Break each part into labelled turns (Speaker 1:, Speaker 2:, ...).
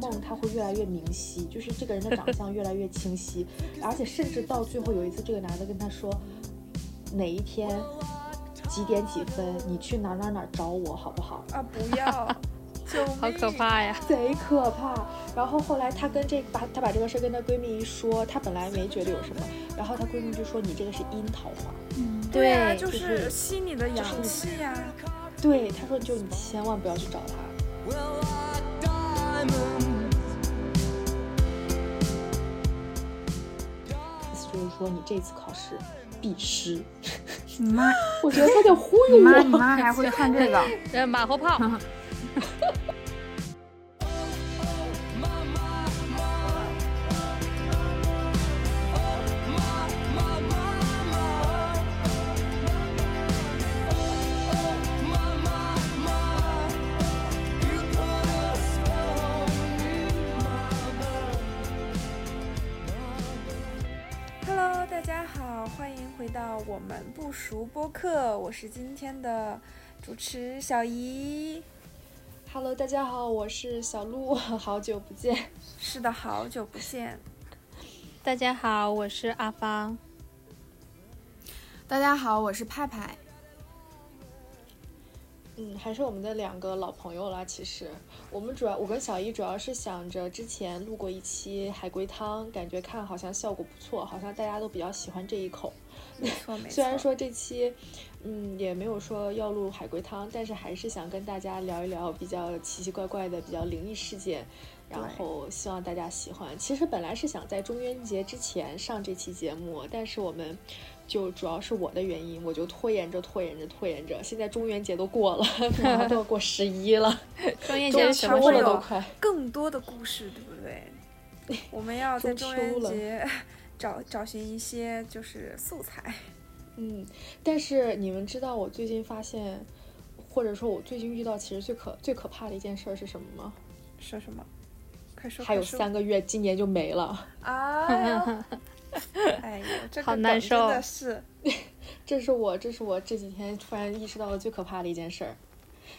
Speaker 1: 梦它会越来越明晰，就是这个人的长相越来越清晰，而且甚至到最后有一次，这个男的跟他说，哪一天几点几分你去哪哪哪找我好不好？
Speaker 2: 啊，不要，救命！
Speaker 3: 好可怕呀！
Speaker 1: 贼可怕。然后后来她跟这把她把这个事儿跟她闺蜜一说，她本来没觉得有什么，然后她闺蜜就说你这个是樱桃花，
Speaker 3: 嗯
Speaker 2: 对啊，就
Speaker 1: 就是是
Speaker 2: 吸你的阳气呀、
Speaker 1: 对，她说就你千万不要去找他。
Speaker 4: Well, like diamonds.
Speaker 1: 意思就是说你这次考试必失。
Speaker 5: 你妈
Speaker 1: 我觉得他在忽
Speaker 5: 你
Speaker 1: 悠
Speaker 5: 妈你
Speaker 1: 我。
Speaker 5: 妈还会看这个？
Speaker 3: 呃，马后 炮，
Speaker 2: Hello，大家好，欢迎回到我们不熟播客，我是今天的主持小姨。
Speaker 1: Hello，大家好，我是小鹿，好久不见。
Speaker 2: 是的，好久不见。
Speaker 3: 大家好，我是阿芳。
Speaker 5: 大家好，我是派派。
Speaker 1: 嗯，还是我们的两个老朋友啦。其实我们主要，我跟小一主要是想着之前录过一期海龟汤，感觉看好像效果不错，好像大家都比较喜欢这一口。
Speaker 2: 没错， 没错。
Speaker 1: 虽然说这期，嗯，也没有说要录海龟汤，但是还是想跟大家聊一聊比较奇奇怪怪的、比较灵异事件，然
Speaker 2: 对
Speaker 1: 后希望大家喜欢。其实本来是想在中元节之前上这期节目，但是我们就主要是我的原因，我就拖延着、拖延着、拖延着，现在中元节都过了， 马上都要过十一 了，
Speaker 3: 中元
Speaker 1: 中
Speaker 3: 节
Speaker 1: 秋
Speaker 3: 什么
Speaker 2: 会
Speaker 3: 时
Speaker 1: 了
Speaker 2: 有
Speaker 1: 都
Speaker 3: 候？
Speaker 1: 快。
Speaker 2: 更多的故事，对不对？我们要在中
Speaker 1: 中秋
Speaker 2: 元
Speaker 1: 了
Speaker 2: 节找找寻一些就是素材。
Speaker 1: 嗯，但是你们知道我最近发现，或者说我最近遇到其实最可最可怕的一件事儿是什么吗？
Speaker 2: 说什么？快说！
Speaker 1: 还有
Speaker 2: 快说
Speaker 1: 三个月，今年就没了。
Speaker 2: 哎呦，哎呦，这个
Speaker 3: 好难
Speaker 2: 梗
Speaker 3: 受
Speaker 2: 真的是
Speaker 1: 这是我，这是我这几天突然意识到的最可怕的一件事儿。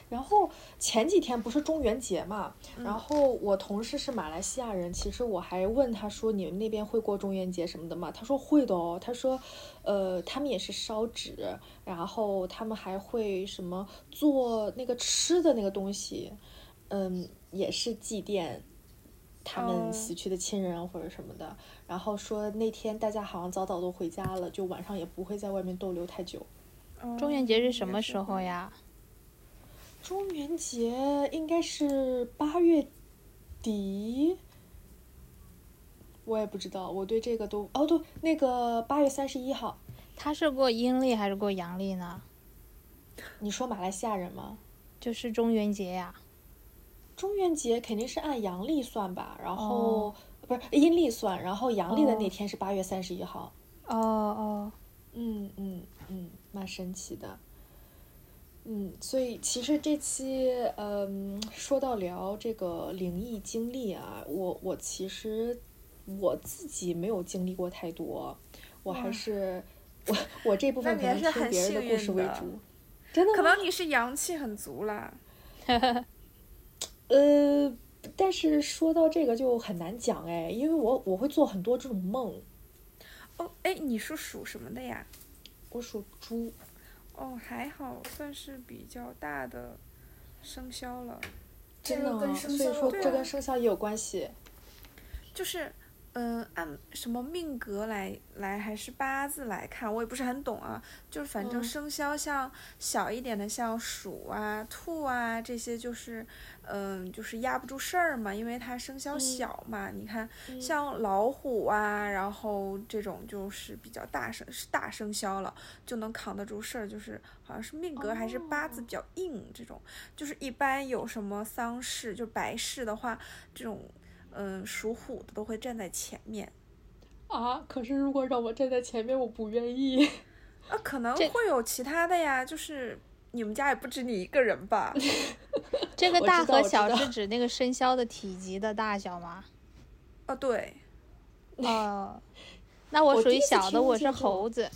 Speaker 1: 然后前几天不是中元节嘛，然后我同事是马来西亚人，其实我还问他说你们那边会过中元节什么的吗？他说会的哦，他说，呃，他们也是烧纸，然后他们还会什么做那个吃的那个东西，嗯，也是祭奠他
Speaker 2: 哦
Speaker 1: 们死去的亲人或者什么的。然后说那天大家好像早早都回家了，就晚上也不会在外面逗留太久。
Speaker 2: 嗯
Speaker 3: 中元节是什么时候？呀？
Speaker 1: 中元节应该是八月底，我也不知道，我对这个都哦对，那个八月三十一号，
Speaker 3: 他是过阴历还是过阳历呢？
Speaker 1: 你说马来西亚人吗？
Speaker 3: 就是中元节呀、
Speaker 1: 中元节肯定是按阳历算吧，然后、
Speaker 3: 哦
Speaker 1: 不是阴历算，然后阳历的
Speaker 3: 哦
Speaker 1: 那天是八月三十一号。
Speaker 3: 哦哦，
Speaker 1: 嗯嗯嗯，蛮神奇的。嗯，所以其实这期，嗯，说到聊这个灵异经历啊，我我其实我自己没有经历过太多，我还
Speaker 2: 哇
Speaker 1: 是我我这部
Speaker 2: 那
Speaker 1: 分
Speaker 2: 你
Speaker 1: 可
Speaker 2: 还
Speaker 1: 能
Speaker 2: 是
Speaker 1: 听
Speaker 2: 很
Speaker 1: 别人的
Speaker 2: 幸
Speaker 1: 故事
Speaker 2: 运
Speaker 1: 为
Speaker 2: 的
Speaker 1: 主。真的
Speaker 2: 可
Speaker 1: 吗？
Speaker 2: 能你是阳气很足啦。
Speaker 1: 呃，但是说到这个就很难讲哎，因为我我会做很多这种梦，
Speaker 2: 哦，哎，你是属什么的呀？
Speaker 1: 我属猪，
Speaker 2: 哦，还好，算是比较大的生肖了。
Speaker 1: 真的啊，所以说
Speaker 2: 对
Speaker 1: 这
Speaker 2: 啊
Speaker 1: 跟生肖也有关系。
Speaker 2: 就是，嗯，按什么命格来来还是八字来看，我也不是很懂啊。就是反正
Speaker 1: 嗯
Speaker 2: 生肖像小一点的，像鼠啊、兔啊这些，就是，嗯，就是压不住事儿嘛，因为它生肖
Speaker 1: 嗯
Speaker 2: 小嘛。你看，
Speaker 1: 嗯
Speaker 2: 像老虎啊，然后这种就是比较大生是大生肖了，就能扛得住事儿，就是好像是命格还是八
Speaker 1: 哦
Speaker 2: 字比较硬这种。就是一般有什么丧事，就白事的话，这种嗯属虎的都会站在前面
Speaker 1: 啊！可是如果让我站在前面，我不愿意。
Speaker 2: 啊，可能
Speaker 3: 这
Speaker 2: 会有其他的呀，就是你们家也不止你一个人 吧？
Speaker 3: 这个
Speaker 1: 我
Speaker 3: 大
Speaker 1: 知道
Speaker 3: 和
Speaker 1: 我知
Speaker 3: 小
Speaker 1: 道
Speaker 3: 是指那个生肖的体积的大小 吗？
Speaker 2: 哦，对，
Speaker 3: 哦，那我
Speaker 1: 我
Speaker 3: 属
Speaker 1: 第
Speaker 3: 于
Speaker 1: 一次
Speaker 3: 小的，
Speaker 1: 听
Speaker 3: 我是
Speaker 1: 见这种
Speaker 3: 猴子。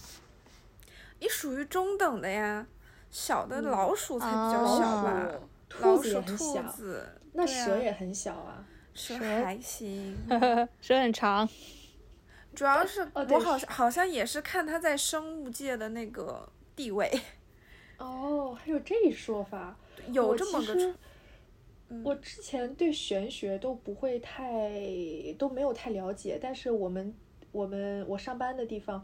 Speaker 2: 你属于中等的呀，小的
Speaker 1: 嗯
Speaker 2: 老鼠才比较
Speaker 3: 哦
Speaker 2: 小吧，
Speaker 1: 兔
Speaker 2: 老
Speaker 1: 子也
Speaker 2: 鼠、
Speaker 1: 很
Speaker 2: 兔
Speaker 1: 小，
Speaker 2: 子，
Speaker 1: 那
Speaker 2: 对啊
Speaker 1: 蛇也很小啊。
Speaker 2: 是
Speaker 3: 蛇
Speaker 2: 还 行，
Speaker 3: 蛇很长，
Speaker 2: 主要是
Speaker 1: 哦
Speaker 2: 我
Speaker 1: 对
Speaker 2: 好像好像也是看他在生物界的那个地位，
Speaker 1: 哦，还有这一说法。
Speaker 2: 有
Speaker 1: 我
Speaker 2: 这
Speaker 1: 其
Speaker 2: 么个
Speaker 1: 实
Speaker 2: 出，嗯
Speaker 1: 我之前对玄学都不会太都没有太了解，但是我们我们我上班的地方。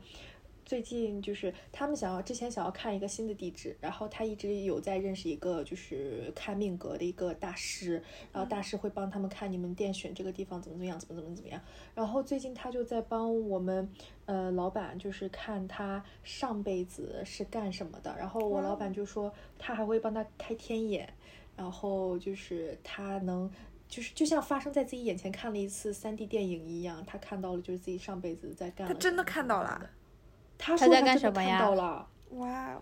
Speaker 1: 最近就是他们想要之前想要看一个新的地址，然后他一直有在认识一个就是看命格的一个大师，然后大师会帮他们看你们店选这个地方怎么怎么样，怎么怎么怎么样。然后最近他就在帮我们呃老板就是看他上辈子是干什么的，然后我老
Speaker 2: 哦
Speaker 1: 板就说他还会帮他开天眼，然后就是他能，就是就像发生在自己眼前看了一次3 D 电影一样，他看到了就是自己上辈子在干了什么。
Speaker 2: 他真的看到了
Speaker 1: 什么的。他
Speaker 3: 他
Speaker 1: 说
Speaker 3: 在干
Speaker 1: 他真的
Speaker 3: 什么
Speaker 1: 看
Speaker 3: 呀
Speaker 1: 到了。
Speaker 2: 哇哦，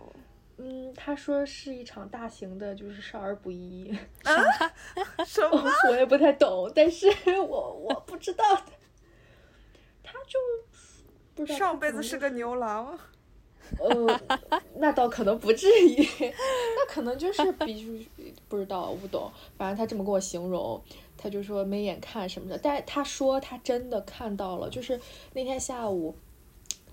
Speaker 1: 嗯，他说是一场大型的，就是少儿不宜，
Speaker 2: 什么？
Speaker 1: 我也不太懂，但是 我我不知道的，他就不知道
Speaker 2: 上
Speaker 1: 他
Speaker 2: 辈
Speaker 1: 可
Speaker 2: 子
Speaker 1: 能
Speaker 2: 是
Speaker 1: 就
Speaker 2: 个牛郎，
Speaker 1: 呃，那倒可能不至于， 那可能就是比不知道，我不懂。反正他这么跟我形容，他就说没眼看什么的，但是他说他真的看到了，就是那天下午。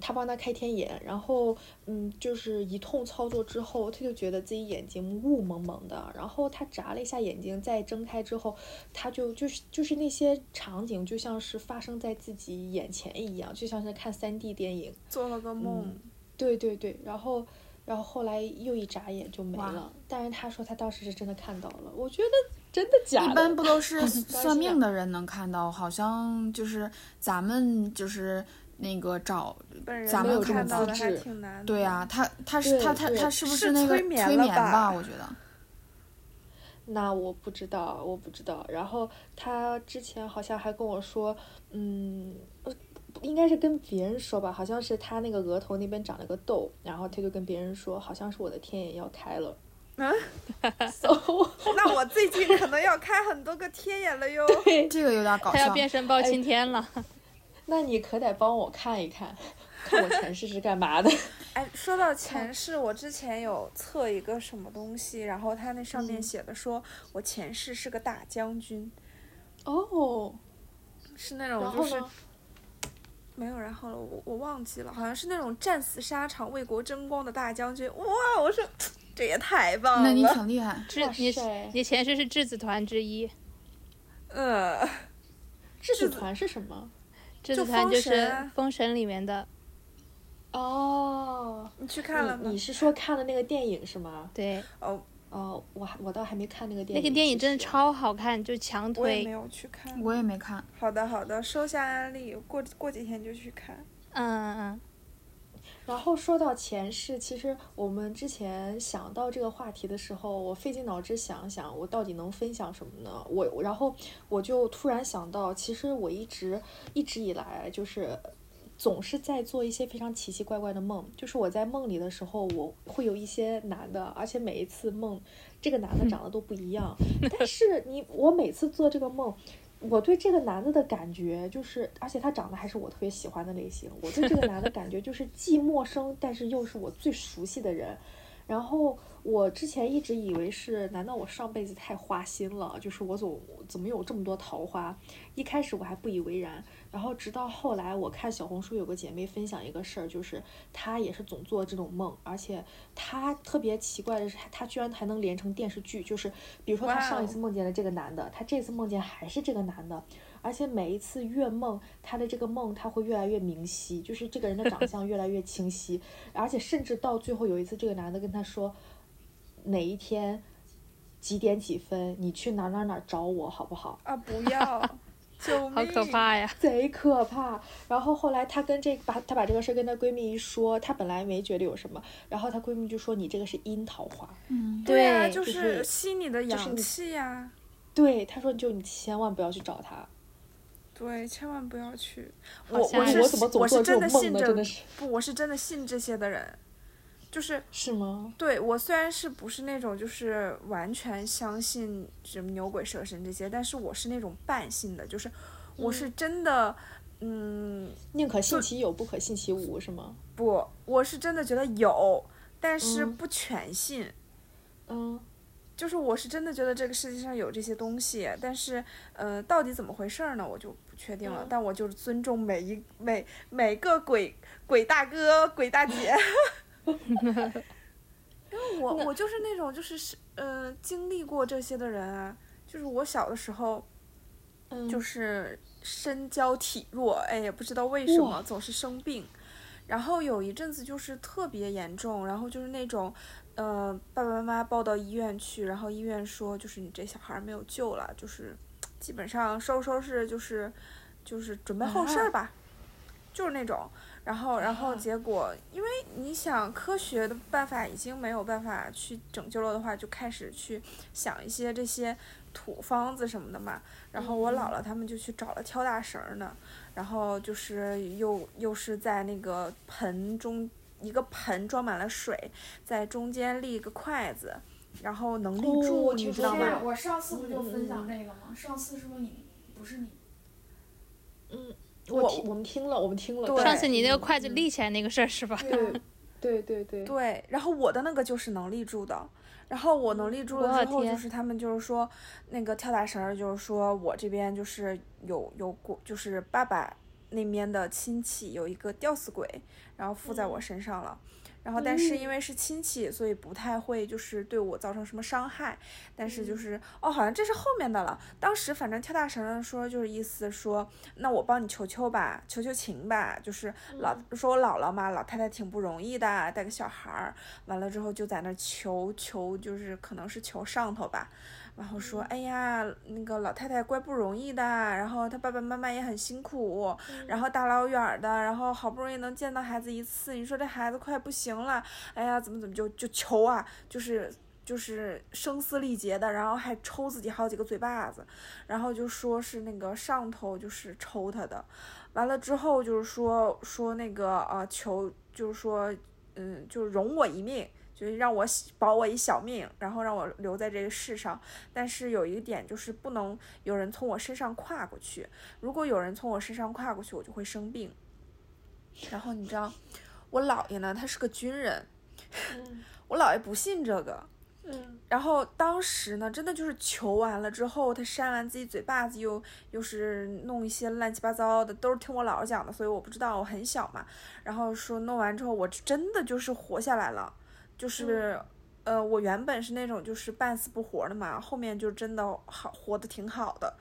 Speaker 1: 他帮他开天眼，然后嗯，就是一通操作之后，他就觉得自己眼睛雾蒙蒙的，然后他眨了一下眼睛，再睁开之后，他就就是就是那些场景就像是发生在自己眼前一样，就像是看三 D 电影，
Speaker 2: 做了个梦，
Speaker 1: 对对对，然后然后后来又一眨眼就没
Speaker 5: 哇
Speaker 1: 了。但是他说他当时是真的看到了，我觉得真的假的？
Speaker 5: 一般不 都是算
Speaker 1: 是
Speaker 5: 命
Speaker 1: 的
Speaker 5: 的人能看到？好像就是咱们就是那个找，
Speaker 2: 本人
Speaker 5: 咱
Speaker 2: 没
Speaker 5: 们
Speaker 2: 有
Speaker 5: 可
Speaker 2: 看
Speaker 5: 能
Speaker 2: 到
Speaker 5: 复
Speaker 2: 的还
Speaker 1: 制
Speaker 2: 挺难的。
Speaker 5: 对啊，他他是
Speaker 1: 对
Speaker 5: 他他
Speaker 1: 对
Speaker 5: 他是不
Speaker 2: 是
Speaker 5: 那个
Speaker 2: 催
Speaker 5: 催
Speaker 2: 眠了
Speaker 5: 眠
Speaker 2: 吧
Speaker 5: 吧？我觉得
Speaker 1: 那我不知道，我不知道。然后他之前好像还跟我说，嗯，呃应该是跟别人说吧，好像是他那个额头那边长了个痘，然后他就跟别人说，好像是我的天眼要开了。
Speaker 2: 啊
Speaker 1: ，so
Speaker 2: 那我最近可能要开很多个天眼了哟。
Speaker 5: 这个有点搞
Speaker 3: 他要
Speaker 5: 笑。
Speaker 3: 变身包
Speaker 2: 哎
Speaker 3: 青天了。
Speaker 1: 那你可得帮我看一看，看我前世是干嘛的。
Speaker 2: 哎，说到前世，我之前有测一个什么东西，然后它那上面
Speaker 1: 嗯
Speaker 2: 写的说我前世是个大将军，
Speaker 1: 哦，
Speaker 2: 是那
Speaker 1: 然
Speaker 2: 种就
Speaker 1: 后
Speaker 2: 是
Speaker 1: 呢？
Speaker 2: 没有然后了，我我忘记了，好像是那种战死沙场为国争光的大将军。哇，我说这也太棒
Speaker 5: 那你
Speaker 2: 了，
Speaker 5: 挺厉害，
Speaker 3: 质
Speaker 1: 哇
Speaker 3: 你
Speaker 1: 塞
Speaker 3: 你前世是质子团之一，
Speaker 2: 嗯，
Speaker 1: 质
Speaker 2: 质
Speaker 1: 子
Speaker 2: 子
Speaker 1: 团是什么？
Speaker 3: 质
Speaker 2: 就
Speaker 3: 子团
Speaker 2: 封
Speaker 3: 就是
Speaker 2: 神
Speaker 3: 《
Speaker 2: 啊
Speaker 3: 封神》里面的，
Speaker 1: 哦，
Speaker 2: 你去看了
Speaker 1: 你
Speaker 2: 吗
Speaker 1: 你？是说看了那个电影是吗？
Speaker 3: 对，
Speaker 2: 哦，
Speaker 1: 哦，我还我倒还没看那个电
Speaker 3: 那
Speaker 1: 影。
Speaker 3: 个电影真的
Speaker 1: 其实
Speaker 3: 超好看，就强
Speaker 2: 我也没
Speaker 3: 推。
Speaker 2: 有去看。
Speaker 5: 我也没看。
Speaker 2: 好的好的，收下安利，过过几天就去看。
Speaker 3: 嗯嗯
Speaker 1: 然后说到前世，其实我们之前想到这个话题的时候，我费尽脑汁想想，我到底能分享什么呢？我我然后我就突然想到，其实我一直一直以来就是。总是在做一些非常奇奇怪怪的梦，就是我在梦里的时候，我会有一些男的，而且每一次梦，这个男的长得都不一样。但是你，我每次做这个梦，我对这个男的的感觉就是，而且他长得还是我特别喜欢的类型。我对这个男的感觉就是既陌生，但是又是我最熟悉的人。然后我之前一直以为是，难道我上辈子太花心了？就是我总怎么有这么多桃花？一开始我还不以为然，然后直到后来我看小红书有个姐妹分享一个事儿，就是她也是总做这种梦，而且她特别奇怪的是，她居然还能连成电视剧，就是比如说她上一次
Speaker 2: 哇
Speaker 1: 梦见了这个男的，她这次梦见还是这个男的，而且每一次越梦，她的这个梦她会越来越明晰，就是这个人的长相越来越清晰，而且甚至到最后有一次，这个男的跟她说，哪一天几点几分你去哪儿哪儿哪儿找我好不好？
Speaker 2: 啊，不 要，救命！
Speaker 3: 嗯，好可怕呀！
Speaker 1: 贼可怕。然后后来她跟这把她把这个事儿跟她闺蜜一说，她本来没觉得有什么，然后她闺蜜就说你这个是阴桃花，
Speaker 5: 嗯，
Speaker 2: 对 啊，就
Speaker 1: 就是
Speaker 2: 是吸你的
Speaker 1: 就是
Speaker 2: 阳
Speaker 1: 你
Speaker 2: 气呀、
Speaker 1: 对，她说就你千万不要去找他。
Speaker 2: 对，千万不要去。
Speaker 3: 好
Speaker 2: 我
Speaker 3: 吓
Speaker 2: 我
Speaker 3: 人
Speaker 2: 是
Speaker 1: 我怎么
Speaker 2: 我
Speaker 1: 总
Speaker 2: 是
Speaker 1: 做这
Speaker 2: 真
Speaker 1: 种
Speaker 2: 的
Speaker 1: 梦
Speaker 2: 信
Speaker 1: 呢？
Speaker 2: 这
Speaker 1: 真的是
Speaker 2: 不，我是真的信这些的人，就是
Speaker 1: 是吗？
Speaker 2: 对我虽然是不是那种就是完全相信什么牛鬼蛇神这些，但是我是那种半信的，就是我是真的，嗯，
Speaker 1: 宁可信其有，不可信其无，是吗？
Speaker 2: 不，我是真的觉得有，但是
Speaker 1: 嗯
Speaker 2: 不全信。
Speaker 1: 嗯，
Speaker 2: 就是我是真的觉得这个世界上有这些东西，但是呃，到底怎么回事儿呢？我就不确定了。
Speaker 1: 嗯
Speaker 2: 但我就是尊重每一每每个鬼鬼大哥、鬼大姐， 因为我我就是那种就是是呃经历过这些的人啊，就是我小的时候。
Speaker 1: 嗯，
Speaker 2: 就是身娇体弱，哎，也不知道为什么
Speaker 1: 哇
Speaker 2: 总是生病。然后有一阵子就是特别严重，然后就是那种，呃，爸爸妈妈抱到医院去，然后医院说就是你这小孩儿没有救了，就是基本上收拾收拾就是就是准备后事儿吧，就是那种。然后然后
Speaker 1: 啊
Speaker 2: 结果，因为你想科学的办法已经没有办法去拯救了的话，就开始去想一些这些土方子什么的嘛。然后
Speaker 1: 嗯
Speaker 2: 我姥姥他们就去找了跳大绳儿呢，然后就是又又是在那个盆中一个盆装满了水，在中间立一个筷子，然后能立
Speaker 1: 哦
Speaker 2: 住，
Speaker 1: 我
Speaker 2: 你
Speaker 1: 听
Speaker 2: 知
Speaker 1: 说
Speaker 2: 道
Speaker 1: 过
Speaker 2: 吗？
Speaker 1: 吧
Speaker 6: 我上次不就分享这个吗？上次是不是你？不是你，
Speaker 1: 我
Speaker 2: 我
Speaker 1: 听我们听了，我们听了。
Speaker 2: 对
Speaker 3: 上次你那个筷子
Speaker 1: 嗯
Speaker 3: 立起来那个事儿是吧？
Speaker 1: 对对对对，
Speaker 2: 对，然后我的那个就是能立住的，然后我能立住了
Speaker 3: 我
Speaker 2: 之后，就
Speaker 3: 天
Speaker 2: 是他们就是说那个跳大绳儿，就是说我这边就是有有过，就是爸爸那边的亲戚有一个吊死鬼，然后附在
Speaker 3: 嗯
Speaker 2: 我身上了。然后，但是因为是亲戚，所以不太会就是对我造成什么伤害。但是就是、哦，好像这是后面的了。当时反正跳大绳儿的说就是意思说，那我帮你求求吧，求求情吧，就是老、说我姥姥嘛，老太太挺不容易的，带个小孩儿，完了之后就在那儿求求，就是可能是求上头吧，然后说、哎呀，那个老太太怪不容易的，然后她爸爸妈妈也很辛苦，然后大老远儿的，然后好不容易能见到孩子一次，你说这孩子快不行了，哎呀，怎么怎么就就求啊，就是。就是声嘶力竭的，然后还抽自己好几个嘴巴子，然后就说是那个上头就是抽他的，完了之后就是说说那个呃求就是说嗯就是容我一命，就是让我喜保我一小命，然后让我留在这个世上。但是有一个点就是不能有人从我身上跨过去，如果有人从我身上跨过去，我就会生病。然后你知道，我姥爷呢，他是个军人，我姥爷不信这个，
Speaker 1: 嗯，
Speaker 2: 然后当时呢，真的就是求完了之后，他扇完自己嘴巴子又，又是弄一些乱七八糟的，都是听我姥姥讲的，所以我不知道，我很小嘛。然后说弄完之后，我真的就是活下来了，就是、呃，我原本是那种就是半死不活的嘛，后面就真的好活得挺好的。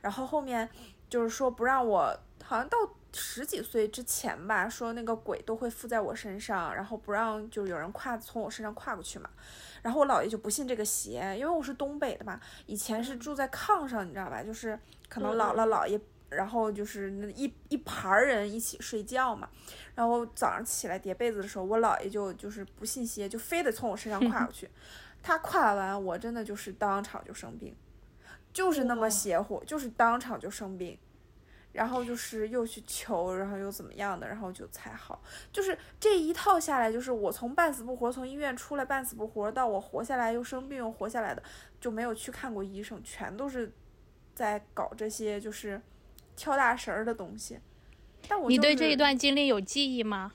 Speaker 2: 然后后面就是说不让我，好像到十几岁之前吧，说那个鬼都会附在我身上，然后不让就是有人跨从我身上跨过去嘛。然后我姥爷就不信这个邪，因为我是东北的嘛，以前是住在炕上，你知道吧？就是可能姥姥姥爷，然后就是那一一盘儿人一起睡觉嘛。然后早上起来叠被子的时候，我姥爷就就是不信邪，就非得从我身上跨过去。他跨完，我真的就是当场就生病，就是那么
Speaker 1: 哇
Speaker 2: 邪乎，就是当场就生病。然后就是又去求，然后又怎么样的，然后就才好。就是这一套下来，就是我从半死不活，从医院出来半死不活，到我活下来又生病又活下来的，就没有去看过医生，全都是在搞这些就是跳大神儿的东西。但嗯我、
Speaker 3: 你
Speaker 2: 就
Speaker 3: 对
Speaker 2: 是
Speaker 3: 这一，段经历有记忆吗？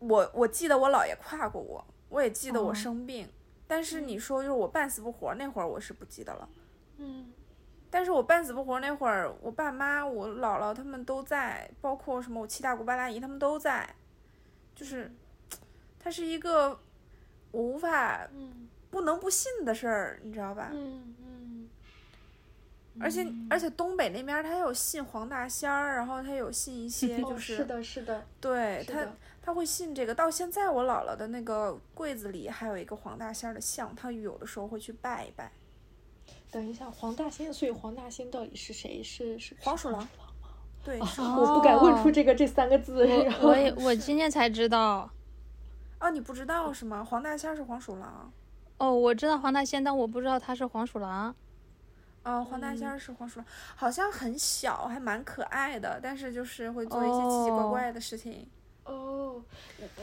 Speaker 2: 我我记得我姥爷跨过我，我也记得我
Speaker 3: 哦
Speaker 2: 生病，但是你说就是我半死不活那会儿，我是不记得了。
Speaker 1: 嗯，
Speaker 2: 但是我半死不活那会儿，我爸妈、我姥姥他们都在，包括什么我七大姑八大姨他们都在，就是，它是一个我无法
Speaker 1: 嗯
Speaker 2: 不能不信的事儿，你知道吧？
Speaker 1: 嗯嗯
Speaker 2: 而且而且东北那边儿他有信黄大仙儿，然后他有信一些
Speaker 1: 哦
Speaker 2: 就是，哎
Speaker 1: 是的，是的，
Speaker 2: 对
Speaker 1: 是
Speaker 2: 他
Speaker 1: 的，
Speaker 2: 他会信这个。到现在我姥姥的那个柜子里还有一个黄大仙儿的像，他有的时候会去拜一拜。
Speaker 1: 等一下，黄大仙，所以黄大仙到底是谁？是是
Speaker 2: 黄鼠狼对，
Speaker 1: 哦
Speaker 2: 是
Speaker 1: 我不敢问出这个这三个字，然
Speaker 3: 我
Speaker 1: 后
Speaker 3: 我也我今天才知道。
Speaker 2: 哦，你不知道是吗？黄大仙儿是黄鼠狼。
Speaker 3: 哦，我知道黄大仙，但我不知道他是黄鼠狼。
Speaker 2: 啊，黄
Speaker 1: 嗯
Speaker 2: 大仙儿是黄鼠狼，好像很小，还蛮可爱的，但是就是会做一些奇奇怪
Speaker 3: 哦
Speaker 2: 怪的事情。
Speaker 1: 哦，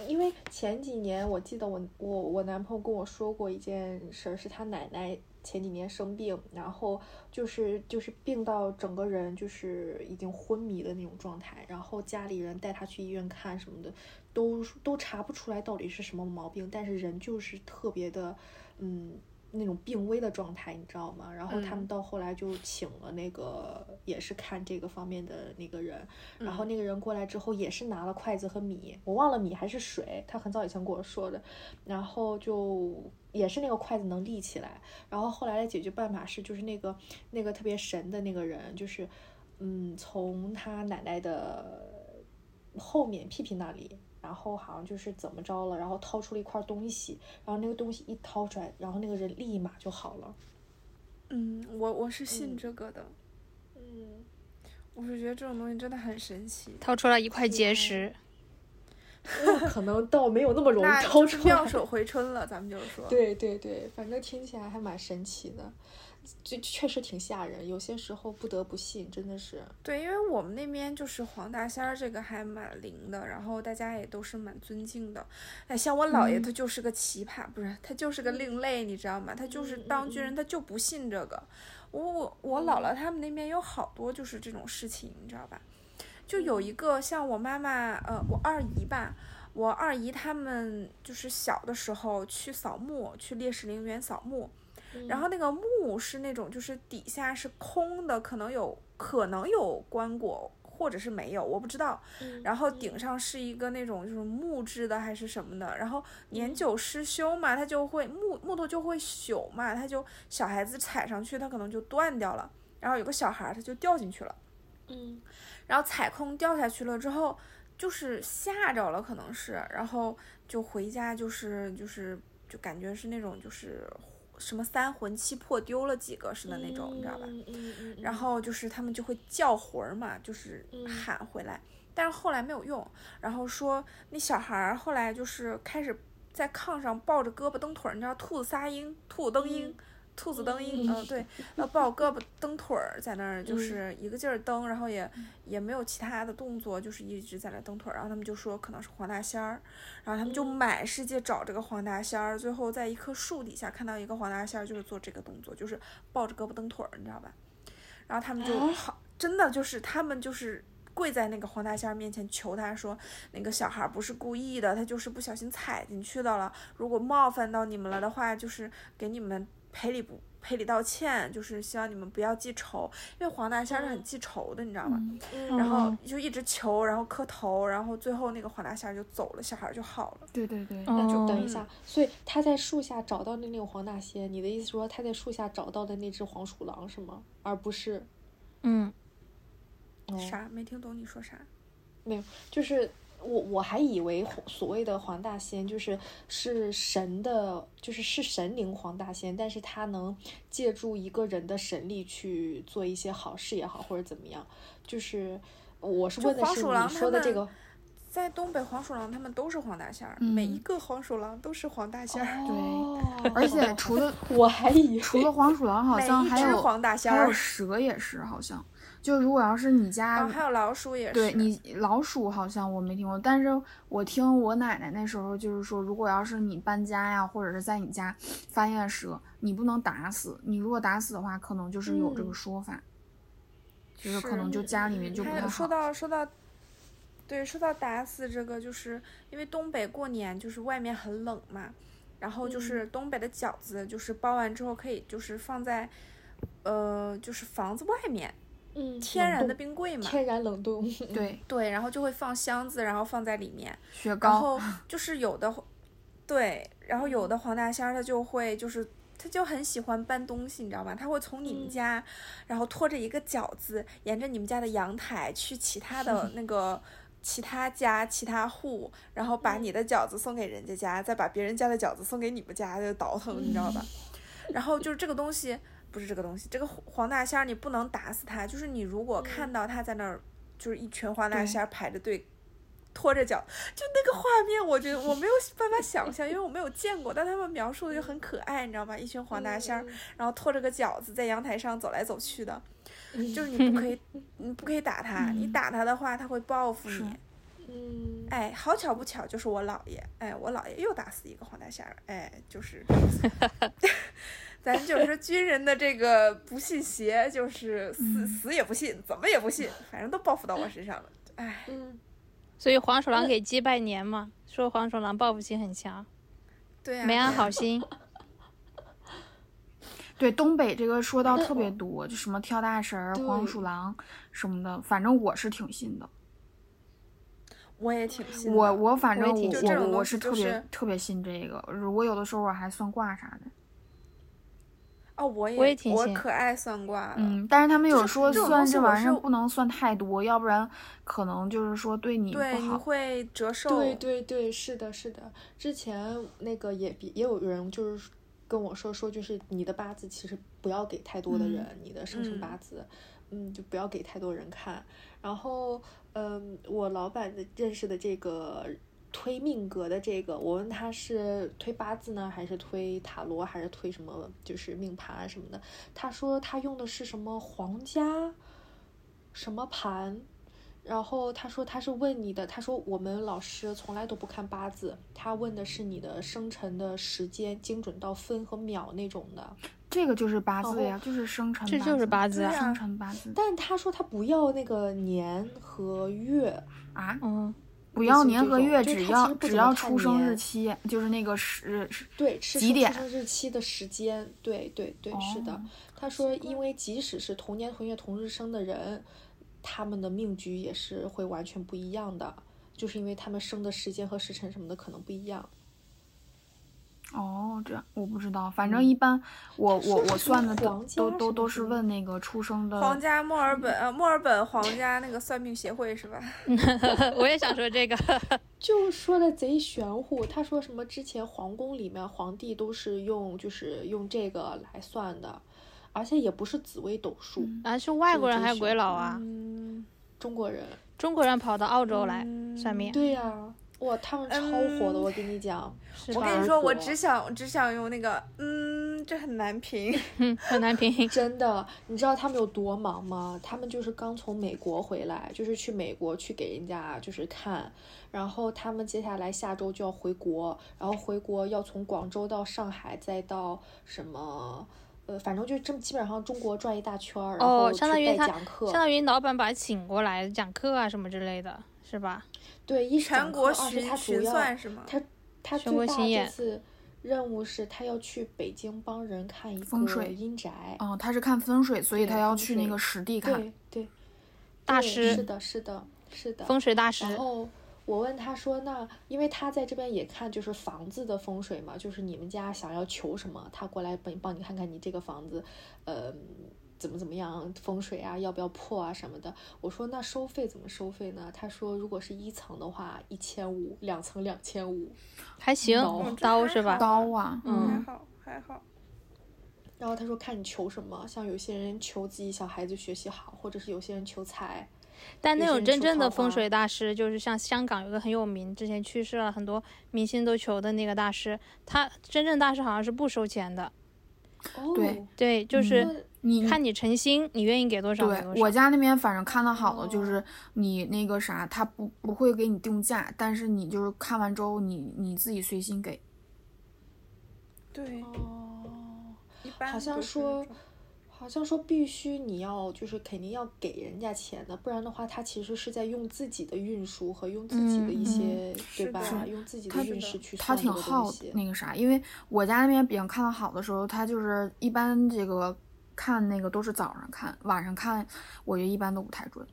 Speaker 1: 因为前几年我记得我我我男朋友跟我说过一件事儿，是他奶奶前几年生病，然后就是就是病到整个人就是已经昏迷的那种状态，然后家里人带他去医院看什么的，都都查不出来到底是什么毛病，但是人就是特别的，嗯。那种病危的状态，你知道吗？然后他们到后来就请了那个，也是看这个方面的那个人，然后那个人过来之后也是拿了筷子和米，我忘了米还是水，他很早以前跟我说的，然后就也是那个筷子能立起来，然后后来的解决办法是，就是那个那个特别神的那个人，就是嗯，从他奶奶的后面屁屁那里。然后好像就是怎么着了，然后掏出了一块东西，然后那个东西一掏出来，然后那个人立马就好了。
Speaker 2: 嗯，我我是
Speaker 1: 嗯
Speaker 2: 信这个的，
Speaker 1: 嗯，
Speaker 2: 我是觉得这种东西真的很神奇。
Speaker 3: 掏出来一块结石，
Speaker 1: 可能倒没有那么容
Speaker 2: 那
Speaker 1: 易掏
Speaker 2: 就是
Speaker 1: 出来
Speaker 2: 妙。手回春了，咱们就是说，
Speaker 1: 对对对，反正听起来还蛮神奇的，这确实挺吓人。有些时候不得不信，真的是。
Speaker 2: 对，因为我们那边就是黄大仙儿这个还蛮灵的，然后大家也都是蛮尊敬的。哎，像我姥爷
Speaker 1: 嗯
Speaker 2: 他就是个奇葩，不是他就是个另类，你知道吗？他就是
Speaker 1: 嗯嗯嗯
Speaker 2: 当军人，他就不信这个。我我我姥姥他们那边有好多就是这种事情，你知道吧？就有
Speaker 1: 嗯
Speaker 2: 一个像我妈妈，呃，我二姨吧，我二姨他们就是小的时候去扫墓，去烈士陵园扫墓，然后那个墓是那种就是底下是空的，可能有可能有棺椁，或者是没有，我不知道。然后顶上是一个那种就是木质的还是什么的，然后年久失修嘛，它就会木木头就会朽嘛，它就小孩子踩上去，它可能就断掉了。然后有个小孩儿他就掉进去了。
Speaker 1: 嗯
Speaker 2: 然后踩空掉下去了之后，就是吓着了，可能是，然后就回家就是就是就感觉是那种就是什么三魂七魄丢了几个似的那种，你知道吧？
Speaker 1: 嗯嗯嗯。
Speaker 2: 然后就是他们就会叫魂儿嘛，就是
Speaker 1: 嗯
Speaker 2: 喊回来，但是后来没有用。然后说那小孩儿后来就是开始在炕上抱着胳膊蹬腿儿，你知道兔子撒鹰、兔子蹬鹰、
Speaker 1: 嗯
Speaker 2: 兔子蹬鹰，嗯、对，呃，抱胳膊蹬腿儿在那儿
Speaker 1: 嗯
Speaker 2: 就是一个劲儿蹬，然后也也没有其他的动作，就是一直在那儿蹬腿儿。然后他们就说可能是黄大仙儿，然后他们就满世界找这个黄大仙儿，最后在一棵树底下看到一个黄大仙儿，就是做这个动作，就是抱着胳膊蹬腿儿，你知道吧？然后他们就好，真的就是他们就是跪在那个黄大仙儿面前求他说，那个小孩儿不是故意的，他就是不小心踩进去的了。如果冒犯到你们了的话，就是给你们赔礼不赔礼道歉，就是希望你们不要记仇，因为黄大仙儿是很记仇的，你知道吗？
Speaker 1: 嗯
Speaker 2: 然后
Speaker 3: 哦
Speaker 2: 就一直求，然后磕头，然后最后那个黄大仙儿就走了，小孩儿就好了。
Speaker 5: 对对对，
Speaker 1: 那就等
Speaker 3: 哦，
Speaker 1: 一下，所以他在树下找到的那个黄大仙，你的意思说他在树下找到的那只黄鼠狼是吗？而不是，
Speaker 3: 嗯，
Speaker 1: 哦、
Speaker 2: 啥？没听懂你说啥？
Speaker 1: 就是我我还以为黄所谓的黄大仙就是是神的，就是是神灵黄大仙，但是他能借助一个人的神力去做一些好事也好，或者怎么样，就是我是
Speaker 2: 就
Speaker 1: 问的
Speaker 2: 黄
Speaker 1: 是
Speaker 2: 鼠狼
Speaker 1: 你
Speaker 2: 他
Speaker 1: 说的这
Speaker 2: 们
Speaker 1: 个
Speaker 2: 在东北，黄鼠狼他们都是黄大仙儿，
Speaker 5: 嗯
Speaker 2: 每一个黄鼠狼都是黄大仙
Speaker 5: 哦
Speaker 2: 儿，
Speaker 1: 对
Speaker 5: 而且除了
Speaker 1: 我还以为
Speaker 5: 除了黄鼠狼，好
Speaker 2: 每
Speaker 5: 像
Speaker 2: 一
Speaker 5: 还
Speaker 2: 只
Speaker 5: 有
Speaker 2: 黄大仙
Speaker 5: 还有
Speaker 2: 儿哦
Speaker 5: 蛇也是，好像就如果要是你家
Speaker 2: 然后还有老鼠也是。
Speaker 5: 对你老鼠好像我没听过，但是我听我奶奶那时候就是说，如果要是你搬家呀，或者是在你家发现蛇，你不能打死，你如果打死的话，可能就是有这个
Speaker 1: 嗯
Speaker 5: 说法，就是可
Speaker 2: 是
Speaker 5: 能就家里面就不
Speaker 2: 还
Speaker 5: 太
Speaker 2: 有说
Speaker 5: 好。
Speaker 2: 到说到，对，说到打死这个，就是因为东北过年就是外面很冷嘛，然后就是
Speaker 5: 嗯
Speaker 2: 东北的饺子，就是包完之后可以就是放在，呃，就是房子外面
Speaker 1: 嗯
Speaker 2: 天
Speaker 1: 冷
Speaker 2: 然的
Speaker 1: 冻
Speaker 2: 冰柜嘛，
Speaker 1: 天然冷冻，
Speaker 5: 对，
Speaker 2: 对，然后就会放箱子，然后放在里面，
Speaker 5: 雪
Speaker 2: 嗯然
Speaker 5: 糕，
Speaker 2: 后就是有的，对，然后有的黄大仙儿他就会就是。他就很喜欢搬东西，你知道吗？他会从你们
Speaker 1: 嗯
Speaker 2: 家，然后拖着一个饺子，沿着你们家的阳台去其他的那个其他家、其他户，然后把你的饺子送给人家家，再把别人家的饺子送给你们家，就倒腾，你知道吧？然后就是这个东西，不是这个东西，这个黄大仙儿你不能打死他，就是你如果看到他在那儿，就是一群黄大
Speaker 5: 对
Speaker 2: 仙儿排着队。拖着脚，就那个画面，我觉得我没有办法想象，因为我没有见过，但他们描述的就很可爱，你知道吗？一群黄大仙儿，
Speaker 3: 嗯
Speaker 2: 然后拖着个饺子在阳台上走来走去
Speaker 1: 嗯
Speaker 2: 的，就是你不可以，你不可以打他，你打他的话他会报复
Speaker 5: 是
Speaker 2: 你。
Speaker 1: 嗯，
Speaker 2: 哎，好巧不巧，就是我姥爷，哎，我姥爷又打死一个黄带虾仁，哎， 就是，咱就是军人的这个不信邪，就是 死死也不信，怎么也不信，反正都报复到我身上了，哎，
Speaker 1: 嗯，
Speaker 3: 所以黄鼠狼给鸡拜年嘛，说黄鼠狼报复心很强，
Speaker 2: 对
Speaker 1: 啊
Speaker 2: 呀、
Speaker 3: 没安好 心。
Speaker 5: 对东北这个说到特别多，就什么跳大神儿、黄
Speaker 1: 对
Speaker 5: 鼠狼什么的，反正我是挺信的。
Speaker 2: 我也挺信的
Speaker 5: 我我反
Speaker 3: 我
Speaker 5: 正
Speaker 3: 也
Speaker 5: 我
Speaker 3: 挺
Speaker 2: 信的就这
Speaker 5: 我
Speaker 2: 种
Speaker 5: 我
Speaker 2: 东
Speaker 5: 是
Speaker 2: 西就
Speaker 5: 特别、
Speaker 2: 是
Speaker 5: 特别信这个，我有的时候我还算卦啥的。
Speaker 2: 哦，我也
Speaker 3: 我也挺
Speaker 2: 我
Speaker 3: 信
Speaker 2: 可爱算卦了，
Speaker 5: 嗯，但是他们
Speaker 2: 就
Speaker 5: 有
Speaker 2: 是
Speaker 5: 说
Speaker 2: 这种
Speaker 5: 算
Speaker 2: 东西
Speaker 5: 这
Speaker 2: 我
Speaker 5: 玩意儿
Speaker 2: 是
Speaker 5: 不能算太多，要不然可能就是说对你不
Speaker 2: 对，你
Speaker 5: 好。
Speaker 2: 会折寿，
Speaker 1: 对对对，是的，是的。之前那个也比也有人就是跟我说说，就是你的八字其实不要给太多的人，你的生辰八字，嗯，就不要给太多人看。然后，嗯，我老板的认识的这个推命格的这个，我问他是推八字呢，还是推塔罗，还是推什么就是命盘啊什么的，他说他用的是什么皇家什么盘。然后他说他是问你的，他说我们老师从来都不看八字，他问的是你的生辰的时间精准到分和秒那种的。
Speaker 5: 这个就是八
Speaker 1: 然
Speaker 5: 字呀，就是生辰八字，
Speaker 3: 这就是八字
Speaker 2: 啊
Speaker 5: 生辰八字
Speaker 1: 但他说他不要那个年和月，
Speaker 5: 啊，
Speaker 3: 嗯，
Speaker 5: 不要
Speaker 1: 信
Speaker 5: 年
Speaker 1: 这
Speaker 5: 和
Speaker 1: 种
Speaker 5: 月，
Speaker 1: 就是他其
Speaker 5: 只要
Speaker 1: 实不
Speaker 5: 只
Speaker 1: 怎么
Speaker 5: 要
Speaker 1: 看
Speaker 5: 出生日
Speaker 1: 年
Speaker 5: 期，就是那个时是
Speaker 1: 对，是
Speaker 5: 几
Speaker 1: 说
Speaker 5: 点
Speaker 1: 出生日期的时间，对对对，是的
Speaker 5: 哦。
Speaker 1: 他说，因为即使是同年同月同日生的人，他们的命局也是会完全不一样的，就是因为他们生的时间和时辰什么的可能不一样。
Speaker 5: 哦，这样我不知道，反
Speaker 2: 嗯
Speaker 5: 正一般我
Speaker 1: 说
Speaker 5: 我
Speaker 1: 是
Speaker 5: 我
Speaker 1: 什么
Speaker 5: 算的都
Speaker 1: 皇家
Speaker 5: 都
Speaker 1: 什
Speaker 5: 都
Speaker 1: 么
Speaker 5: 都
Speaker 1: 什
Speaker 5: 是
Speaker 1: 么
Speaker 5: 问那个出生的
Speaker 2: 皇家墨尔本呃墨尔本皇家那个算命协会是吧？
Speaker 3: 我也想说这 个，
Speaker 1: 就说的贼玄乎，他说什么之前皇宫里面皇帝都是用就是用这个来算的，而且也不是紫微斗数，
Speaker 3: 啊，是外国人还是鬼佬啊？
Speaker 2: 嗯，
Speaker 1: 中国人
Speaker 3: 中国人跑到澳洲来算命，
Speaker 1: 嗯对呀、哇，他们超火的，
Speaker 2: 嗯
Speaker 1: 我跟你讲，
Speaker 3: 是
Speaker 2: 我
Speaker 3: 吧？
Speaker 2: 跟你
Speaker 1: 儿
Speaker 2: 说，我
Speaker 1: 子
Speaker 2: 只想只想用那个，嗯，这很难评。
Speaker 3: 嗯，很难评。
Speaker 1: 真的，你知道他们有多忙吗？他们就是刚从美国回来，就是去美国去给人家就是看，然后他们接下来下周就要回国，然后回国要从广州到上海，再到什么。呃，反正就这么基本上中国转一大圈儿，然后
Speaker 3: 哦，
Speaker 1: 去
Speaker 3: 相当于
Speaker 1: 带
Speaker 3: 他，
Speaker 1: 讲课，
Speaker 3: 相当于老板把他请过来讲课啊什么之类的，是吧？
Speaker 1: 对，一是
Speaker 2: 全
Speaker 1: 讲
Speaker 2: 国
Speaker 1: 课二哦是
Speaker 2: 巡
Speaker 1: 他主
Speaker 2: 巡
Speaker 1: 要
Speaker 2: 算是吗？
Speaker 1: 他他
Speaker 3: 全
Speaker 1: 最
Speaker 3: 国
Speaker 1: 大
Speaker 3: 巡
Speaker 1: 这
Speaker 3: 演
Speaker 1: 次任务是他要去北京帮人看一
Speaker 5: 风
Speaker 1: 个
Speaker 5: 水
Speaker 1: 阴宅，
Speaker 5: 哦，他是看风水，所以
Speaker 1: 对
Speaker 5: 他要
Speaker 1: 风
Speaker 5: 去那
Speaker 1: 水
Speaker 5: 个实地看。
Speaker 1: 对对，
Speaker 3: 大
Speaker 1: 对
Speaker 3: 师
Speaker 1: 是的，是的，是的，哦
Speaker 3: 风水大师
Speaker 1: 然，后我问他说：“那因为他在这边也看就是房子的风水嘛，就是你们家想要求什么，他过来帮帮你看看你这个房子，呃，怎么怎么样风水啊，要不要破啊什么的。”我说：“那收费怎么收费呢？”他说：“如果是一层的话，一千五；两层两千五。
Speaker 3: 还行
Speaker 1: 刀
Speaker 2: 嗯，
Speaker 3: 刀是吧？
Speaker 5: 刀啊，
Speaker 2: 还
Speaker 3: 嗯，
Speaker 2: 好还好，
Speaker 1: 然后他说看你求什么，像有些人求自己小孩子学习好，或者是有些人求财，
Speaker 3: 但那
Speaker 1: 有些
Speaker 3: 种
Speaker 1: 人
Speaker 3: 真
Speaker 1: 出
Speaker 3: 正的
Speaker 1: 桃花
Speaker 3: 风水大师，就是像香港有个很有名，之前去世了很多明星都求的那个大师，他真正大师好像是不收钱的，
Speaker 1: 哦，
Speaker 5: 对
Speaker 3: 对，就是
Speaker 5: 嗯你
Speaker 3: 看你诚心，你愿意给多少给
Speaker 5: 对
Speaker 3: 多
Speaker 5: 我
Speaker 3: 少。
Speaker 5: 家那边反正看的好的就
Speaker 1: 哦
Speaker 5: 是你那个啥，他不不会给你定价，但是你就是看完之后你你自己随心给。
Speaker 2: 对，
Speaker 1: 哦。”
Speaker 2: 一般
Speaker 1: 好像
Speaker 2: 都是
Speaker 1: 说
Speaker 2: 这种
Speaker 1: 好像说必须你要就是肯定要给人家钱的，不然的话，他其实是在用自己的运输和用自己的一
Speaker 5: 嗯
Speaker 1: 些，
Speaker 2: 是
Speaker 1: 对
Speaker 2: 的
Speaker 1: 吧？
Speaker 2: 是
Speaker 1: 用自己
Speaker 5: 他
Speaker 1: 的运势去
Speaker 5: 他
Speaker 1: 算这
Speaker 5: 挺
Speaker 1: 个东
Speaker 5: 好
Speaker 1: 西。
Speaker 5: 那个啥，因为我家那边比较看的好的时候，他就是一般这个看那个都是早上看，晚上看我觉得一般都不太准。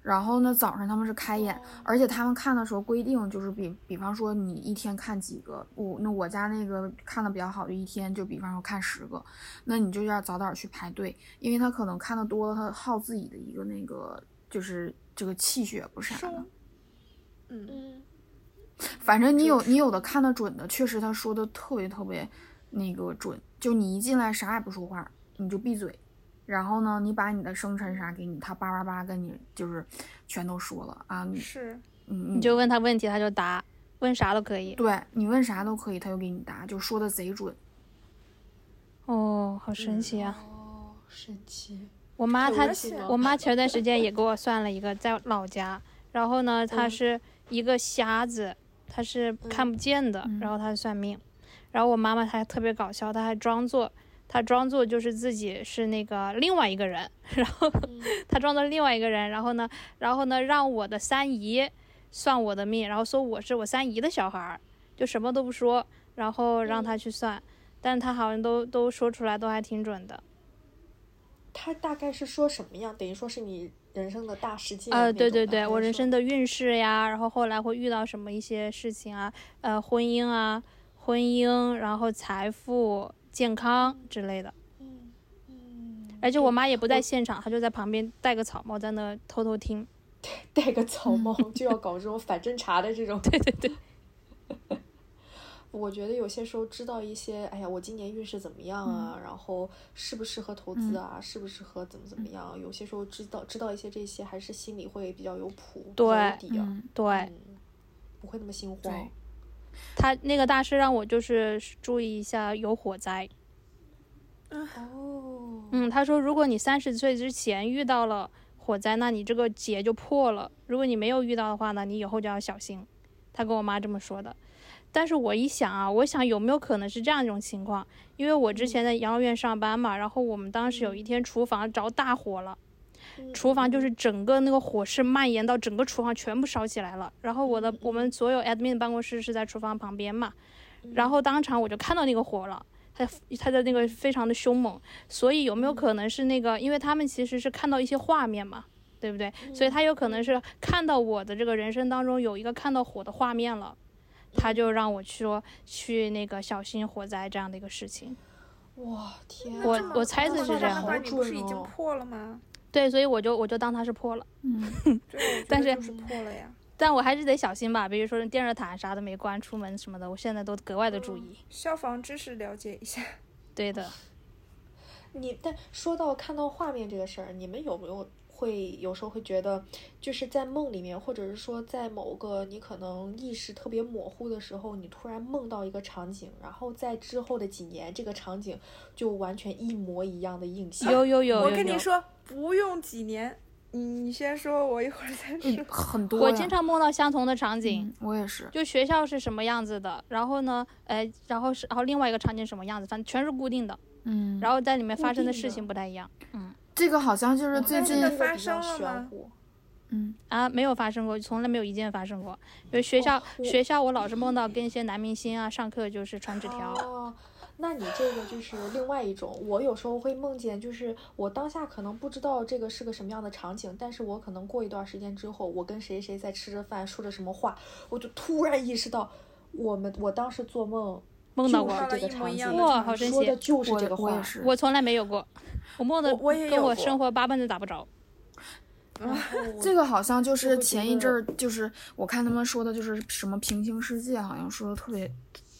Speaker 5: 然后呢，早上他们是开
Speaker 1: 哦
Speaker 5: 眼，而且他们看的时候规定就是比比方说你一天看几个，我那我家那个看的比较好的一天就比方说看十个，那你就要早点去排队，因为他可能看的多了，他耗自己的一个那个就是这个气血不是啥的。
Speaker 2: 嗯，
Speaker 1: 嗯，
Speaker 5: 反正你有你有的看得准的，确实他说的特别特别那个准，就你一进来啥也不说话，你就闭嘴，然后呢，你把你的生辰啥给你，他叭叭叭跟你就是全都说了啊，你
Speaker 2: 是
Speaker 5: 你
Speaker 3: 你就问他问题，他就答，问啥都可以。
Speaker 5: 对你问啥都可以，他就给你答，就说的贼准。
Speaker 3: 哦，好神奇
Speaker 5: 嗯
Speaker 3: 啊！
Speaker 1: 哦，神奇。
Speaker 3: 我妈
Speaker 1: 有
Speaker 3: 她
Speaker 1: 关系吗
Speaker 3: 我妈前段时间也给我算了一个在老家，然后呢，她
Speaker 1: 嗯
Speaker 3: 是一个瞎子，他是看不见的，
Speaker 5: 嗯
Speaker 3: 然后他算命，然后我妈妈她还特别搞笑，她还装作她装作就是自己是那个另外一个人， 然后
Speaker 1: 嗯
Speaker 3: 她装作另外一个人，然后呢，然后呢让我的三姨算我的命，然后说我是我三姨的小孩儿，就什么都不说，然后
Speaker 1: 嗯
Speaker 3: 让她去算，但是她好像都都说出来都还挺准的，
Speaker 1: 他大概是说什么样？等于说是你人生的大事件那
Speaker 3: 呃，
Speaker 1: 种的。
Speaker 3: 对对对，我人生
Speaker 1: 的
Speaker 3: 的运势呀，然后后来会遇到什么一些事情啊，呃，婚姻啊，婚姻，然后财富、健康之类的。
Speaker 1: 嗯
Speaker 3: 而且我妈也不在现场，她就在旁边戴个草帽在那偷偷听。
Speaker 1: 戴个草
Speaker 3: 嗯
Speaker 1: 帽就要搞这种反侦查的这 种。对对对。我觉得有些时候知道一些，哎呀，我今年运势怎么样啊？
Speaker 3: 嗯
Speaker 1: 然后适不适合投资啊？适不适合怎么怎
Speaker 3: 嗯
Speaker 1: 么样？有些时候知道知道一些这些，还是心里会比较有谱，比较有
Speaker 3: 对
Speaker 1: 底啊，
Speaker 3: 对，
Speaker 1: 嗯不会那么心
Speaker 5: 对
Speaker 1: 慌。哦
Speaker 3: 她那个大师让我就是注意一下有火灾。
Speaker 1: 哦，
Speaker 3: 嗯，他说如果你三十岁之前遇到了火灾，那你这个结就破了；如果你没有遇到的话呢，你以后就要小心。他跟我妈这么说的。但是我一想啊，我想有没有可能是这样一种情况？因为我之前在养老院上班嘛，然后我们当时有一天厨房着大火了，
Speaker 1: 嗯
Speaker 3: 厨房就是整个那个火势蔓延到整个厨房全部烧起来了。然后我的我们所有 admin 的办公室是在厨房旁边嘛，然后当场我就看到那个火了，它它的那个非常的凶猛，所以有没有可能是那个？因为他们其实是看到一些画面嘛，对不对？所以他有可能是看到我的这个人生当中有一个看到火的画面了，他就让我去说去那个小心火灾这样的一个事情。
Speaker 1: 哇天啊，
Speaker 3: 我我猜测
Speaker 1: 是这样
Speaker 2: 那
Speaker 1: 好
Speaker 2: 你不是
Speaker 1: 准
Speaker 2: 已经
Speaker 1: 哦
Speaker 2: 破了吗？
Speaker 3: 对，所以我就我就当它是破了。
Speaker 5: 嗯，
Speaker 2: 对，我觉
Speaker 3: 但
Speaker 2: 得
Speaker 3: 是
Speaker 2: 就是破了呀。
Speaker 3: 但我还是得小心吧，比如说电热毯啥的没关，出门什么的，我现在都格外的注
Speaker 1: 嗯
Speaker 3: 意。
Speaker 2: 消防知识了解一下。
Speaker 3: 对的，
Speaker 1: 你但说到看到画面这个事儿，你们有没有会有时候会觉得，就是在梦里面，或者是说在某个你可能意识特别模糊的时候，你突然梦到一个场景，然后在之后的几年，这个场景就完全一模一样的印象。
Speaker 3: 有有有有有。
Speaker 2: 我跟你，说，不用几年，你你先说，我一会儿
Speaker 5: 嗯
Speaker 2: 再说。
Speaker 5: 很多呀。
Speaker 3: 我经常梦到相同的场景。
Speaker 5: 嗯，我也是。
Speaker 3: 就学校是什么样子的，然后呢，呃，然后是然后另外一个场景什么样子，反正全是固定的，
Speaker 5: 嗯，
Speaker 3: 然后在里面发生的
Speaker 1: 固定
Speaker 3: 事
Speaker 1: 的
Speaker 3: 情不太一样
Speaker 5: 这个好像就是最
Speaker 1: 但是
Speaker 5: 近
Speaker 1: 那，个
Speaker 2: 发
Speaker 1: 比较
Speaker 2: 生了
Speaker 1: 玄
Speaker 2: 吗
Speaker 1: 乎
Speaker 5: 嗯，
Speaker 3: 啊，没有发生过，从来没有一件发生过。因为学校、
Speaker 1: 哦我
Speaker 3: 学校我老是梦到跟一些男明星啊上课就是传纸条，
Speaker 1: 哦，那你这个就是另外一种。我有时候会梦见，就是我当下可能不知道这个是个什么样的场景，但是我可能过一段时间之后，我跟谁谁在吃着饭，说着什么话，我就突然意识到，我们我当时做梦
Speaker 3: 梦到
Speaker 1: 就
Speaker 3: 过
Speaker 1: 是
Speaker 2: 梦到
Speaker 1: 这
Speaker 2: 了
Speaker 1: 个
Speaker 2: 一模
Speaker 1: 场
Speaker 2: 一
Speaker 1: 景
Speaker 2: 样，的
Speaker 3: 哇，
Speaker 2: 场
Speaker 3: 好神
Speaker 1: 说的
Speaker 3: 奇，
Speaker 1: 就是这个
Speaker 5: 我我
Speaker 1: 话
Speaker 5: 也。是。
Speaker 3: 我从来没有过，我梦的
Speaker 2: 我我也
Speaker 3: 跟
Speaker 2: 有过
Speaker 3: 我生活八瓣都打不着。
Speaker 1: 然 后我
Speaker 5: 这个好像就
Speaker 1: 会
Speaker 5: 是
Speaker 1: 觉
Speaker 5: 前一
Speaker 1: 得
Speaker 5: 阵儿，就是我看他们说的，就是什么平行世界，好像说的特别，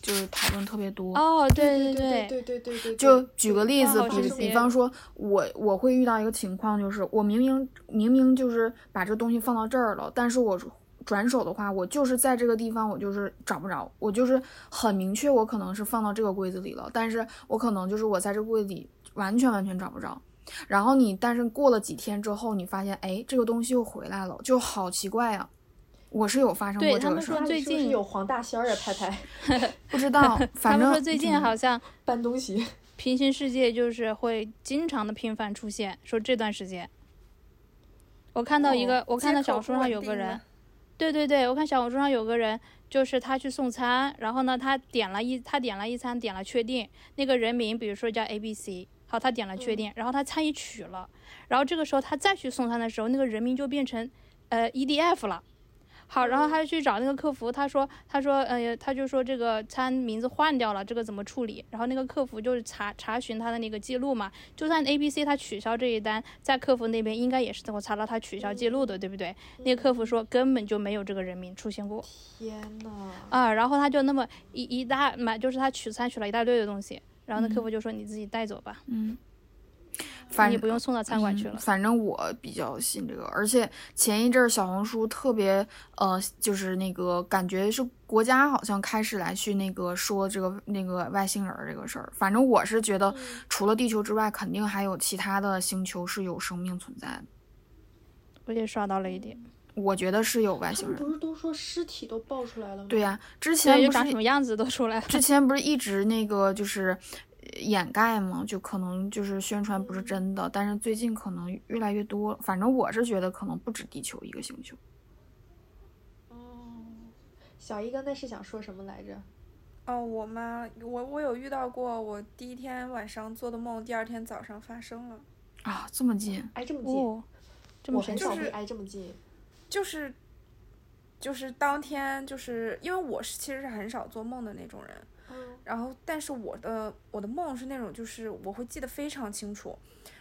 Speaker 5: 就是讨论特别多。
Speaker 3: 哦，对
Speaker 1: 对对对对对对，
Speaker 5: 就
Speaker 1: 对
Speaker 5: 举个例
Speaker 3: 哇
Speaker 5: 子
Speaker 3: 好，
Speaker 5: 比
Speaker 3: 神奇
Speaker 5: 比方说，我我会遇到一个情况，就是我明明明明就是把这东西放到这儿了，但是我转手的话，我就是在这个地方，我就是找不着，我就是很明确，我可能是放到这个柜子里了，但是我可能就是我在这个柜子里完全完全找不着。然后你，但是过了几天之后，你发现，哎，这个东西又回来了，就好奇怪呀、我是有发生
Speaker 3: 对
Speaker 5: 过
Speaker 3: 他
Speaker 5: 这个
Speaker 3: 们
Speaker 5: 事
Speaker 3: 说
Speaker 5: 儿
Speaker 1: 家，里
Speaker 3: 最
Speaker 1: 是不是
Speaker 3: 近
Speaker 1: 有黄大仙儿啊，拍拍
Speaker 5: 不知道，
Speaker 3: 他
Speaker 5: 反
Speaker 3: 们
Speaker 5: 正
Speaker 3: 说最近
Speaker 5: 嗯
Speaker 3: 好像
Speaker 1: 搬东西。
Speaker 3: 平行世界就是会经常的频繁出现，说这段时间，我看到一
Speaker 2: 哦
Speaker 1: 哦
Speaker 3: 个，我看到小红书上有个人，对对对，我看小红书上有个人，就是他去送餐，然后呢，他点了一他点了一餐，点了确定，那个人名比如说叫 A B C，好，他点了确定，然后他餐已取了，然后这个时候他再去送餐的时候，那个人名就变成呃 E D F 了。好，然后他就去找那个客服，他说，他说，呃，他就说这个餐名字换掉了，这个怎么处理？然后那个客服就是查查询他的那个记录嘛，就算 A、B、C 他取消这一单，在客服那边应该也是能够查到他取消记录的，对不对？那个客服说根本就没有这个人名出现过
Speaker 1: 天呐，
Speaker 3: 啊，然后他就那么一一大买，就是他取餐取了一大堆的东西，然后那客服就说你自己带走吧，
Speaker 5: 嗯，反
Speaker 3: 你
Speaker 5: 正
Speaker 3: 不用送到餐馆去
Speaker 5: 嗯
Speaker 3: 了。
Speaker 5: 反正我比较信这个，而且前一阵儿小红书特别呃，就是那个感觉是国家好像开始来去那个说这个那个外星人儿这个事儿。反正我是
Speaker 3: 嗯
Speaker 5: 觉得，除了地球之外，肯定还有其他的星球是有生命存在的。
Speaker 3: 我也刷到了一点，
Speaker 5: 我觉得是有外
Speaker 1: 他
Speaker 5: 星
Speaker 1: 们
Speaker 5: 人。
Speaker 1: 不是都说尸体都爆出来了吗？
Speaker 5: 对呀、之前
Speaker 3: 对，就
Speaker 5: 不是
Speaker 3: 长什么样子都出来了。
Speaker 5: 之前不是一直那个就是呃掩盖嘛，就可能就是宣传
Speaker 3: 嗯
Speaker 5: 不是真的，但是最近可能越来越多。反正我是觉得可能不止地球一个星球。
Speaker 1: 哦，小姨刚才是想说什么来着？
Speaker 2: 哦，我妈，我我有遇到过，我第一天晚上做的梦，第二天早上发生了，
Speaker 5: 啊，这么近，
Speaker 1: 挨这么近，
Speaker 3: 哦，这
Speaker 1: 我
Speaker 3: 么神
Speaker 1: 很
Speaker 3: 奇
Speaker 1: 少
Speaker 2: 就是
Speaker 1: 会挨这么近。
Speaker 2: 就是，就是当天就是因为我是其实是很少做梦的那种人，
Speaker 1: 嗯
Speaker 2: 然后但是我的我的梦是那种就是我会记得非常清楚，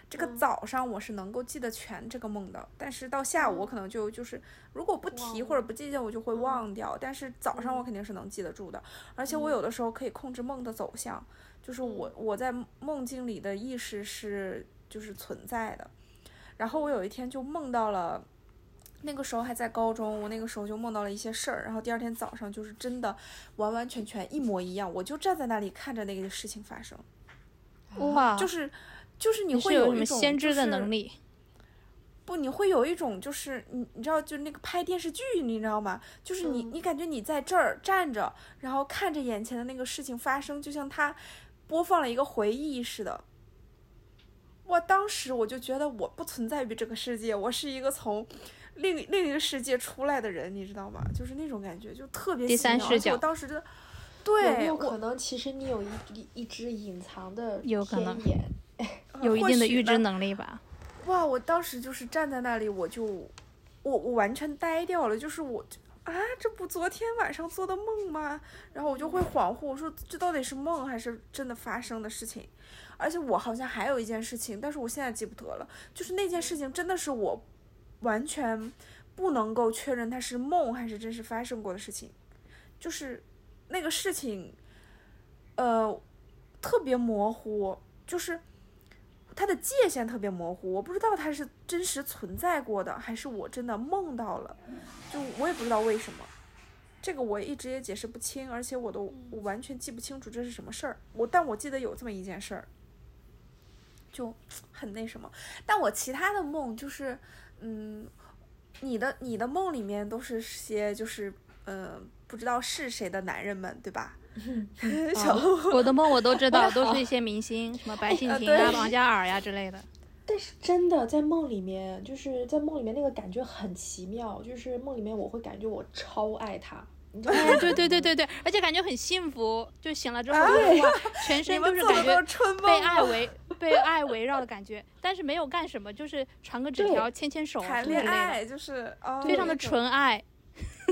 Speaker 2: 这个
Speaker 1: 嗯
Speaker 2: 早上我是能够记得全这个梦的，但是到下午我可能就就是如果不提
Speaker 1: 嗯忘
Speaker 2: 或者不记得我就会
Speaker 1: 嗯
Speaker 2: 忘掉，但是早上我
Speaker 1: 嗯
Speaker 2: 肯定是能记得住的，而且我有的时候可以控制梦的走向，就是我
Speaker 3: 嗯
Speaker 2: 我在梦境里的意识是就是存在的，然后我有一天就梦到了。那个时候还在高中，我那个时候就梦到了一些事儿，然后第二天早上就是真的完完全全一模一样，我就站在那里看着那个事情发生，
Speaker 3: 哇，
Speaker 2: 就是就是你
Speaker 3: 你
Speaker 2: 会
Speaker 3: 是有什
Speaker 2: 一
Speaker 3: 么
Speaker 2: 种
Speaker 3: 先知
Speaker 2: 就
Speaker 3: 的
Speaker 2: 是
Speaker 3: 能力？
Speaker 2: 不，你会有一种就是你你知道，就是那个拍电视剧，你知道吗？就是你、
Speaker 1: 嗯
Speaker 2: 你感觉你在这儿站着，然后看着眼前的那个事情发生，就像他播放了一个回忆似的。我当时我就觉得我不存在于这个世界，我是一个从另另一个世界出来的人，你知道吗？就是那种感觉，就特别
Speaker 3: 第
Speaker 2: 奇
Speaker 3: 三
Speaker 2: 妙
Speaker 3: 视
Speaker 2: 而且我
Speaker 3: 角
Speaker 2: 当时真的，
Speaker 1: 有
Speaker 2: 对，
Speaker 1: 没有
Speaker 2: 我
Speaker 1: 可能其实你有一一一只隐藏的
Speaker 3: 有可
Speaker 1: 天
Speaker 3: 能
Speaker 1: 眼？
Speaker 3: 有一定的预
Speaker 2: 嗯呃或许呢
Speaker 3: 知。能力吧？
Speaker 2: 哇，我当时就是站在那里，我就我我完全呆掉了，就是我就啊，这不昨天晚上做的梦吗？然后我就会恍惚，我说这到底是梦还是真的发生的事情？而且我好像还有一件事情，但是我现在记不得了，就是那件事情真的是我完全不能够确认它是梦还是真实发生过的事情，就是那个事情，呃，特别模糊，就是它的界限特别模糊，我不知道它是真实存在过的，还是我真的梦到了，就我也不知道为什么。这个我一直也解释不清，而且我都我完全记不清楚这是什么事儿。我但我记得有这么一件事儿，就很那什么。但我其他的梦就是，嗯，你的你的梦里面都是些就是呃不知道是谁的男人们，对吧？ 小
Speaker 1: 啊
Speaker 3: 我的梦我都知道，
Speaker 1: 我
Speaker 3: 都是一些明星，什么白敬
Speaker 2: 啊
Speaker 3: 亭啊、
Speaker 2: 对
Speaker 3: 王嘉尔呀之类的。
Speaker 1: 但是真的在梦里面，就是在梦里面那个感觉很奇妙，就是梦里面我会感觉我超爱他，你知道吗？
Speaker 3: 哎，对 对对对对，而且感觉很幸福，就醒了之后，哇，
Speaker 2: 啊
Speaker 3: 全
Speaker 2: 你
Speaker 3: 身就
Speaker 2: 们
Speaker 3: 是
Speaker 2: 做
Speaker 3: 感
Speaker 2: 的都
Speaker 3: 觉
Speaker 2: 是春梦
Speaker 3: 被
Speaker 2: 吗
Speaker 3: 爱围被爱围绕的感觉，但是没有干什么，就是传个纸
Speaker 1: 对
Speaker 3: 条、牵牵手啊
Speaker 2: 谈
Speaker 3: 什么之
Speaker 2: 恋
Speaker 3: 类的，
Speaker 2: 爱就是哦，
Speaker 3: 非常的纯爱。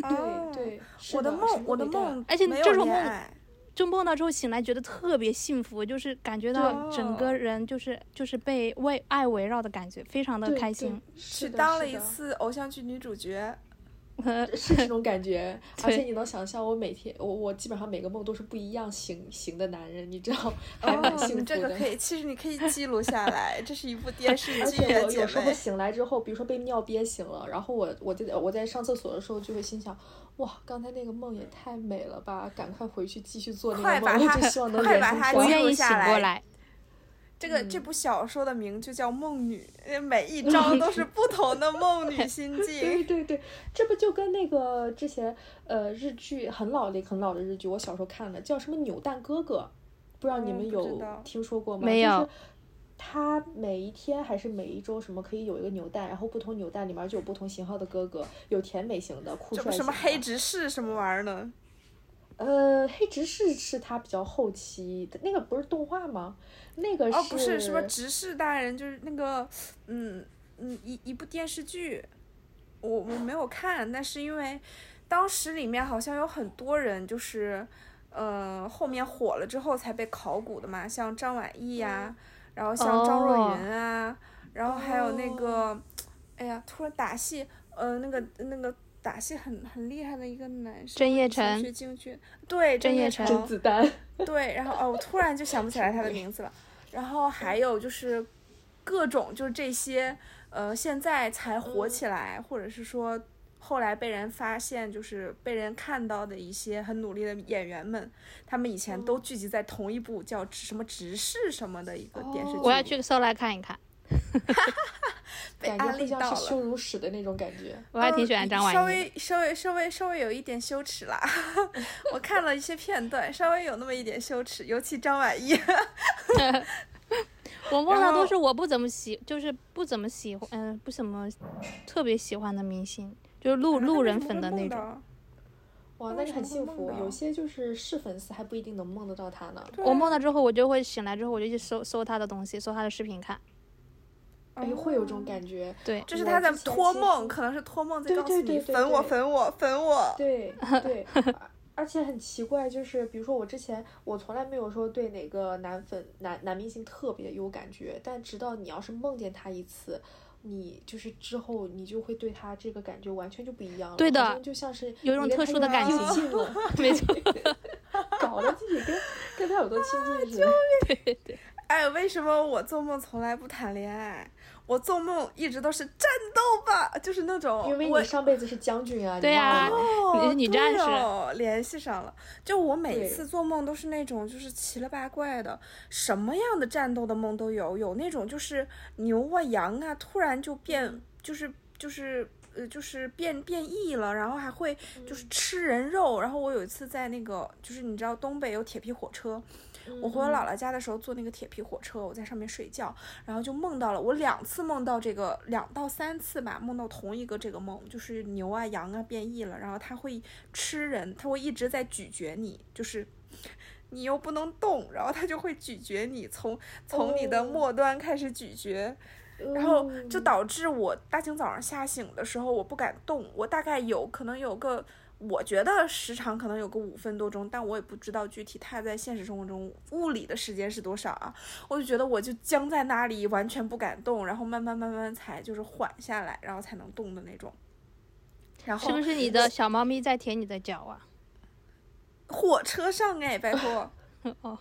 Speaker 2: 哦
Speaker 1: 对对，是
Speaker 2: 我的
Speaker 1: 什么
Speaker 2: 梦，我
Speaker 1: 都
Speaker 2: 的
Speaker 1: 没干
Speaker 2: 梦，
Speaker 3: 而且
Speaker 2: 没
Speaker 3: 这
Speaker 2: 有
Speaker 3: 种
Speaker 2: 恋
Speaker 3: 梦
Speaker 2: 爱
Speaker 3: 就梦到之后醒来，觉得特别幸福，就是感觉到整个
Speaker 2: 哦
Speaker 3: 人就是就是被为爱围绕的感觉，非常的
Speaker 1: 对
Speaker 3: 开
Speaker 1: 对
Speaker 3: 心。
Speaker 1: 是
Speaker 2: 去
Speaker 1: 的
Speaker 2: 当
Speaker 1: 是
Speaker 2: 了一
Speaker 1: 的
Speaker 2: 次偶像剧女主角，
Speaker 1: 是这种 感觉，而且
Speaker 3: 对
Speaker 1: 你能想象，我每天我我基本上每个梦都是不一样型型的男人，你知道，
Speaker 3: 哦
Speaker 1: 还蛮幸
Speaker 2: 哦你
Speaker 1: 福
Speaker 2: 这个
Speaker 1: 的。
Speaker 2: 可以，其实你可以记录下来，这是一部电视
Speaker 1: 而
Speaker 2: 剧
Speaker 1: 且
Speaker 2: 啊，
Speaker 1: 我
Speaker 2: 姐
Speaker 1: 有时候
Speaker 2: 妹。
Speaker 1: 醒来之后，比如说被尿憋醒了，然后我我在我在上厕所的时候就会心想，哇，刚才那个梦也太美了吧，赶快回去继续做那
Speaker 2: 快
Speaker 1: 个
Speaker 2: 把
Speaker 1: 梦，我
Speaker 2: 它
Speaker 1: 只希望能
Speaker 2: 快
Speaker 1: 连
Speaker 2: 把
Speaker 1: 续
Speaker 2: 它
Speaker 3: 不
Speaker 1: 做
Speaker 2: 记。
Speaker 3: 愿
Speaker 2: 录
Speaker 3: 意醒
Speaker 2: 下
Speaker 3: 过
Speaker 2: 来
Speaker 3: 来，
Speaker 2: 这个
Speaker 1: 嗯
Speaker 2: 这部小说的名就叫《梦女》，每 一章都是 不同的梦女心
Speaker 1: 对
Speaker 2: 境。
Speaker 1: 对对，这不就跟那个之前呃日剧很老的很老的日剧，我小时候看的，叫什么《扭蛋哥哥》，不知道你
Speaker 2: 嗯
Speaker 1: 们
Speaker 2: 不知
Speaker 1: 有
Speaker 2: 道
Speaker 1: 听说过吗？
Speaker 3: 没
Speaker 1: 就
Speaker 3: 有
Speaker 1: 是他每一天还是每一周什么可以有一个扭蛋，然后不同扭蛋里面就有不同型号的哥哥，有甜美型的、酷
Speaker 2: 这
Speaker 1: 帅
Speaker 2: 不什
Speaker 1: 型
Speaker 2: 么
Speaker 1: 的。
Speaker 2: 黑执事什么玩意儿呢？
Speaker 1: 呃，黑执事是他比较后期的，那个不是动画吗？那个
Speaker 2: 哦，不是什么执事大人，就是那个，嗯嗯，一一部电视剧，我我没有看，但是因为当时里面好像有很多人就是，呃，后面火了之后才被考古的嘛，像张晚意呀、然后像张若昀啊，然后还有那个，哎呀，突然打戏，呃，那个那个打戏很很厉害的一个男生，
Speaker 3: 郑业
Speaker 2: 小
Speaker 3: 成
Speaker 2: 学京剧，对，郑
Speaker 3: 郑业
Speaker 2: 成，
Speaker 3: 成
Speaker 1: 甄子丹，
Speaker 2: 对，然后哦，我突然就想不起来他的名字了。然后还有就是各种就是这些呃，现在才火起来，或者是说后来被人发现，就是被人看到的一些很努力的演员们，他们以前都
Speaker 3: 哦
Speaker 2: 聚集在同一部叫什么执事什么的一个电视剧里。
Speaker 3: 我要去搜来看一看。
Speaker 2: 被
Speaker 1: 感觉
Speaker 2: 安
Speaker 1: 会
Speaker 2: 利
Speaker 1: 像
Speaker 2: 到
Speaker 1: 是羞
Speaker 2: 了。
Speaker 1: 辱史的那种感觉。
Speaker 3: 我
Speaker 2: 嗯
Speaker 3: 还挺喜欢张
Speaker 2: 稍
Speaker 3: 晚意
Speaker 2: 微
Speaker 3: 的。
Speaker 2: 稍微稍微稍微有一点羞耻 啦。我看了一些片段，稍微有那么一点羞耻，尤其张晚意。
Speaker 3: 我梦到
Speaker 2: 然
Speaker 3: 都
Speaker 2: 后
Speaker 3: 是我不怎么喜，就是不怎么喜欢，嗯、不怎么特别喜欢的明星，就是
Speaker 2: 啊
Speaker 3: 路路人粉的那种。
Speaker 2: 种。
Speaker 1: 哇，
Speaker 2: 哦那
Speaker 1: 那
Speaker 2: 为
Speaker 1: 你
Speaker 2: 什
Speaker 1: 很
Speaker 2: 么会
Speaker 1: 幸
Speaker 2: 梦
Speaker 1: 福。
Speaker 2: 到
Speaker 1: 有些就是是粉丝还不一定能梦得到他呢。
Speaker 2: 啊
Speaker 3: 我梦到之后，我就会醒来之后，我就去搜搜他的东西，搜他的视频看。
Speaker 1: 哎，会有这
Speaker 2: 哦
Speaker 1: 种感觉。
Speaker 3: 对，
Speaker 2: 这是
Speaker 1: 我
Speaker 2: 他在
Speaker 1: 之前
Speaker 2: 托
Speaker 1: 接
Speaker 2: 梦，
Speaker 1: 触
Speaker 2: 可能是托梦在
Speaker 1: 对
Speaker 2: 告诉
Speaker 1: 对
Speaker 2: 你
Speaker 1: 对对
Speaker 2: 粉我
Speaker 1: 对
Speaker 2: 粉我粉我。
Speaker 1: 对对，而而且很奇怪，就是比如说我之前我从来没有说对哪个男粉男男明星特别有感觉，但直到你要是梦见他一次。你就是之后，你就会对他这个感觉完全就不一样了，
Speaker 3: 对
Speaker 1: 好
Speaker 3: 的
Speaker 1: 像就像是
Speaker 3: 有一种
Speaker 1: 你跟
Speaker 3: 特
Speaker 1: 他
Speaker 3: 殊的感
Speaker 1: 亲
Speaker 3: 情
Speaker 1: 近了，
Speaker 3: 没错，
Speaker 1: 搞得自己跟跟他有多亲
Speaker 3: 啊
Speaker 1: 近似的。
Speaker 2: 哎，为什么我做梦从来不谈恋爱？我做梦一直都是战斗吧，就是那种
Speaker 1: 因为
Speaker 2: 我
Speaker 1: 你上辈子是将军啊，
Speaker 3: 对呀
Speaker 1: 呀、
Speaker 2: 哦，
Speaker 3: 你是女
Speaker 2: 对
Speaker 3: 战士
Speaker 2: 哦，联系上了。就我每
Speaker 1: 对
Speaker 2: 次做梦都是那种就是奇了八怪的，什么样的战斗的梦都有，有那种就是牛啊羊啊突然就
Speaker 3: 嗯
Speaker 2: 变，就是就是。呃，就是变变异了，然后还会
Speaker 3: 嗯
Speaker 2: 就是吃人肉。然后我有一次在那个，就是你知道东北有铁皮火车，
Speaker 1: 嗯
Speaker 2: 我回我姥姥家的时候坐那个铁皮火车，我在上面睡觉，然后就梦到了，我两次梦到这个，两到三次吧，梦到同一个这个梦，就是牛啊羊啊变异了，然后它会吃人，它会一直在咀嚼你，就是。你又不能动，然后它就会咀嚼你，从从你的
Speaker 1: 哦
Speaker 2: 末端开始咀嚼
Speaker 1: 嗯
Speaker 2: 然后就
Speaker 3: 嗯
Speaker 2: 导致我大清早上吓醒的时候，我不敢动，我大概有可能有个，我觉得时长可能有个五分多钟，但我也不知道具体它在现实生活中物理的时间是多少啊，我就觉得我就僵在那里，完全不敢动，然后慢慢慢慢才就是缓下来，然后才能动的那种。然后
Speaker 3: 是不是你的小猫咪在舔你的脚啊？
Speaker 2: 火车上哎，拜托。
Speaker 3: 哦，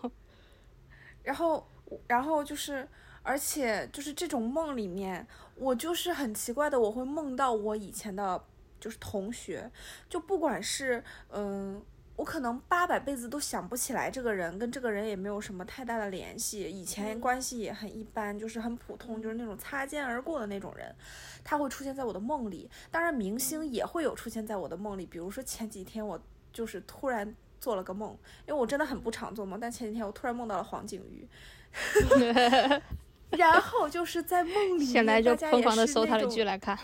Speaker 2: 然后，然后就是，而且就是这种梦里面，我就是很奇怪的，我会梦到我以前的，就是同学，就不管是嗯。我可能八百辈子都想不起来这个人，跟这个人也没有什么太大的联系，以前关系也很一般，就是很普通，就是那种擦肩而过的那种人，他会出现在我的梦里。当然，明星也会有出现在我的梦里，比如说前几天我就是突然做了个梦，因为我真的很不常做梦，但前几天我突然梦到了黄景瑜， 然后就是在梦里
Speaker 3: 醒
Speaker 2: 面，
Speaker 3: 来就
Speaker 2: 大家
Speaker 3: 疯
Speaker 2: 也
Speaker 3: 狂的
Speaker 2: 是
Speaker 3: 搜
Speaker 2: 那
Speaker 3: 他的
Speaker 2: 种
Speaker 3: 剧来看，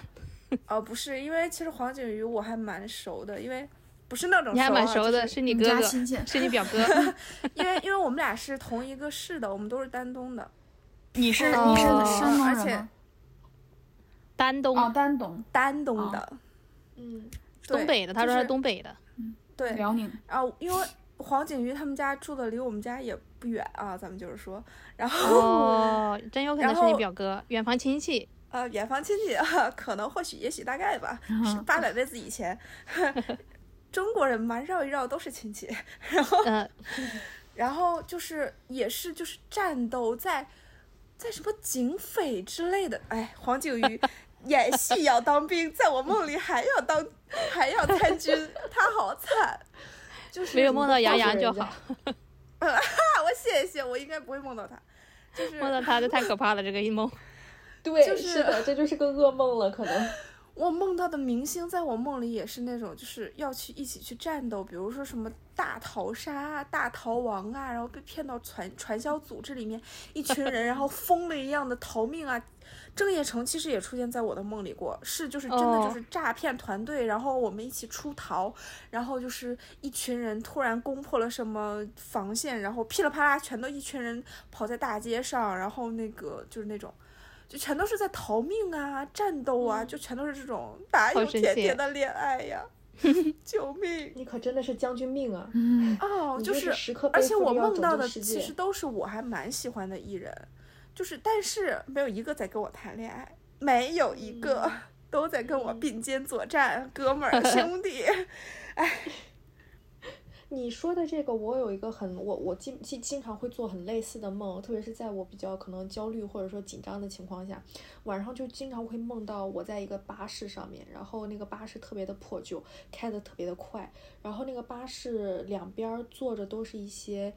Speaker 2: 呃，不是，因为其实黄景瑜我还蛮熟的，因为不是那种
Speaker 3: 你还
Speaker 2: 熟啊
Speaker 3: 蛮熟的，
Speaker 2: 就是
Speaker 3: 是你
Speaker 5: 们
Speaker 3: 哥
Speaker 5: 家
Speaker 3: 哥，
Speaker 5: 亲戚，
Speaker 3: 是你表哥。
Speaker 2: 因为因为我们俩是同一个市的，我们都是丹东的，
Speaker 5: 你是
Speaker 3: 哦
Speaker 5: 你是山东
Speaker 2: 而
Speaker 5: 人
Speaker 2: 且
Speaker 5: 吗？
Speaker 3: 丹东，
Speaker 5: 哦，丹东，
Speaker 2: 丹东
Speaker 5: 哦
Speaker 2: 的，
Speaker 1: 嗯，
Speaker 2: 对
Speaker 3: 东北的，他说他
Speaker 2: 就是
Speaker 3: 是 东北的，
Speaker 2: 对，
Speaker 5: 辽宁。
Speaker 2: 啊，因为黄景瑜他们家住的离我们家也不远啊，咱们就是说，然后、
Speaker 3: 哦，真有可能
Speaker 2: 然
Speaker 3: 是你
Speaker 2: 后
Speaker 3: 表哥，远房亲戚。
Speaker 2: 呃，远房亲戚、 啊、可能或许也许大概吧，
Speaker 3: 嗯
Speaker 2: 是八百辈子以前， 中国人嘛绕一绕都是亲戚，然后
Speaker 3: 嗯，
Speaker 2: 然后就是也是就是战斗在在什么警匪之类的，哎，黄景 瑜演戏要当兵，在我梦里还要当还要参军，他好惨。就是
Speaker 3: 没有梦到
Speaker 2: 啊，
Speaker 3: 杨
Speaker 1: 告诉
Speaker 3: 洋就
Speaker 1: 人家
Speaker 3: 好，
Speaker 2: 我谢谢，我应该不会梦到他，就是
Speaker 3: 梦到他就太可怕了，这个一梦。
Speaker 1: 对，
Speaker 2: 就是
Speaker 1: 是的，这就是个噩梦了，可能。
Speaker 2: 我梦到的明星，在我梦里也是那种，就是要去一起去战斗，比如说什么大逃杀啊、大逃亡啊，然后被骗到传传销组织里面，一群人然后疯了一样的逃命啊。郑业成其实也出现在我的梦里过，是就是真的
Speaker 3: 哦
Speaker 2: 就是诈骗团队，然后我们一起出逃，然后就是一群人突然攻破了什么防线，然后噼里啪啦全都一群人跑在大街上，然后那个就是那种。就全都是在逃命啊、战斗
Speaker 1: 嗯
Speaker 2: 啊，就全都是这种哪
Speaker 3: 好
Speaker 2: 有
Speaker 3: 神
Speaker 2: 甜
Speaker 3: 奇
Speaker 1: 啊
Speaker 2: 甜的恋爱 呀？救命！
Speaker 1: 你可真的是将军命啊！
Speaker 5: 嗯，
Speaker 2: 哦，
Speaker 1: 你
Speaker 2: 就，
Speaker 1: 就是时刻
Speaker 2: 而
Speaker 1: 背
Speaker 2: 且
Speaker 1: 负着
Speaker 2: 我
Speaker 1: 要
Speaker 2: 梦
Speaker 1: 拯
Speaker 2: 到
Speaker 1: 救
Speaker 2: 的
Speaker 1: 世
Speaker 2: 其
Speaker 1: 界
Speaker 2: 实都是我还蛮喜欢的艺人，就是但是没有一个在跟我谈恋爱，没有一个、
Speaker 1: 嗯
Speaker 2: 都在跟我并肩作战，哥 们儿兄弟。
Speaker 1: 你说的这个，我有一个很我我经经经常会做很类似的梦，特别是在我比较可能焦虑或者说紧张的情况下，晚上就经常会梦到我在一个巴士上面，然后那个巴士特别的破旧，开的特别的快，然后那个巴士两边儿坐着都是一些。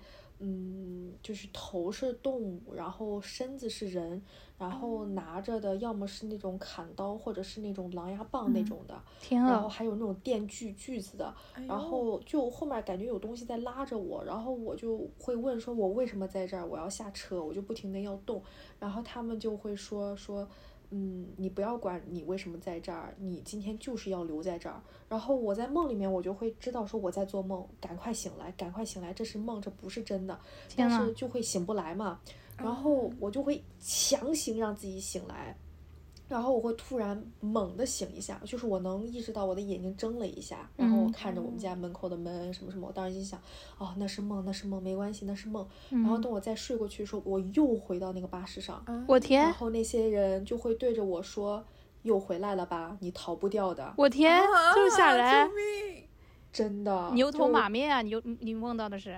Speaker 1: 嗯，就是头是动物，然后身子是人，然后拿着的要么是那种砍刀，或者是那种狼牙棒那
Speaker 5: 嗯
Speaker 1: 种的，
Speaker 3: 天
Speaker 1: 然后
Speaker 2: 哦
Speaker 3: 啊，
Speaker 1: 还有那种电锯锯子的，
Speaker 2: 哎呦
Speaker 1: 然后就后面感觉有东西在拉着我，然后我就会问说，我为什么在这儿？我要下车，我就不停的要动，然后他们就会说说，嗯，你不要管你为什么在这儿，你今天就是要留在这儿。然后我在梦里面，我就会知道说我在做梦，赶快醒来，赶快醒来，这是梦，这不是真的，
Speaker 3: 天
Speaker 1: 但
Speaker 3: 呐
Speaker 1: 是就会醒不来嘛。
Speaker 2: 啊
Speaker 1: 然后我就会强行让自己醒来，然后我会突然猛地醒一下，就是我能意识到我的眼睛睁了一下，然后我
Speaker 3: 嗯
Speaker 1: 看着我们家门口的门什么什么，我当时心想，哦，那是梦，那是梦，没关系，那是梦。然后
Speaker 3: 嗯
Speaker 1: 等我再睡过去的时候，我又回到那个巴士上，
Speaker 3: 我
Speaker 2: 哦
Speaker 1: 然
Speaker 3: 天，
Speaker 1: 后那些人就会对着我说。又回来了吧？你逃不掉的，
Speaker 3: 我天，这么吓
Speaker 2: 啊
Speaker 3: 人
Speaker 2: 救，命！
Speaker 1: 真的。
Speaker 3: 牛头
Speaker 1: 就
Speaker 3: 马面啊！你又你梦到的是，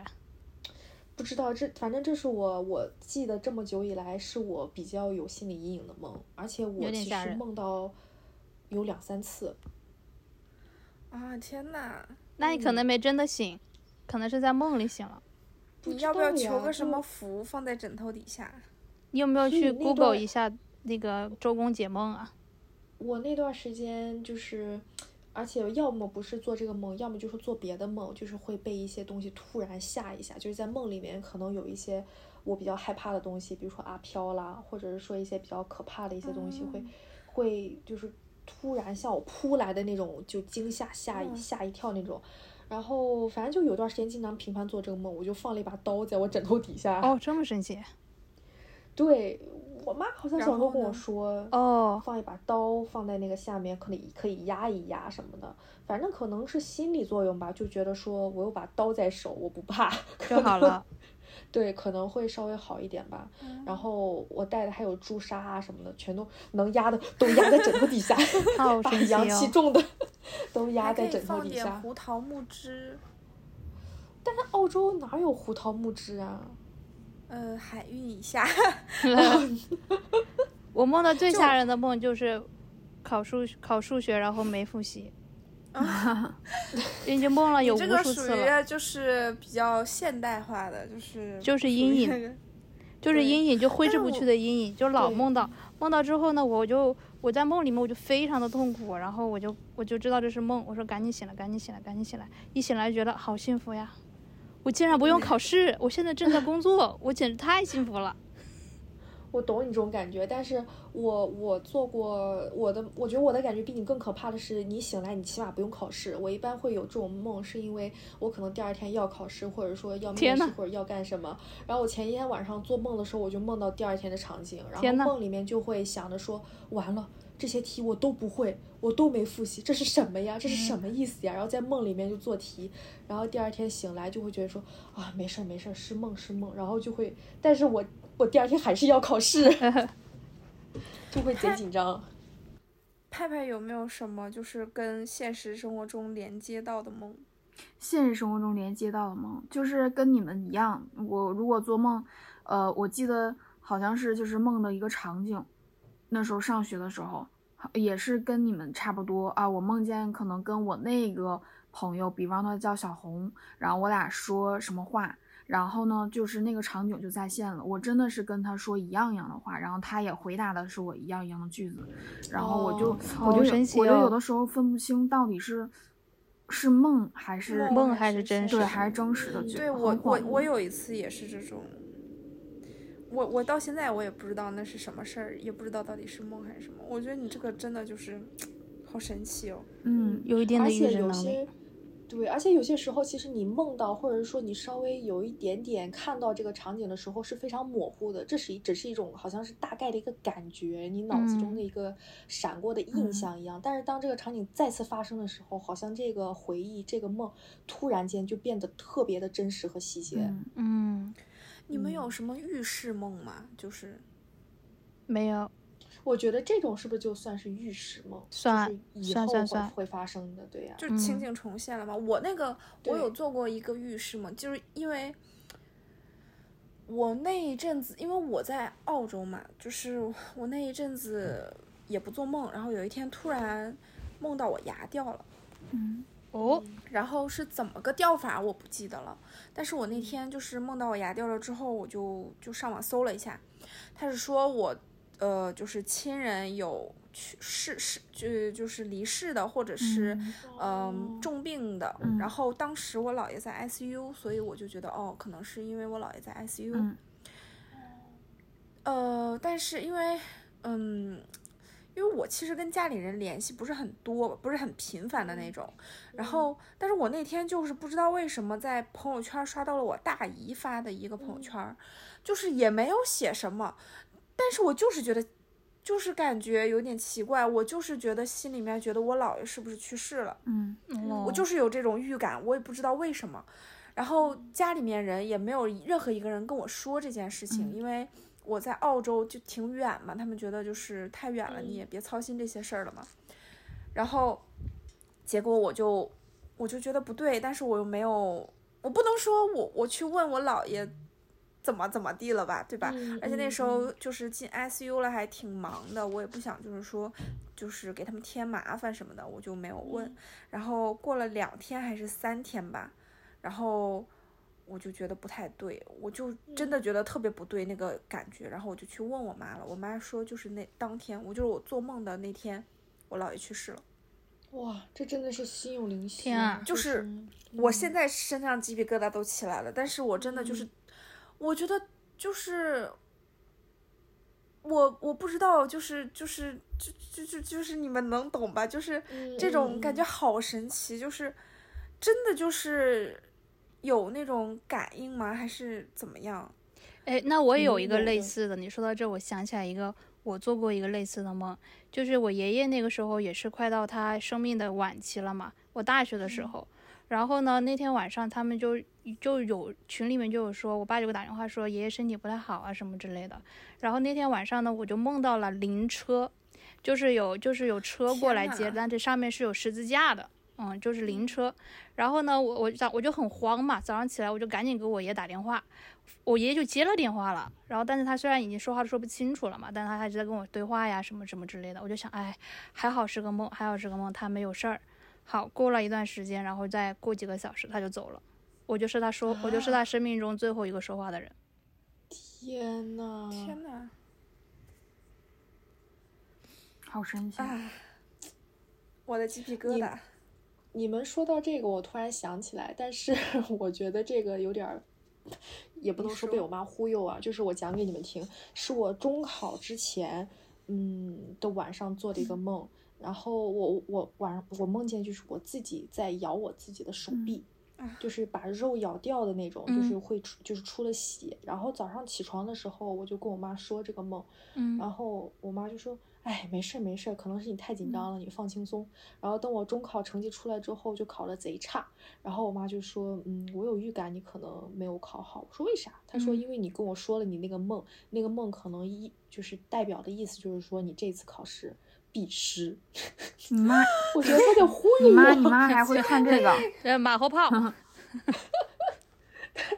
Speaker 1: 不知道这，反正这是我我记得这么久以来是我比较有心理阴影的梦，而且我
Speaker 3: 有点
Speaker 1: 其
Speaker 3: 吓
Speaker 1: 实
Speaker 3: 人
Speaker 1: 梦到有两三次。
Speaker 2: 啊天哪！
Speaker 3: 那你可能没真的醒，可能是在梦里醒了。
Speaker 2: 你要不要
Speaker 1: 知道啊
Speaker 2: 求
Speaker 1: 呀
Speaker 2: 个什
Speaker 1: 就
Speaker 2: 么福放在枕头底下？
Speaker 3: 你有没有
Speaker 1: 所以
Speaker 3: 去
Speaker 1: 那
Speaker 3: Google
Speaker 1: 段
Speaker 3: 一下那个周公解梦啊？
Speaker 1: 我那段时间就是，而且要么不是做这个梦，要么就是做别的梦，就是会被一些东西突然吓一下，就是在梦里面可能有一些我比较害怕的东西，比如说阿飘啦，或者是说一些比较可怕的一些东西
Speaker 2: 嗯
Speaker 1: 会，会就是突然向我扑来的那种，就惊吓吓
Speaker 2: 嗯
Speaker 1: 一吓一跳那种。然后反正就有段时间经常频繁做这个梦，我就放了一把刀在我枕头底下。
Speaker 3: 哦，这么神奇
Speaker 1: 对我妈好像
Speaker 2: 然
Speaker 1: 小时候
Speaker 2: 后
Speaker 1: 跟我
Speaker 2: 呢
Speaker 1: 说，
Speaker 3: 哦！
Speaker 1: 放一把刀放在那个下面，可以可以压一压什么的，反正可能是心理作用吧，就觉得说我有把刀在手，我不怕
Speaker 3: 就好了。
Speaker 1: 对，可能会稍微好一点吧。
Speaker 2: 嗯
Speaker 1: 然后我带的还有朱砂啊什么的，全都能压的都压在枕 头底下，
Speaker 3: 好
Speaker 1: 把
Speaker 3: 神奇
Speaker 1: 阳气
Speaker 3: 哦
Speaker 1: 重的 都压
Speaker 2: 还可
Speaker 1: 在
Speaker 2: 以
Speaker 1: 枕头
Speaker 2: 放
Speaker 1: 底
Speaker 2: 点
Speaker 1: 下。
Speaker 2: 胡桃木汁，
Speaker 1: 但是澳洲哪有胡桃木汁啊？
Speaker 2: 呃，海运一下。
Speaker 3: 哦 我梦到最吓人的梦就是考数考数学，然后没复习， 已经梦了有
Speaker 2: 你
Speaker 3: 无
Speaker 2: 这个属
Speaker 3: 数次了，
Speaker 2: 于就是比较现代化的，就是
Speaker 3: 就
Speaker 2: 就是
Speaker 3: 阴影就是
Speaker 2: 对
Speaker 3: 阴影，就挥
Speaker 2: 但
Speaker 3: 之
Speaker 2: 是
Speaker 3: 不
Speaker 2: 我
Speaker 3: 去的阴影，就老
Speaker 1: 对
Speaker 3: 梦到梦到之后呢，我就我在梦里面我就非常的痛苦，然后我就我就知道这是梦，我说赶紧醒来，赶紧醒来，赶紧醒来，一醒来觉得好幸福呀，我竟然不用考试，我现在正在工作，我简直太幸福了。
Speaker 1: 我懂你这种感觉，但是我我做过我的，我觉得我的感觉比你更可怕的是，你醒来你起码不用考试。我一般会有这种梦，是因为我可能第二天要考试，或者说要
Speaker 3: 天
Speaker 1: 面
Speaker 3: 呐
Speaker 1: 试，或者要干什么。然后我前一天晚上做梦的时候，我就梦到第二天的场景，然
Speaker 3: 天呐
Speaker 1: 后梦里面就会想着说，完了。这些题我都不会，我都没复习，这是什么呀？这是
Speaker 3: 嗯
Speaker 1: 什么意思呀？然后在梦里面就做题，然后第二天醒来就会觉得说啊，没事儿没事儿，是梦是梦，然后就会，但是我我第二天还是要考试，就会贼紧张。
Speaker 2: 派派有没有什么就是跟现实生活中连接到的梦？
Speaker 5: 现实生活中连接到的梦，就是跟你们一样，我如果做梦，呃，我记得好像是就是梦的一个场景，那时候上学的时候，也是跟你们差不多啊。我梦见可能跟我那个朋友，比方他叫小红，然后我俩说什么话，然后呢，就是那个场景就再现了。我真的是跟他说一样一样的话，然后他也回答的是我一样一样的句子，然后我就、
Speaker 1: 哦
Speaker 5: 我
Speaker 3: 好
Speaker 5: 就有
Speaker 3: 神奇
Speaker 5: 我就
Speaker 3: 哦
Speaker 5: 有的时候分不清到底是。是梦还是
Speaker 3: 梦还是真实
Speaker 5: 对，
Speaker 3: 的
Speaker 5: 还是真实的剧。
Speaker 2: 对
Speaker 5: 很
Speaker 2: 我我
Speaker 5: 恍
Speaker 2: 我
Speaker 5: 惚
Speaker 2: 有一次也是这种，我我到现在我也不知道那是什么事儿，也不知道到底是梦还是什么。我觉得你这个真的就是好神奇哦。
Speaker 5: 嗯，
Speaker 3: 有一定
Speaker 1: 而
Speaker 3: 的预
Speaker 1: 且
Speaker 3: 知
Speaker 1: 有
Speaker 3: 能力。
Speaker 1: 些，对，而且有些时候，其实你梦到，或者说你稍微有一点点看到这个场景的时候，是非常模糊的，这是一只是一种好像是大概的一个感觉，你脑子中的一个闪过的印象一样。但是当这个场景再次发生的时候，好像这个回忆、这个梦突然间就变得特别的真实和细节。
Speaker 5: 嗯
Speaker 3: 嗯，
Speaker 2: 你们
Speaker 1: 嗯
Speaker 2: 有什么预示梦吗？就是
Speaker 3: 没有，
Speaker 1: 我觉得这种是不是就算是预示梦？
Speaker 3: 算
Speaker 1: 就是以
Speaker 3: 算
Speaker 1: 后
Speaker 3: 算
Speaker 1: 会
Speaker 3: 算
Speaker 1: 会发生的，对呀、
Speaker 2: 就是情
Speaker 3: 嗯
Speaker 2: 景重现了吗？我那个我
Speaker 1: 对
Speaker 2: 有做过一个浴室梦，就是因为我那一阵子，因为我在澳洲嘛，就是我那一阵子也不做梦，然后有一天突然梦到我牙掉了，
Speaker 5: 嗯
Speaker 3: 哦，
Speaker 2: 然后是怎么个掉法我不记得了，但是我那天就是梦到我牙掉了之后，我就就上网搜了一下，他是说我呃就是亲人有去世世就就是离世的或者是
Speaker 5: 嗯
Speaker 2: 嗯、
Speaker 1: 哦
Speaker 2: 重病的，
Speaker 5: 嗯
Speaker 2: 然后当时我姥爷在 ICU，所以我就觉得哦可能是因为我姥爷在 ICU，、
Speaker 5: 嗯
Speaker 2: 呃，但是因为，嗯，因为我其实跟家里人联系不是很多，不是很频繁
Speaker 5: 嗯
Speaker 2: 的那种。然后，但是我那天就是不知道为什么在朋友圈刷到了我大姨发的一个朋友
Speaker 5: 嗯
Speaker 2: 圈儿，就是也没有写什么，但是我就是觉得。就是感觉有点奇怪，我就是觉得心里面觉得我姥爷是不是去世了，
Speaker 5: 嗯
Speaker 3: 哦
Speaker 2: 我就是有这种预感，我也不知道为什么。然后家里面人也没有任何一个人跟我说这件事情，
Speaker 5: 嗯
Speaker 2: 因为我在澳洲就挺远嘛，他们觉得就是太远了，你也别操心这些事儿了嘛。然后结果我就我就觉得不对，但是我又没有，我不能说我我去问我姥爷怎么怎么地了吧，对吧？
Speaker 1: 嗯
Speaker 2: 而且那
Speaker 1: 嗯
Speaker 2: 时候就是进 ICU 了，还挺忙的，我也不想就是说就是给他们添麻烦什么的，我就没有问。
Speaker 1: 嗯
Speaker 2: 然后过了两天还是三天吧，然后我就觉得不太对，我就真
Speaker 1: 嗯
Speaker 2: 的觉得特别不对那个感觉，然后我就去问我妈了，我妈说就是那当天，我就是我做梦的那天，我姥爷去世了。
Speaker 1: 哇，这真的是心有灵犀，嗯
Speaker 3: 天啊
Speaker 2: 就
Speaker 1: 就是
Speaker 2: 我现在身上鸡皮疙瘩都起来了，但是我真的
Speaker 1: 嗯
Speaker 2: 就是，我觉得就是，我我不知道，就是就是就就就就是你们能懂吧？就是
Speaker 1: 嗯
Speaker 2: 这种感觉
Speaker 1: 嗯
Speaker 2: 好神奇，就是真的就是有那种感应吗？还是怎么样？
Speaker 3: 哎，那我有
Speaker 1: 嗯
Speaker 3: 一个
Speaker 1: 有
Speaker 3: 类
Speaker 1: 的
Speaker 3: 似的，你说到这，我想起来一个，我做过一个类似的梦，就是我爷爷那个时候也是快到他生命的晚期了嘛，我大学的
Speaker 1: 嗯
Speaker 3: 时候，然后呢，那天晚上他们就就有群里面就有说，我爸就给我打电话说爷爷身体不太好啊什么之类的，然后那天晚上呢，我就梦到了灵车，就是有就是有车过
Speaker 2: 天
Speaker 3: 来接，
Speaker 2: 呐
Speaker 3: 但这上面是有十字架的。嗯，就是灵车，然后呢，我我早我就很慌嘛，早上起来我就赶紧给我爷打电话，我爷爷就接了电话了，然后但是他虽然已经说话都说不清楚了嘛，但是他还是在跟我对话呀，什么什么之类的。我就想，哎，还好是个梦，还好是个梦，他没有事儿。好，过了一段时间，然后再过几个小时他就走了，我就是他说，我就是他生命中最后一个说话的人。
Speaker 1: 天呐，
Speaker 2: 天哪！
Speaker 5: 好神奇。
Speaker 2: 啊，我的鸡皮疙
Speaker 1: 你
Speaker 2: 瘩。
Speaker 1: 你们说到这个，我突然想起来，但是 我觉得这个有点儿，也不能说被我妈忽悠啊，就是我讲给你们听，是我中考之前，嗯的晚上做的一个梦，然后我我晚上我梦见就是我自己在咬我自己的手
Speaker 2: 嗯
Speaker 1: 臂。就是把肉咬掉的那种，就是
Speaker 3: 嗯
Speaker 1: 会出，就是出了血。然后早上起床的时候，我就跟我妈说这个梦，
Speaker 3: 嗯
Speaker 1: 然后我妈就说：“哎，没事儿没事儿，可能是你太紧张了，你放轻松。”然后等我中考成绩出来之后，就考了贼差。然后我妈就说：“嗯，我有预感你可能没有考好。”我说：“为啥？”她说：“
Speaker 3: 嗯
Speaker 1: 因为你跟我说了你那个梦，那个梦可能一就是代表的意思就是说你这次考试必失。
Speaker 5: 你妈，”
Speaker 1: 我觉得她在忽
Speaker 5: 你
Speaker 1: 悠
Speaker 5: 妈，你
Speaker 1: 我，
Speaker 5: 妈还会看这 个？
Speaker 3: 呃，马后炮，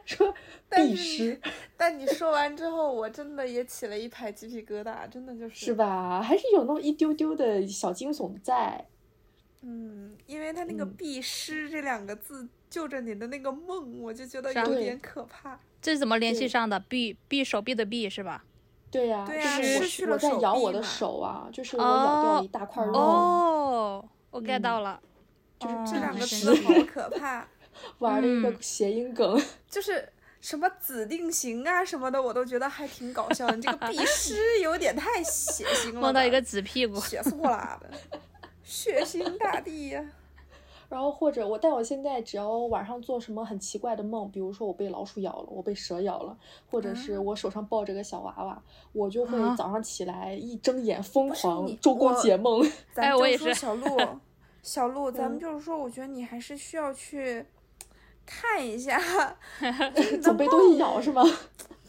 Speaker 1: 说
Speaker 2: 但
Speaker 1: 必
Speaker 2: 是你
Speaker 1: 失
Speaker 2: 但你说完之后，我真的也起了一排鸡皮疙瘩，真的就是
Speaker 1: 吧？还是有那么一丢丢的小惊悚在。
Speaker 2: 嗯，因为他那个
Speaker 1: 嗯
Speaker 2: “必失”这两个字就着你的那个梦，我就觉得
Speaker 3: 啥
Speaker 2: 有
Speaker 1: 对
Speaker 2: 点可怕。
Speaker 3: 这是怎么联系
Speaker 1: 对
Speaker 3: 上的？臂臂手臂的臂是吧？
Speaker 1: 对呀、
Speaker 2: 对呀
Speaker 1: 就是我
Speaker 2: 失去了
Speaker 1: 我在
Speaker 2: 手
Speaker 1: 咬
Speaker 2: 臂
Speaker 1: 我的
Speaker 2: 嘛
Speaker 1: 手啊，就是我咬掉了
Speaker 3: 哦
Speaker 1: 一大块肉。
Speaker 3: 哦，我 get 到
Speaker 1: 嗯
Speaker 3: 了，
Speaker 1: 就是
Speaker 3: 哦
Speaker 2: 这两
Speaker 3: 好
Speaker 2: 个
Speaker 3: 神
Speaker 2: 字
Speaker 3: 奇
Speaker 2: 好可怕，
Speaker 1: 玩了一个
Speaker 3: 嗯
Speaker 1: 谐音梗，
Speaker 2: 就是什么指定型啊什么的，我都觉得还挺搞笑的。你这个“必失”有点太血腥了吧，
Speaker 3: 梦到一个紫屁 股，
Speaker 2: 血错啦的，血腥大地 呀、
Speaker 1: 然后或者我，但我现在只要晚上做什么很奇怪的梦，比如说我被老鼠咬了，我被蛇咬了，或
Speaker 2: 嗯
Speaker 1: 者是我手上抱着个小娃娃，我就会
Speaker 3: 啊
Speaker 1: 早上起来一睁眼疯
Speaker 2: 不是
Speaker 1: 狂
Speaker 2: 你
Speaker 1: 周公
Speaker 2: 我
Speaker 1: 解梦。
Speaker 2: 咱
Speaker 3: 哎
Speaker 2: 就
Speaker 3: 我也
Speaker 2: 说
Speaker 3: 是
Speaker 2: 小鹿，小鹿，咱们
Speaker 1: 嗯
Speaker 2: 就是说，我觉得你还是需要去看一下
Speaker 1: 总被东西咬是吗？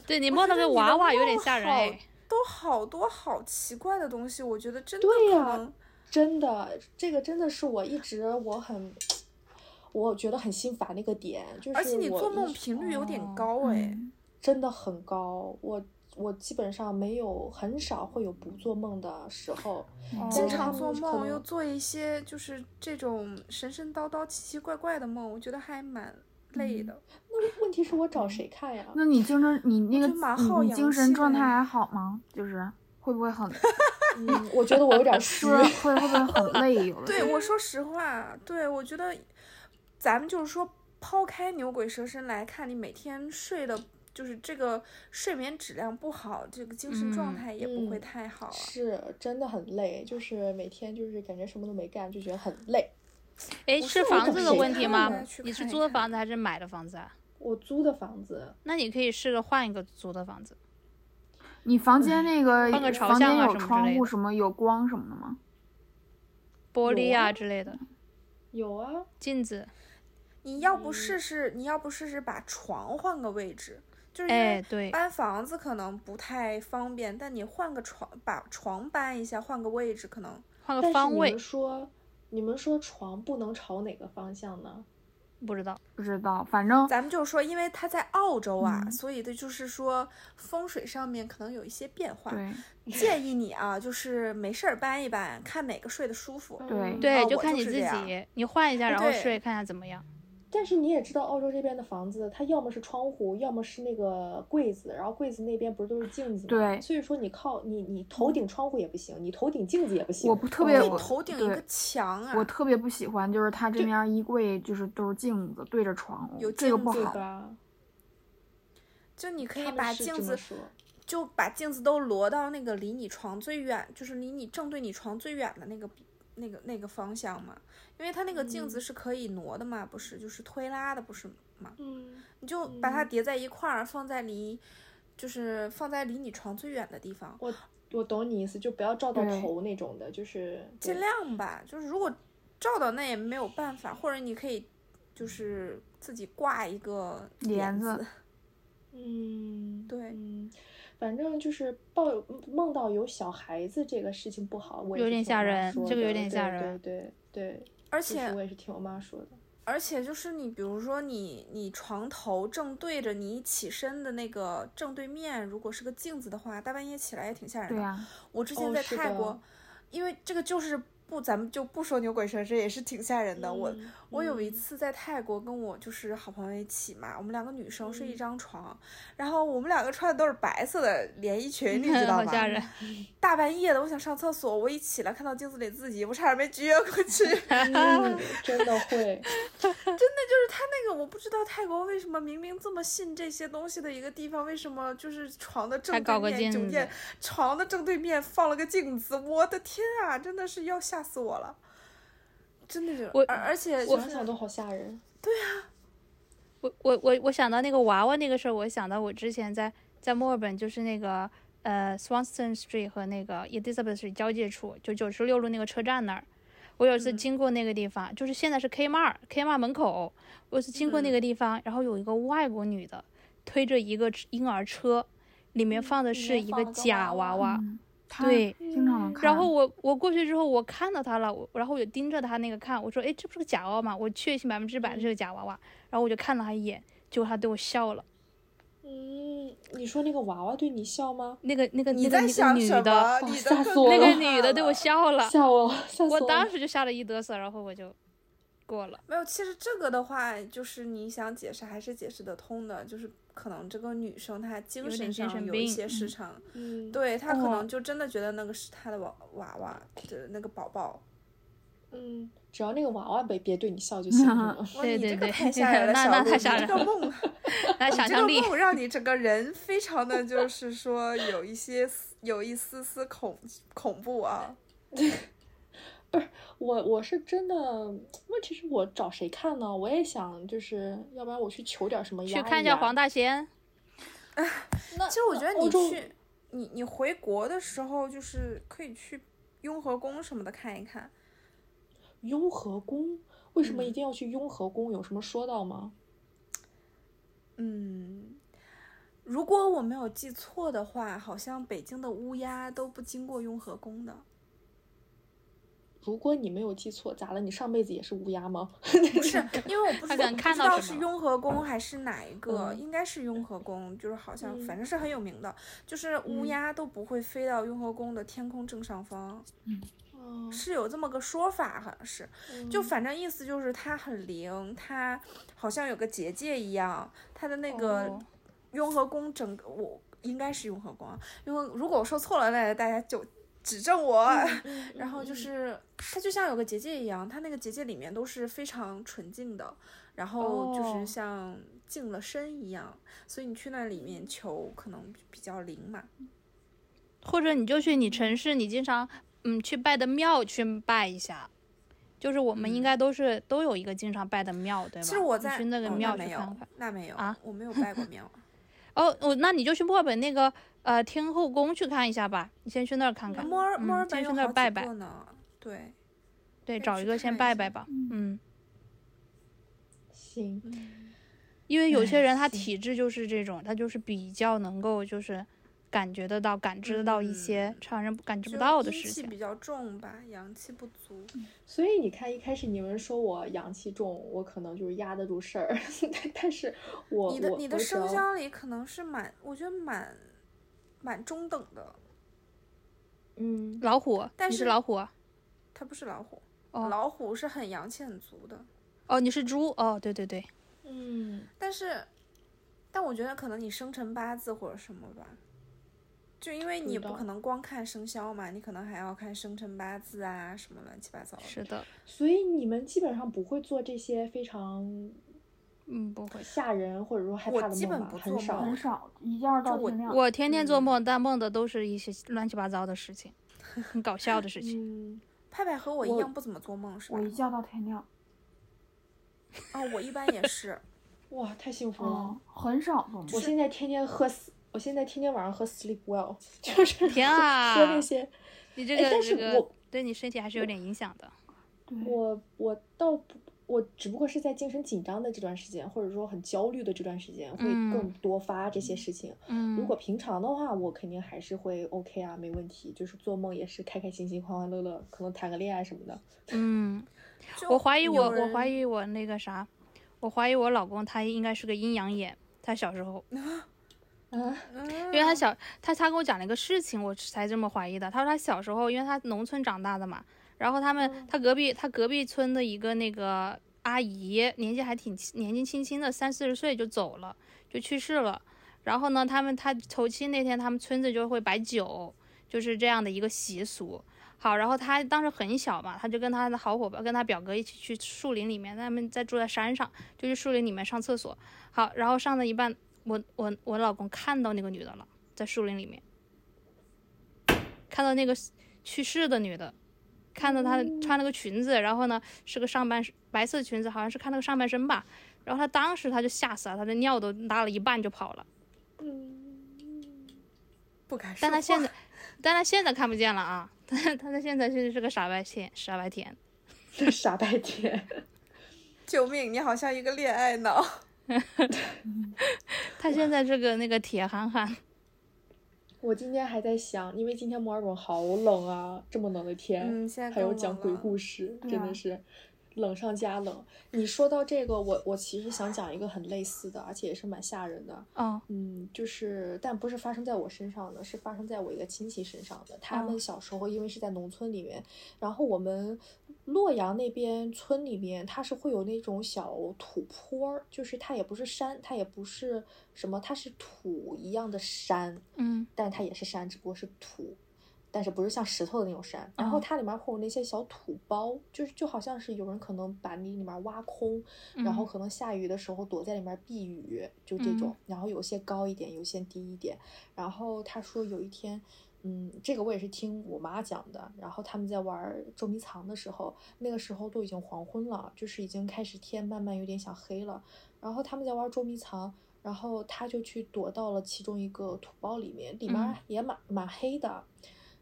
Speaker 3: 对你
Speaker 2: 我
Speaker 3: 梦
Speaker 2: 觉
Speaker 3: 到
Speaker 2: 得
Speaker 3: 个
Speaker 2: 你的
Speaker 3: 娃娃有点
Speaker 2: 梦
Speaker 3: 吓人
Speaker 2: 好
Speaker 3: 哎。
Speaker 2: 都好多好奇怪的东西，我觉得真的
Speaker 1: 对
Speaker 2: 可
Speaker 1: 呀
Speaker 2: 能，
Speaker 1: 真的，这个真的是我一直我很，我觉得很心烦的一个点，就是
Speaker 2: 而且你
Speaker 1: 我
Speaker 2: 做
Speaker 1: 一
Speaker 2: 梦
Speaker 1: 直
Speaker 2: 频率有点
Speaker 3: 哦
Speaker 2: 高哎，
Speaker 5: 嗯
Speaker 1: 真的很高，我我基本上没有很少会有不做梦的时候，
Speaker 5: 嗯
Speaker 2: 经
Speaker 1: 是他
Speaker 2: 常
Speaker 1: 们
Speaker 2: 做
Speaker 1: 可
Speaker 2: 梦，又
Speaker 1: 能
Speaker 2: 做一些就是这种神神叨叨、奇奇怪怪的梦，我觉得还蛮累的。
Speaker 1: 那问题是我找谁看呀？
Speaker 5: 那你精神，你那个
Speaker 2: 就蛮
Speaker 5: 你
Speaker 2: 耗
Speaker 5: 你
Speaker 2: 阳
Speaker 5: 精神
Speaker 2: 气
Speaker 5: 状态
Speaker 2: 的
Speaker 5: 还好吗？就是会不 会很，
Speaker 1: 嗯，我觉得我有点虚
Speaker 5: 就。是啊会会不会很累？有的时候
Speaker 2: 对，我说实话，对我觉得，咱们就是说，抛开牛鬼蛇神来看，你每天睡的，就是这个睡眠质量不好，这个精神状
Speaker 5: 嗯
Speaker 2: 态也不会
Speaker 1: 嗯
Speaker 2: 太好啊。
Speaker 1: 是真的很累，就是每天就是感觉什么都没干，就觉得很累。
Speaker 3: 哎，
Speaker 2: 不
Speaker 3: 是
Speaker 2: 是我
Speaker 3: 房
Speaker 1: 懂
Speaker 3: 子的
Speaker 1: 谁
Speaker 3: 问题
Speaker 1: 看
Speaker 3: 吗
Speaker 1: 的？
Speaker 2: 去
Speaker 3: 你是
Speaker 2: 看一
Speaker 3: 租的
Speaker 2: 看
Speaker 3: 房子还是买的房子啊？
Speaker 1: 我租的房子，
Speaker 3: 那你可以试着换一个租的房子。
Speaker 5: 你房间那个
Speaker 3: 换个朝
Speaker 5: 房
Speaker 3: 向
Speaker 5: 间
Speaker 3: 啊
Speaker 5: 有
Speaker 3: 什么之
Speaker 5: 窗
Speaker 3: 类
Speaker 5: 户
Speaker 3: 的
Speaker 5: 什么有光什么的吗？
Speaker 3: 玻
Speaker 1: 有
Speaker 3: 璃啊
Speaker 1: 啊
Speaker 3: 之类的，
Speaker 1: 有啊，
Speaker 3: 镜子，
Speaker 2: 你要不试试，你要不试试把床换个位置，就是因
Speaker 3: 哎，
Speaker 2: 为
Speaker 3: 对，
Speaker 2: 搬房子可能不太方便，但你换个床，把床搬一下，换个位置，可能
Speaker 3: 换
Speaker 1: 但是
Speaker 3: 个方
Speaker 1: 你
Speaker 3: 位
Speaker 1: 们，说，你们说床不能朝哪个方向呢？
Speaker 3: 不知道。
Speaker 5: 不知道，反正
Speaker 2: 咱们就说，因为它在澳洲啊，
Speaker 5: 嗯
Speaker 2: 所以的就是说风水上面可能有一些变化。
Speaker 5: 对
Speaker 2: 建议你啊，就是没事儿搬一搬，看哪个睡得舒服。
Speaker 5: 对
Speaker 1: 嗯
Speaker 3: 对，
Speaker 2: 哦
Speaker 3: 就
Speaker 2: 我
Speaker 3: 看
Speaker 2: 就
Speaker 3: 你
Speaker 2: 是
Speaker 3: 自
Speaker 2: 这样
Speaker 3: 己，你换一下，
Speaker 2: 哎
Speaker 3: 然后
Speaker 2: 对
Speaker 3: 睡，看下怎么样。
Speaker 1: 但是你也知道，澳洲这边的房子，它要么是窗户，要么是那个柜子，然后柜子那边不是都是镜子吗？
Speaker 5: 对
Speaker 1: 所以说你靠你你
Speaker 3: 嗯
Speaker 1: 头顶窗户也不行，你头顶镜子也不行。
Speaker 5: 我不特
Speaker 2: 可
Speaker 5: 别
Speaker 2: 以
Speaker 5: 我
Speaker 2: 头顶一
Speaker 5: 对
Speaker 2: 个墙啊，
Speaker 5: 我特别不喜欢，就是它这面衣柜就是都是镜子对着床，
Speaker 2: 有
Speaker 5: 这个
Speaker 2: 镜
Speaker 5: 不
Speaker 1: 对
Speaker 5: 好。
Speaker 1: 吧？
Speaker 2: 就你可以
Speaker 1: 他们
Speaker 2: 把
Speaker 1: 是
Speaker 2: 镜
Speaker 1: 这么
Speaker 2: 子
Speaker 1: 说
Speaker 2: 就把镜子都挪到那个离你床最远，就是离你正对你床最远的那个那个那个方向嘛，因为它那个镜子是可以挪的嘛，不是就是推拉的不是嘛，
Speaker 1: 嗯，
Speaker 2: 你就把它
Speaker 1: 嗯
Speaker 2: 叠在一块儿，放在离就是放在离你床最远的地方。
Speaker 1: 我我懂你意思，就不要照到
Speaker 5: 对
Speaker 1: 头那种的，就是对
Speaker 2: 尽量吧，就是如果照到那也没有办法，或者你可以就是自己挂一个
Speaker 5: 帘
Speaker 2: 子，
Speaker 5: 子
Speaker 1: 嗯，
Speaker 2: 对
Speaker 1: 嗯，反正就是抱梦梦到有小孩子这个事情不好，我也
Speaker 3: 有
Speaker 1: 是
Speaker 3: 点
Speaker 1: 听
Speaker 3: 吓
Speaker 1: 我妈
Speaker 3: 人
Speaker 1: 说
Speaker 3: 这个有
Speaker 1: 的
Speaker 3: 点
Speaker 1: 对
Speaker 3: 吓人
Speaker 1: 对对对，
Speaker 2: 而
Speaker 1: 其实
Speaker 2: 且
Speaker 1: 我也是听我妈说的。
Speaker 2: 而且就是你比如说你你床头正对着你起身的那个正对面，如果是个镜子的话，大半夜起来也挺吓人
Speaker 5: 对
Speaker 2: 的。
Speaker 5: 呀、
Speaker 2: 我之前
Speaker 1: 哦
Speaker 2: 在
Speaker 1: 是
Speaker 2: 泰
Speaker 1: 的
Speaker 2: 国，因为这个就是不咱们就不说牛鬼蛇神，也是挺吓人的。我
Speaker 1: 嗯
Speaker 2: 我有一
Speaker 1: 嗯
Speaker 2: 次在泰国跟我就是好朋友一起嘛，我们两个女生睡一
Speaker 1: 嗯
Speaker 2: 张床，然后我们两个穿的都是白色的连衣 裙，你 知道
Speaker 3: 好
Speaker 2: 吧？
Speaker 3: 吓人。
Speaker 2: 大半夜的，我想上厕所，我一起来看到镜子里自己，我差点没撅过去。
Speaker 1: 嗯，真的会，
Speaker 2: 就是他那个，我不知道泰国为什么明明这么信这些东西的一个地方，为什么就是床的
Speaker 3: 还
Speaker 2: 正
Speaker 3: 搞
Speaker 2: 对
Speaker 3: 个
Speaker 2: 面酒
Speaker 3: 镜
Speaker 2: 店
Speaker 3: 子，
Speaker 2: 床的正对面放了个镜子，我的天啊，真的是要吓死我了。真的是，
Speaker 3: 我
Speaker 2: 而而且就
Speaker 1: 想
Speaker 2: 是
Speaker 1: 想都好吓人。
Speaker 3: 我我我我想到那个娃娃那个事儿，我想到我之前在在墨尔本，就是那个呃 Swanston Street 和那个 Elizabeth Street 交界处，就九十六路那个车站那儿。我有一次经过那个地方，就是现在是 Kmart，Kmart 门口，我有一次经过那个地方，然后有一个外国女的推着一个婴儿车，里面放的
Speaker 1: 里
Speaker 3: 是
Speaker 1: 面
Speaker 3: 一
Speaker 1: 放
Speaker 3: 个
Speaker 1: 了个
Speaker 3: 假
Speaker 1: 娃
Speaker 3: 娃
Speaker 1: 娃
Speaker 3: 娃，
Speaker 5: 嗯，它
Speaker 3: 对，
Speaker 5: 经常能看。
Speaker 3: 然后
Speaker 2: 嗯
Speaker 3: 我我过去之后，我看到他了，我然后我就盯着他那个看，我说，哎，这不是个假娃娃吗？我确信百分之百的
Speaker 2: 嗯
Speaker 3: 是个假娃娃。然后我就看了他一眼，结果他对我笑了。
Speaker 1: 嗯，你说那个娃娃对你笑吗？
Speaker 3: 那个那个
Speaker 2: 你
Speaker 3: 那个
Speaker 2: 在
Speaker 3: 那个
Speaker 2: 想
Speaker 3: 女
Speaker 2: 什
Speaker 3: 的，
Speaker 2: 么？
Speaker 1: 哦
Speaker 2: 你的
Speaker 1: 吓
Speaker 2: 更
Speaker 1: 死我
Speaker 3: 那
Speaker 1: 了
Speaker 3: 个
Speaker 2: 可
Speaker 3: 女
Speaker 2: 怕
Speaker 3: 的对我
Speaker 2: 了
Speaker 3: 笑了，
Speaker 1: 吓 我，哦吓死
Speaker 3: 我
Speaker 1: 了
Speaker 3: 当时就吓了一哆嗦，然后我就 过了。
Speaker 2: 没有，其实这个的话，就是你想解释还是解释得通的，就是可能这个女生她精
Speaker 3: 有
Speaker 2: 神
Speaker 3: 点精
Speaker 2: 上
Speaker 3: 神
Speaker 2: 有一
Speaker 3: 病
Speaker 2: 些失常，
Speaker 1: 嗯，
Speaker 2: 对她可
Speaker 1: 哦
Speaker 2: 能就真的觉得那个是她的娃娃娃的那个宝宝。
Speaker 1: 嗯，只要那个娃娃别别对你笑 就行 了。
Speaker 2: 哇，
Speaker 3: 对
Speaker 2: 你
Speaker 3: 对
Speaker 2: 这个
Speaker 3: 对
Speaker 2: 太吓人了，
Speaker 3: 那
Speaker 2: 小
Speaker 3: 那
Speaker 2: 鹿
Speaker 3: 太吓
Speaker 2: 你这个
Speaker 3: 人
Speaker 2: 梦，
Speaker 3: 来，想
Speaker 2: 这个
Speaker 3: 象力，
Speaker 2: 梦让你整个人非常的就是说有一些丝有一丝丝恐恐怖啊。
Speaker 1: 我我是真的，问题是我找谁看呢？我也想，就是要不然我去求点什么压啊
Speaker 3: 去看一下黄
Speaker 1: 大。
Speaker 3: 大仙。
Speaker 2: 呃其实我觉得
Speaker 1: 欧
Speaker 2: 你
Speaker 1: 洲
Speaker 2: 去你你回国的时候，就是可以去雍和宫什么的看一看。
Speaker 1: 雍和宫为什么一定要去雍和宫？有什么说到吗？
Speaker 2: 嗯，如果我没有记错的话，好像北京的乌鸦都不经过雍和宫的。
Speaker 1: 如果你没有记错，咋了？你上辈子也是乌鸦吗？
Speaker 2: 不是，因为我不
Speaker 3: 他
Speaker 2: 知道
Speaker 3: 敢
Speaker 2: 我不
Speaker 3: 看
Speaker 2: 知
Speaker 3: 到
Speaker 2: 道
Speaker 3: 什
Speaker 2: 是
Speaker 3: 么
Speaker 2: 雍和宫还是哪一个，
Speaker 1: 嗯
Speaker 2: 应该是雍和宫，就是好像
Speaker 1: 嗯
Speaker 2: 反正是很有名的，就是乌
Speaker 1: 嗯
Speaker 2: 鸦都不会飞到雍和宫的天空正上方，
Speaker 1: 嗯
Speaker 2: 是有这么个说法，好像是。
Speaker 3: 嗯
Speaker 2: 就反正意思就是它很灵，它好像有个结界一样，它的那个
Speaker 3: 哦
Speaker 2: 雍和宫整个我应该是雍和宫，啊，因为如果我说错了，那大家就指正我。
Speaker 3: 嗯
Speaker 1: 嗯
Speaker 2: 然后就是它就像有个结界一样，它那个结界里面都是非常纯净的，然后就是
Speaker 3: 哦
Speaker 2: 像净了身一样，所以你去那里面求可能比较灵嘛。
Speaker 3: 或者你就去你城市，你经常嗯去拜的庙去拜一下。就是我们应该都是、都有一个经常拜的庙，对吧？
Speaker 2: 嗯其实我
Speaker 3: 你
Speaker 2: 在
Speaker 3: 去那个
Speaker 2: 哦
Speaker 3: 庙
Speaker 2: 那
Speaker 3: 去
Speaker 2: 没有
Speaker 3: 看看。，
Speaker 2: 那没有
Speaker 3: 啊，
Speaker 2: 我没有拜过庙。
Speaker 3: 哦，我那你就去墨尔本那个呃天后宫去看一下吧，你先去那儿看看。
Speaker 2: 墨尔墨尔
Speaker 3: 嗯
Speaker 2: 本
Speaker 3: 先
Speaker 2: 有
Speaker 3: 去那儿
Speaker 2: 好
Speaker 3: 拜
Speaker 2: 几
Speaker 3: 拜
Speaker 2: 个呢，对。
Speaker 3: 对，
Speaker 2: 可以
Speaker 3: 找
Speaker 2: 去
Speaker 3: 一个
Speaker 2: 看
Speaker 3: 先
Speaker 2: 一
Speaker 3: 拜
Speaker 2: 下
Speaker 3: 拜吧。嗯，
Speaker 1: 嗯行，
Speaker 3: 因为有
Speaker 2: 哎
Speaker 3: 些人他
Speaker 5: 行
Speaker 3: 体质就是这种，他就是比较能够就是感觉得到、感知得到一些
Speaker 2: 嗯
Speaker 3: 常人感知不
Speaker 2: 就
Speaker 3: 到的
Speaker 2: 阴
Speaker 3: 事
Speaker 2: 气
Speaker 3: 情。
Speaker 2: 比较重吧，阳气不足。
Speaker 1: 所以你看，一开始你们说我阳气重，我可能就是压得住事儿， 但但是我
Speaker 2: 你的
Speaker 1: 我
Speaker 2: 你的
Speaker 1: 我只
Speaker 2: 生
Speaker 1: 要
Speaker 2: 肖里可能是蛮，我觉得蛮蛮中等的，
Speaker 1: 嗯，
Speaker 3: 老虎，
Speaker 2: 但
Speaker 3: 你
Speaker 2: 是
Speaker 3: 老虎啊，
Speaker 2: 它不是老虎，
Speaker 3: 哦
Speaker 2: 老虎是很阳气很足的，
Speaker 3: 哦，你是猪，哦，对对对，
Speaker 1: 嗯，
Speaker 2: 但是但我觉得可能你生辰八字或者什么吧。就因为
Speaker 1: 不
Speaker 2: 你
Speaker 1: 知
Speaker 2: 不
Speaker 1: 道
Speaker 2: 可能光看生肖嘛，你可能还要看生辰八字啊，什么乱七八糟的。
Speaker 3: 是的，
Speaker 1: 所以你们基本上不会做这些非常
Speaker 3: 嗯，不会。
Speaker 1: 吓人或者说害
Speaker 2: 我
Speaker 1: 怕的
Speaker 2: 基本
Speaker 1: 梦吧，
Speaker 2: 不
Speaker 1: 很
Speaker 2: 做
Speaker 1: 少。
Speaker 2: 梦
Speaker 6: 很少，一觉到
Speaker 2: 就我
Speaker 6: 天亮。
Speaker 3: 我天天做
Speaker 2: 嗯
Speaker 3: 梦，但梦的都是一些乱七八糟的事情，很搞笑的事情。
Speaker 1: 嗯，
Speaker 2: 派派和我一
Speaker 1: 我
Speaker 2: 样不怎么做梦是吧
Speaker 6: 我？一觉到天亮。
Speaker 2: 啊、我一般也是。
Speaker 1: 哇，太幸福了！
Speaker 2: 哦
Speaker 6: 嗯，很少做梦。
Speaker 1: 我现在天天喝死，我现在天天晚上喝 Sleep Well，就是
Speaker 3: 天
Speaker 1: 喝
Speaker 3: 啊
Speaker 1: 嗯那，些。
Speaker 3: 你这
Speaker 1: 哎
Speaker 3: 个
Speaker 1: 但
Speaker 3: 这
Speaker 1: 是
Speaker 3: 个
Speaker 1: 我
Speaker 3: 对你身体还是有点影响的。
Speaker 6: 对，
Speaker 1: 我我倒不，我只不过是在精神紧张的这段时间，或者说很焦虑的这段时间，会
Speaker 3: 嗯
Speaker 1: 更多发这些事情。
Speaker 3: 嗯，
Speaker 1: 如果平常的话，我肯定还是会 OK 啊，没问题。就是做梦也是开开心心、欢欢乐乐，可能谈个恋爱什么的。
Speaker 3: 嗯，
Speaker 2: 就
Speaker 3: 我怀疑
Speaker 2: 有
Speaker 3: 我，我
Speaker 2: 人
Speaker 3: 怀疑我那个啥，我怀疑我老公他应该是个阴阳眼。他小时候，
Speaker 1: 啊，
Speaker 3: 因
Speaker 2: 嗯
Speaker 3: 为他小他他跟我讲了一个事情，我才这么怀疑的。他说他小时候，因为他农村长大的嘛，然后他们他隔壁他隔壁村的一个那个阿姨，年纪还挺轻年纪轻轻的，三四十岁就走了，就去世了。然后呢，他们他头七那天，他们村子就会摆酒，就是这样的一个习俗。好，然后他当时很小嘛，他就跟他的好伙伴、跟他表哥一起去树林里面，他们在住在山上，就去树林里面上厕所。好，然后上到一半，我我我老公看到那个女的了，在树林里面，看到那个去世的女的，看到她
Speaker 1: 哦
Speaker 3: 穿了个裙子，然后呢是个上半身白色裙子，好像是看那个上半身吧。然后他当时他就吓死了，他的尿都拉了一半就跑了。
Speaker 2: 不敢说
Speaker 3: 但他现
Speaker 2: 话
Speaker 3: 在， 但他现在看不见了啊！他他现在是是个傻白甜，傻白甜。
Speaker 1: 傻白甜。
Speaker 2: 救命！你好像一个恋爱 脑。
Speaker 3: 他现在是个那个铁憨憨。
Speaker 1: 我今天还在想，因为今天墨尔本好冷啊，这么冷的天，
Speaker 2: 嗯现在
Speaker 1: 还有
Speaker 2: 更
Speaker 1: 讲
Speaker 2: 冷
Speaker 1: 鬼
Speaker 2: 了
Speaker 1: 故事，
Speaker 6: 对
Speaker 1: 真
Speaker 6: 啊
Speaker 1: 的是冷上加冷。你说到这个，我我其实想讲一个很类似的，而且也是蛮吓人的。
Speaker 3: 哦，
Speaker 1: 嗯，就是，但不是发生在我身上的，是发生在我一个亲戚身上的。他
Speaker 3: 哦
Speaker 1: 们小时候因为是在农村里面，然后我们洛阳那边村里面，它是会有那种小土坡儿，就是它也不是山，它也不是什么，它是土一样的山，
Speaker 3: 嗯
Speaker 1: 但它也是山，只不过是土，但是不是像石头的那种山。然后
Speaker 3: 嗯
Speaker 1: 它里面会有那些小土包，就是就好像是有人可能把你里面挖空，然后
Speaker 3: 嗯
Speaker 1: 可能下雨的时候躲在里面避雨，就这种
Speaker 3: 嗯。
Speaker 1: 然后有些高一点，有些低一点。然后他说有一天。嗯，这个我也是听我妈讲的。然后他们在玩捉迷藏的时候，那个时候都已经黄昏了，就是已经开始天慢慢有点想黑了。然后他们在玩捉迷藏，然后他就去躲到了其中一个土包里面，里面
Speaker 3: 嗯
Speaker 1: 也蛮蛮黑的。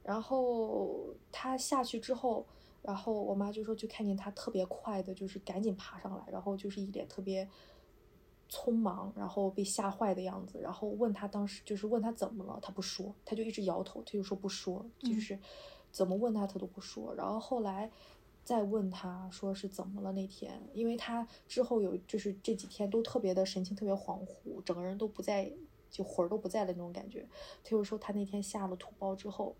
Speaker 1: 然后他下去之后，然后我妈就说就看见他特别快的，就是赶紧爬上来，然后就是一脸特别匆忙，然后被吓坏的样子。然后问他当时就是问他怎么了，他不说，他就一直摇头，他就说不说，就
Speaker 3: 嗯
Speaker 1: 是怎么问他他都不说。然后后来再问他说是怎么了那天，因为他之后有就是这几天都特别的神情特别恍惚，整个人都不在，就魂儿都不在的那种感觉。他就说他那天下了土包之后，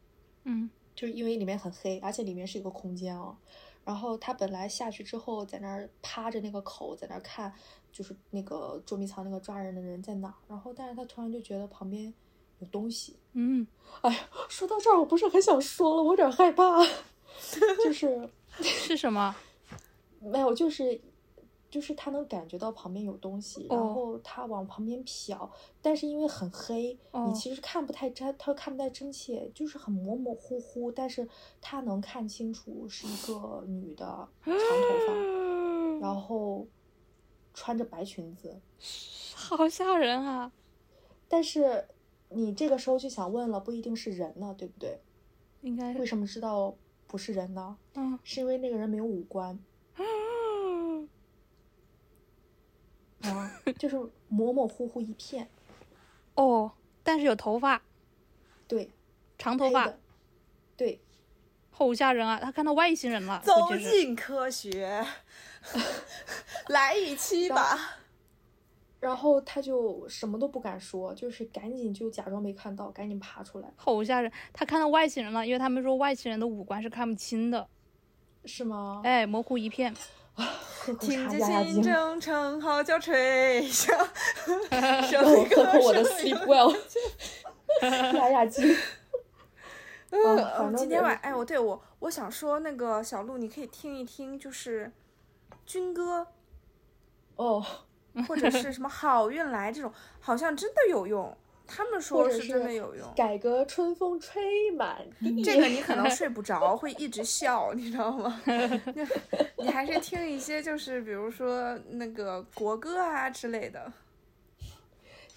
Speaker 3: 嗯
Speaker 1: 就是因为里面很黑，而且里面是一个空间啊。然后他本来下去之后，在那儿趴着那个口，在那儿看，就是那个捉迷藏那个抓人的人在哪儿。然后，但是他突然就觉得旁边有东西。
Speaker 3: 嗯，
Speaker 1: 哎呀，说到这儿，我不是很想说了，我有点害怕。 就是
Speaker 3: 是什么？
Speaker 1: 没有，就是就是他能感觉到旁边有东西，然
Speaker 3: 哦
Speaker 1: 后他往旁边瞟，但是因为很黑，
Speaker 3: 哦
Speaker 1: 你其实看不太真，他看不太真切，就是很模模糊糊，但是他能看清楚是一个女的，长头发，然后穿着白裙子，
Speaker 3: 好吓人啊！
Speaker 1: 但是你这个时候就想问了，不一定是人呢，对不对？
Speaker 3: 应该
Speaker 1: 为什么知道不是人呢？
Speaker 3: 嗯，
Speaker 1: 是因为那个人没有五 官啊，就是模模糊糊一片，
Speaker 3: 哦，但是有头发，
Speaker 1: 对，
Speaker 3: 长头
Speaker 1: 黑
Speaker 2: 哎
Speaker 3: 发
Speaker 1: 的，，对，
Speaker 3: 好吓人啊！他看到外星人了，
Speaker 2: 走
Speaker 3: 估计是
Speaker 2: 进科 学，来一期吧。
Speaker 1: 然后他就什么都不敢说，就是赶紧就假装没看到，赶紧爬出来，
Speaker 3: 好吓人！他看到外星人了，因为他们说外星人的五官是看不清的，
Speaker 1: 是
Speaker 2: 哦
Speaker 1: 吗？
Speaker 3: 哎，模糊一片。
Speaker 1: 喝口
Speaker 2: 听
Speaker 1: 茶
Speaker 2: 见
Speaker 1: 压压
Speaker 2: 心
Speaker 1: 惊，
Speaker 2: 中长号角 吹 响，让
Speaker 1: 让我喝口我的 Sleep Well，压压惊。嗯反
Speaker 2: 呃，
Speaker 1: 正
Speaker 2: 今天晚
Speaker 1: 人
Speaker 2: 哎，我对我我想说那个小鹿，你可以听一听，就是军歌
Speaker 1: 哦，
Speaker 2: 或 者是什么好运来这种，好像真的有用。他们
Speaker 1: 或
Speaker 2: 说
Speaker 1: 者
Speaker 2: 是真的有用，
Speaker 1: 改革春风吹满地，
Speaker 2: 这个你可能睡不着，会一直笑，你知道吗？ 你你还是听一些就是比如说那个国歌啊之类的。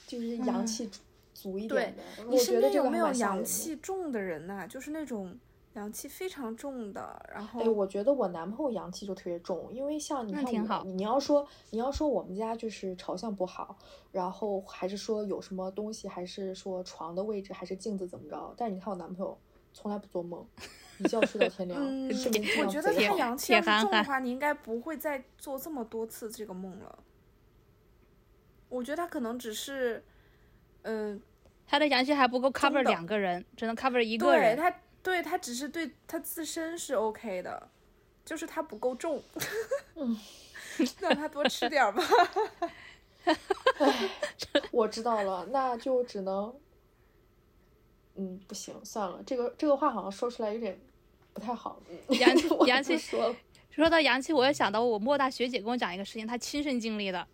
Speaker 1: 就是阳气足足一点的。
Speaker 2: 嗯你
Speaker 1: 我觉
Speaker 2: 身
Speaker 1: 得
Speaker 2: 边
Speaker 1: 这
Speaker 2: 有
Speaker 1: 个还
Speaker 2: 没有
Speaker 1: 蛮吓人
Speaker 2: 阳
Speaker 1: 的
Speaker 2: 气重的人呐、就是那种阳气非常重的，然后
Speaker 1: 哎，我觉得我男朋友阳气就特别重，因为像你
Speaker 3: 哦那
Speaker 1: 看我，
Speaker 3: 挺好
Speaker 1: 你要说你要说我们家就是朝向不好，然后还是说有什么东西，还是说床的位置，还是镜子怎么着？但是你看我男朋友从来不做梦，一觉睡到天 亮，
Speaker 2: 嗯
Speaker 1: 睡眠质，
Speaker 2: 我
Speaker 1: 量
Speaker 2: 觉得
Speaker 1: 贼
Speaker 2: 他
Speaker 1: 好
Speaker 2: 阳气
Speaker 3: 铁
Speaker 2: 要是
Speaker 3: 憨
Speaker 2: 重的
Speaker 3: 憨
Speaker 2: 话，你应该不会再做这么多次这个梦了。我觉得他可能只是，嗯，
Speaker 3: 他的阳气还不够
Speaker 2: 真
Speaker 3: cover
Speaker 2: 的
Speaker 3: 两个人，只能 cover 一个
Speaker 2: 对
Speaker 3: 人。
Speaker 2: 他，对他只是对他自身是 OK 的，就是他不够 重。
Speaker 1: 嗯，
Speaker 2: 让他多吃点儿吧。
Speaker 1: 我知道了，那就只能，嗯，不行，算了，这个这个话好像说出来有点不太好，嗯
Speaker 3: 阳气
Speaker 1: 我
Speaker 3: 阳
Speaker 1: 不
Speaker 3: 气
Speaker 1: 说了，
Speaker 3: 说到阳气，我也想到我莫大学姐跟我讲一个事情，她亲身经历的。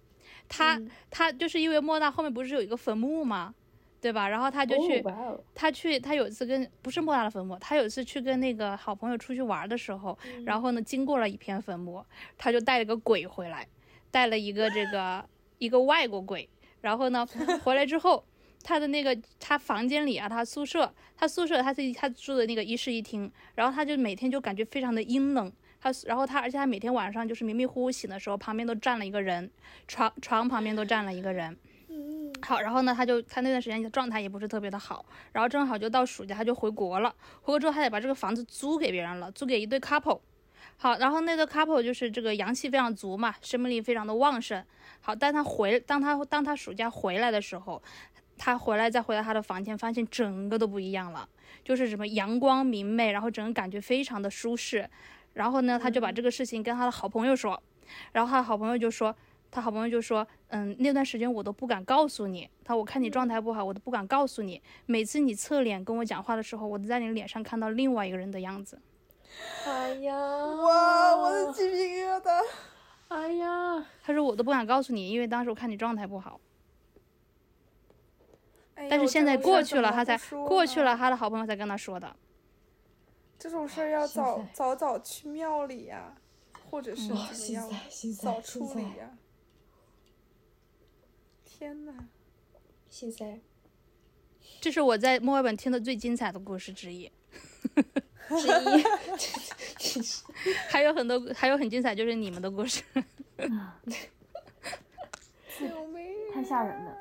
Speaker 3: 她、
Speaker 1: 嗯
Speaker 3: 她就是因为莫大后面不是有一个坟墓嘛，对吧？然后她就去
Speaker 1: 哦，哇哦，
Speaker 3: 他去，他有一次跟不是莫大的坟墓，他有一次去跟那个好朋友出去玩的时候，
Speaker 1: 嗯
Speaker 3: 然后呢，经过了一片坟墓，他就带了个鬼回来，带了一个这个一个外国鬼，然后呢，回来之后，他的那个他房间里啊，他宿舍，他宿舍他自己他住的那个一室一厅，然后他就每天就感觉非常的阴冷。他然后他，而且他每天晚上就是迷迷糊糊醒的时候，旁边都站了一个人，床床旁边都站了一个人。
Speaker 1: 嗯
Speaker 3: 好，然后呢，他就他那段时间的状态也不是特别的好，然后正好就到暑假，他就回国了。回国之后，他得把这个房子租给别人了，租给一对 couple。好，然后那对 couple 就是这个阳气非常足嘛，生命力非常的旺盛。好，当他回，当他当他暑假回来的时候，他回来再回到他的房间，发现整个都不一样了，就是什么阳光明媚，然后整个感觉非常的舒适。然后呢，他就把这个事情跟他的好朋友说，然后他的好朋友就说，他好朋友就说，嗯，那段时间我都不敢告诉你，他我
Speaker 2: 嗯
Speaker 3: 看你状态不好，我都不敢告诉你。每次你侧脸跟我讲话的时候，我都在你脸上看到另外一个人的样子。
Speaker 1: 哎呀，
Speaker 2: 哇，我的鸡皮疙 瘩。
Speaker 1: 哎呀，
Speaker 3: 他说我都不敢告诉你，因为当时我看你状态不好。
Speaker 2: 哎呦
Speaker 3: 但是现在
Speaker 2: 这种事儿
Speaker 3: 过去
Speaker 2: 怎
Speaker 3: 了，
Speaker 2: 么
Speaker 3: 他
Speaker 2: 不
Speaker 3: 才
Speaker 2: 说
Speaker 3: 过
Speaker 2: 呢
Speaker 3: 去了，他的好朋友才跟他说的。
Speaker 2: 这种事儿要
Speaker 1: 现
Speaker 2: 早
Speaker 1: 在
Speaker 2: 早早去庙里呀、或者是怎
Speaker 1: 哇，
Speaker 2: 么
Speaker 1: 哦现
Speaker 2: 样
Speaker 1: 在现
Speaker 2: 早
Speaker 1: 在现
Speaker 2: 处理啊
Speaker 1: 在
Speaker 2: 呀、天呐，
Speaker 1: 现在
Speaker 3: 这是我在墨尔本听的最精彩的故事之一，
Speaker 1: 之一，
Speaker 3: 还有很多，还有很精彩就是你们的故事。
Speaker 2: 嗯救命！
Speaker 7: 太吓人了。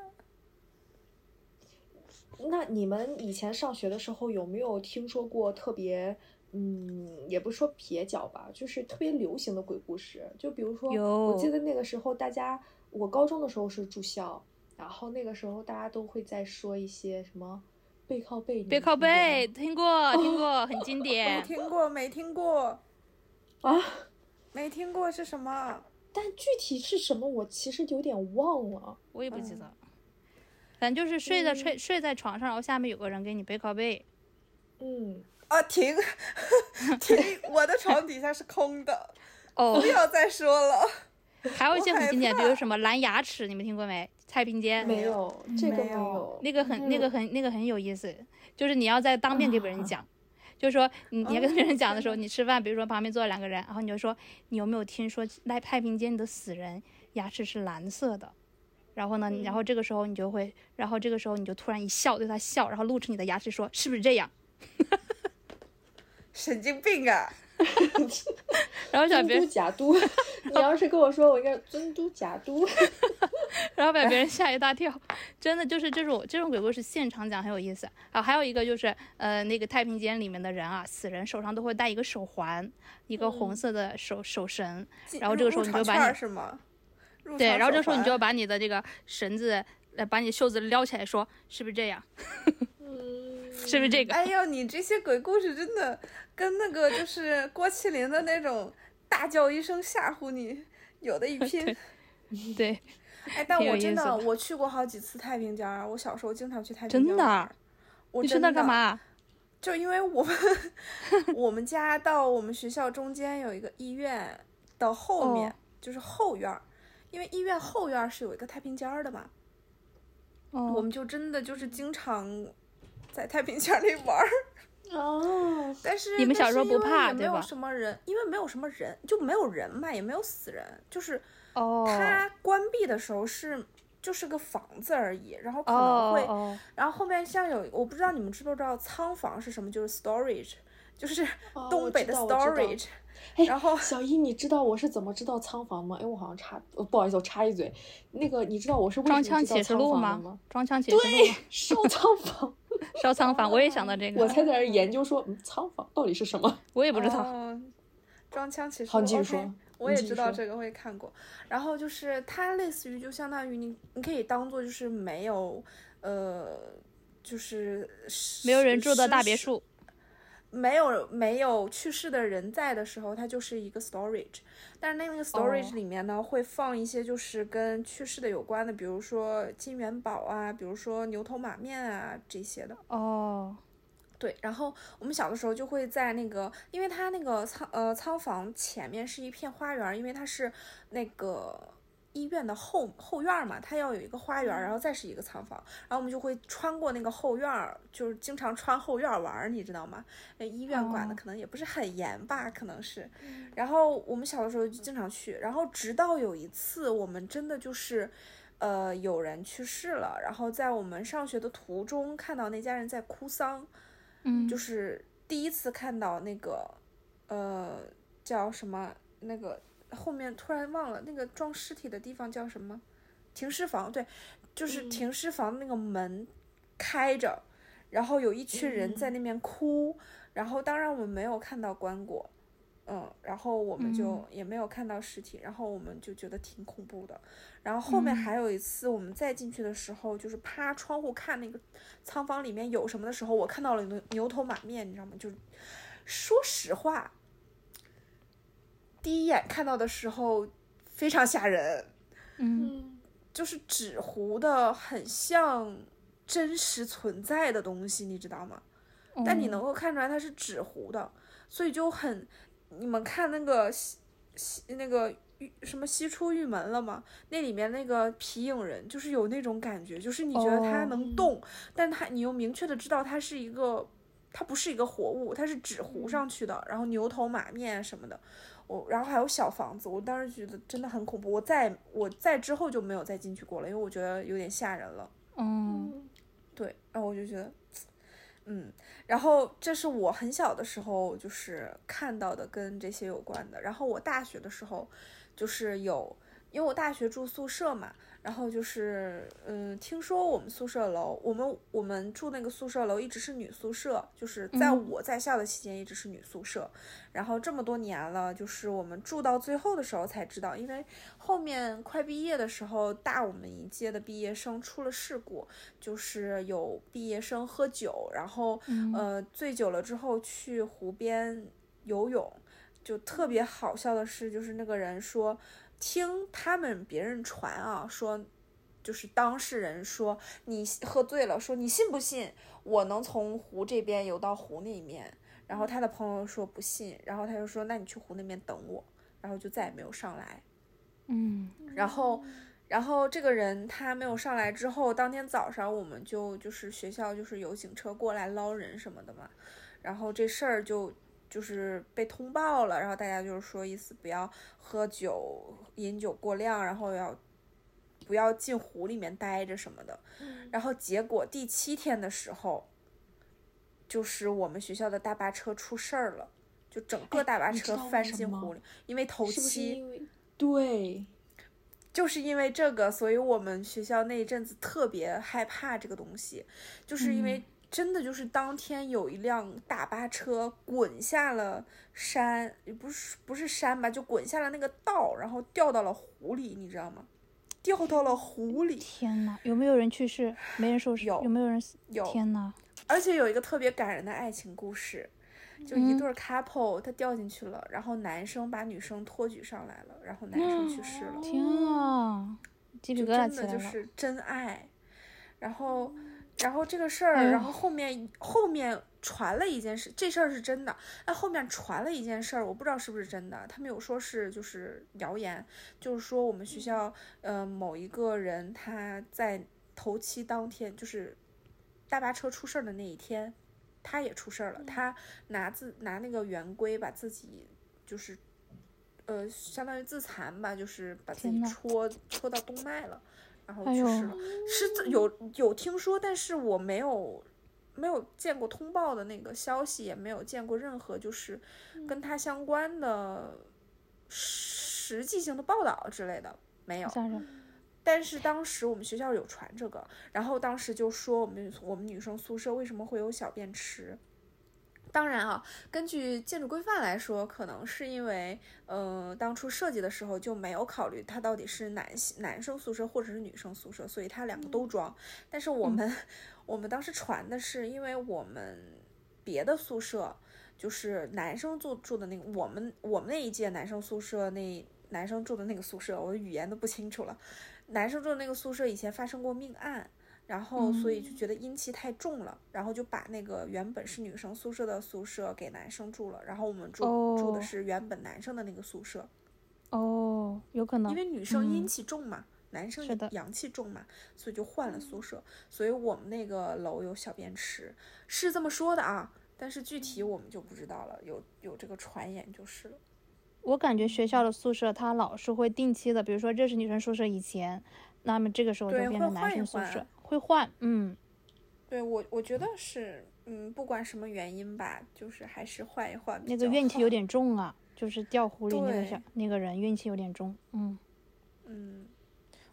Speaker 1: 那你们以前上学的时候有没有听说过特别嗯，也不是说蹩脚吧，就是特别流行的鬼故事。就比如说，
Speaker 3: 有
Speaker 1: 我记得那个时候大家，我高中的时候是住校，然后那个时候大家都会在说一些什么背靠背，你
Speaker 3: 别
Speaker 1: 们
Speaker 3: 靠
Speaker 1: 听过吗
Speaker 3: 背，听过听过，很经
Speaker 2: 没
Speaker 3: 典。
Speaker 2: 哦听过，没听过，
Speaker 1: 啊，
Speaker 2: 没听过是什么？
Speaker 1: 但具体是什么我其实有点忘了。
Speaker 3: 我也不
Speaker 2: 嗯
Speaker 3: 记得，反正就是睡在睡睡在床上，然后下面有个人给你背靠背。
Speaker 1: 嗯，
Speaker 2: 啊，停 停！我的床底下是空的，
Speaker 3: 哦
Speaker 2: 不，要再说了。
Speaker 3: 还有一些
Speaker 2: 我
Speaker 3: 很
Speaker 2: 害
Speaker 3: 经典，比
Speaker 2: 怕
Speaker 3: 如什么蓝牙齿，你们听过没？太平间
Speaker 1: 没有这个
Speaker 2: 没嗯
Speaker 1: 没
Speaker 2: 有
Speaker 1: 有。
Speaker 3: 那个很那个很那个很有意思，就是你要在当面给别
Speaker 2: 啊
Speaker 3: 人讲，就是说你
Speaker 2: 哦
Speaker 3: 你要跟别人讲 的时候，你吃饭，比如说旁边坐了两个人，然后你就说你有没有听说在太平间的死人牙齿是蓝色的？然后呢，
Speaker 2: 嗯
Speaker 3: 然后这个时候你就会，然后这个时候你就突然一笑，对他笑，然后露出你的牙齿说是不是这样？
Speaker 2: 神经病啊！
Speaker 3: 然后把别
Speaker 1: 尊都
Speaker 3: 人，
Speaker 1: 假都，你要是跟我说，我应该尊都假都。
Speaker 3: 然后
Speaker 2: 哎
Speaker 3: 把别人吓一大跳，真的就是这种这种鬼故事现场讲很有意思啊。还有一个就是呃那个太平间里面的人啊，死人手上都会戴一个手环，一个
Speaker 2: 嗯
Speaker 3: 红色的手、手绳，
Speaker 2: 进
Speaker 3: 然后这个时候
Speaker 2: 入
Speaker 3: 你就
Speaker 2: 场
Speaker 3: 把
Speaker 2: 券
Speaker 3: 你
Speaker 2: 是吗？入
Speaker 3: 对，
Speaker 2: 场
Speaker 3: 然后
Speaker 2: 手
Speaker 3: 这时候你
Speaker 2: 环
Speaker 3: 就要把你的这个绳子，呃，把你袖子撩起来说，是不是这样？是不是这个？
Speaker 2: 哎呦，你这些鬼故事真的跟那个就是郭麒麟的那种大叫一声吓唬你有 的一拼。
Speaker 3: 对，
Speaker 2: 哎，但
Speaker 3: 挺有
Speaker 2: 我
Speaker 3: 意
Speaker 2: 真
Speaker 3: 思
Speaker 2: 的
Speaker 3: 的
Speaker 2: 我去过好几次太平间儿，我小时候经常去太平
Speaker 3: 真
Speaker 2: 间
Speaker 3: 的
Speaker 2: 玩
Speaker 3: 啊
Speaker 2: 儿。我
Speaker 3: 你去
Speaker 2: 真
Speaker 3: 那儿干
Speaker 2: 的？
Speaker 3: 嘛？啊
Speaker 2: 就因为我 们我们家到我们学校中间有一个医院的后面、
Speaker 3: 哦
Speaker 2: 就是后院儿，因为医院后院儿是有一个太平间儿的嘛，我
Speaker 3: 哦，
Speaker 2: 们就真的就是经常在太平间儿里 玩儿。
Speaker 1: 哦，
Speaker 2: 但是
Speaker 3: 你们
Speaker 2: 但
Speaker 3: 小时
Speaker 2: 是
Speaker 3: 候不
Speaker 2: 因为
Speaker 3: 怕
Speaker 2: 也
Speaker 3: 对
Speaker 2: 没
Speaker 3: 吧
Speaker 2: 有什么人，因为没有什么人，就没有人嘛，也没有死人，就是
Speaker 3: 哦，
Speaker 2: 它关闭的时候是。就是个房子而已，然后可能
Speaker 3: 哦
Speaker 2: 会，
Speaker 3: 哦，
Speaker 2: 然后后面像有，我不知道你们知不知道仓房是什么，就是 storage，就是
Speaker 1: 哦
Speaker 2: 东
Speaker 1: 我
Speaker 2: 北
Speaker 1: 知
Speaker 2: 的
Speaker 1: 道我知道
Speaker 2: storage，、
Speaker 1: 哎
Speaker 2: 然后
Speaker 1: 小一，你知道我是怎么知道仓房吗？哎，我好像插，呃不好意思，我插一嘴，那个你知道我是为
Speaker 3: 装
Speaker 1: 什么
Speaker 3: 腔
Speaker 1: 知道
Speaker 3: 启示
Speaker 1: 仓
Speaker 3: 录
Speaker 1: 房的
Speaker 3: 吗
Speaker 1: 吗？？
Speaker 3: 装腔启示录吗，
Speaker 1: 烧仓 房，
Speaker 3: 烧
Speaker 2: 哦
Speaker 3: 仓房，我也想到这个，
Speaker 1: 我才在那儿研究说，嗯，仓房到底是什么？
Speaker 3: 我也不知
Speaker 2: 道。
Speaker 3: 道。
Speaker 2: 哦装腔启示
Speaker 1: 好
Speaker 2: 录
Speaker 1: 你继续
Speaker 2: OK，
Speaker 1: 说
Speaker 2: 我
Speaker 1: 你
Speaker 2: 也
Speaker 1: 继续
Speaker 2: 知道
Speaker 1: 说
Speaker 2: 这个会看过。然后就是它类似于就相当于你，你可以当做就是没有，呃，就是
Speaker 3: 没有人
Speaker 2: 尸
Speaker 3: 住的大别，
Speaker 2: 尸
Speaker 3: 墅，
Speaker 2: 没有没有去世的人在的时候，它就是一个 storage。但是那个 storage 里面呢，会放一些就是跟去世的有关的，比如说金元宝啊，比如说牛头马面啊这些的。
Speaker 3: 哦，
Speaker 2: 对，然后我们小的时候就会在那个，因为它那个仓呃仓房前面是一片花园儿，因为它是那个医院的后后院儿嘛，它要有一个花园儿，然后再是一个仓房，然后我们就会穿过那个后院儿，就是经常穿后院儿玩儿，你知道吗？那医院管的
Speaker 3: 哦
Speaker 2: 可能也不是很严吧，可能是。然后我们小的时候就经常去，然后直到有一次我们真的就是。呃，有人去世了，然后在我们上学的途中看到那家人在哭丧，
Speaker 3: 嗯，
Speaker 2: 就是第一次看到那个，呃，叫什么？那个后面突然忘了那个装尸体的地方叫什么？停尸房，对，就是
Speaker 1: 嗯
Speaker 2: 停尸房那个门开着，然后有一群人在那边哭，然后当然我们没有看到棺椁，嗯，然后我们就
Speaker 3: 嗯
Speaker 2: 也没有看到尸体，然后我们就觉得挺恐怖的。然后后面还有一次，我们再进去的时候，就是趴窗户看那个仓房里面有什么的时候，我看到了牛牛头马面，你知道吗？就是说实话，第一眼看到的时候非常吓人，
Speaker 3: 嗯，
Speaker 1: 嗯，
Speaker 2: 就是纸糊的很像真实存在的东西，你知道吗？嗯但你
Speaker 3: 哦
Speaker 2: 能够看出来它是纸糊的，所以就很，你们看那个西西那个玉什么西出玉门了吗？那里面那个皮影人就是有那种感觉，就是你觉得它
Speaker 3: 哦
Speaker 2: 能动，但它你又明确的知道它是一个，它不是一个活物，它是纸糊上去的，然后牛头马面什么的。我然后还有小房子，我当时觉得真的很恐怖，我再我再之后就没有再进去过了，因为我觉得有点吓人了。
Speaker 3: 嗯，
Speaker 2: 对，然后我就觉得，嗯，然后这是我很小的时候就是看到的跟这些有关的。然后我大学的时候，就是有，因为我大学住宿舍嘛，然后就是，嗯，听说我们宿舍楼，我们我们住那个宿舍楼一直是女宿舍，就是在
Speaker 3: 嗯
Speaker 2: 我在校的期间一直是女宿舍。然后这么多年了，就是我们住到最后的时候才知道，因为后面快毕业的时候，大我们一届的毕业生出了事故，就是有毕业生喝酒，然后、呃醉酒了之后去湖边游泳，就特别好笑的是，就是那个人说，听他们别人传啊，说就是当事人说你喝醉了，说你信不信我能从湖这边游到湖那面？然后他的朋友说不信，然后他就说那你去湖那边等我，然后就再也没有上来。
Speaker 3: 嗯，
Speaker 2: 然后，然后这个人他没有上来之后，当天早上我们就就是学校就是有警车过来捞人什么的嘛，然后这事儿就就是被通报了，然后大家就是说意思不要喝酒、饮酒过量，然后要不要进湖里面待着什么的，
Speaker 1: 嗯
Speaker 2: 然后结果第七天的时候，就是我们学校的大巴车出事儿了。就整个大巴
Speaker 1: 哎你知
Speaker 2: 车
Speaker 1: 道为
Speaker 2: 翻
Speaker 1: 什
Speaker 2: 进
Speaker 1: 么
Speaker 2: 湖里，因为头七
Speaker 1: 是不是因为对？
Speaker 2: 就是因为这个，所以我们学校那一阵子特别害怕这个东西，就是因为真的就是当天有一辆大巴车滚下了山，也不是不是山吧，就滚下了那个道，然后掉到了湖里，你知道吗？掉到了湖里，
Speaker 3: 天呐，有没有人去世？没人受伤，
Speaker 2: 有
Speaker 3: 有没有人死？
Speaker 2: 有
Speaker 3: 天呐，
Speaker 2: 而且有一个特别感人的爱情故事，就一
Speaker 3: 嗯
Speaker 2: 对儿 couple，他掉进去了，然后男生把女生托举上来了，然后男生去世了。
Speaker 3: 天啊，鸡皮
Speaker 2: 嗯就
Speaker 3: 疙瘩
Speaker 2: 真
Speaker 3: 起
Speaker 2: 的
Speaker 3: 来
Speaker 2: 就
Speaker 3: 了。
Speaker 2: 是真爱。然后，然后这个事儿，
Speaker 3: 嗯
Speaker 2: 然后后面后面传了一件事，这事儿是真的。哎，后面传了一件事儿，我不知道是不是真的。他们有说是就是谣言，就是说我
Speaker 3: 嗯
Speaker 2: 们学校呃某一个人他在头七当天，就是大巴车出事儿的那一天，他也出事儿了。
Speaker 3: 嗯
Speaker 2: 他拿自拿那个圆规把自己就是呃，相当于自残吧，就是把自己
Speaker 3: 天呐
Speaker 2: 戳戳到动脉了，然后
Speaker 3: 哎
Speaker 2: 去
Speaker 3: 呦
Speaker 2: 世了。是这有有听说，但是我没有没有见过通报的那个消息，也没有见过任何就是
Speaker 3: 嗯
Speaker 2: 跟他相关的实际性的报道之类的，没有。
Speaker 3: 吓人！
Speaker 2: 但是当时我们学校有传这个，然后当时就说我们我们女生宿舍为什么会有小便池。当然啊，根据建筑规范来说，可能是因为，呃，当初设计的时候就没有考虑它到底是男性男生宿舍或者是女生宿舍，所以它两个都装。但是我们、 我们当时传的是，因为我们别的宿舍就是男生住住的那个，我们我们那一届男生宿舍那男生住的那个宿舍，我的语言都不清楚了。男生住的那个宿舍以前发生过命案，然后所以就觉得阴气太重了，然后就把那个原本是女生宿舍的宿舍给男生住了，然后我们住、住的
Speaker 3: 哦
Speaker 2: 是原本男生的那个宿舍，
Speaker 3: 哦，有可能
Speaker 2: 因为女生阴
Speaker 3: 嗯
Speaker 2: 气重嘛。男生
Speaker 3: 是的
Speaker 2: 阳气重嘛，所以就换了宿舍，所以我们那个楼有小便池，是这么说的啊，但是具体我们就不知道了，有有这个传言就是了。
Speaker 3: 我感觉学校的宿舍，它老是会定期的，比如说这是女生宿舍以前，那么这个时候就
Speaker 2: 对
Speaker 3: 变
Speaker 2: 会
Speaker 3: 成男
Speaker 2: 换一
Speaker 3: 生宿
Speaker 2: 换
Speaker 3: 舍，会换，嗯，
Speaker 2: 对我，我觉得是，嗯，不管什么原因吧，就是还是换一换比
Speaker 3: 那个
Speaker 2: 较
Speaker 3: 怨气
Speaker 2: 好
Speaker 3: 有，点重啊，就是掉湖里那个
Speaker 2: 对
Speaker 3: 小那个人怨气有点重，嗯，
Speaker 2: 嗯，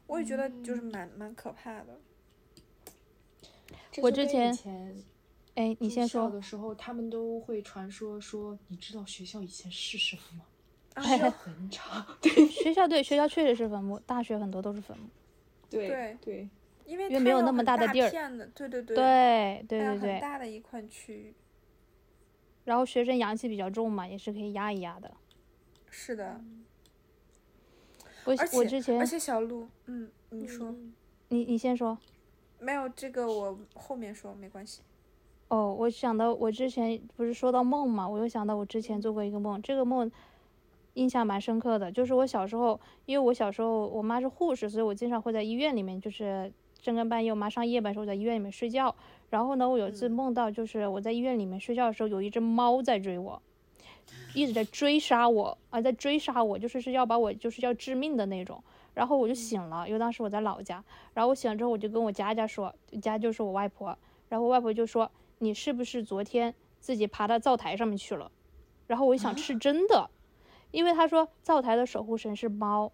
Speaker 2: 我也觉得就是蛮、蛮可怕 的。
Speaker 1: 这
Speaker 3: 我
Speaker 1: 就
Speaker 3: 之
Speaker 1: 跟以
Speaker 3: 前
Speaker 1: 前
Speaker 3: 哎，你
Speaker 1: 住
Speaker 3: 先
Speaker 1: 校
Speaker 3: 说，
Speaker 1: 的时候，他们都会传说说，你知道学校以前是什么吗？
Speaker 2: 哎
Speaker 1: 是
Speaker 2: 呦，
Speaker 1: 坟场。
Speaker 3: 学校对学校确实是坟墓，大学很多都是坟墓，
Speaker 1: 对
Speaker 2: 对
Speaker 1: 对，
Speaker 2: 因为
Speaker 3: 因为
Speaker 2: 它
Speaker 3: 没有
Speaker 2: 有
Speaker 3: 那么
Speaker 2: 很
Speaker 3: 大
Speaker 2: 大
Speaker 3: 的地儿
Speaker 2: 片的，对对对，
Speaker 3: 对对
Speaker 2: 它有
Speaker 3: 对
Speaker 2: 很
Speaker 3: 对，
Speaker 2: 大的一块区域，
Speaker 3: 然后学生阳气比较重嘛，也是可以压一压的。
Speaker 2: 是的，
Speaker 3: 我
Speaker 2: 而
Speaker 3: 我
Speaker 2: 且
Speaker 3: 之前
Speaker 2: 而且小鹿，嗯，你说、
Speaker 3: 你你先说，
Speaker 2: 没有这个，我后面说没关系。
Speaker 3: 哦，我想到我之前不是说到梦嘛，我又想到我之前做过一个梦，这个梦印象蛮深刻的，就是我小时候，因为我小时候我妈是护士，所以我经常会在医院里面，就是深更半夜我妈上夜班的时候，我在医院里面睡觉。然后呢，我有一次梦到，就是我在医院里面睡觉的时候，有一只猫在追我，一直在追杀我啊，在追杀我，就是是要把我就是要致命的那种。然后我就醒了，因为当时我在老家，然后我醒了之后，我就跟我佳佳说，佳就是我外婆，然后我外婆就说你是不是昨天自己爬到灶台上面去了？然后我一想是真的，因为他说灶台的守护神是猫，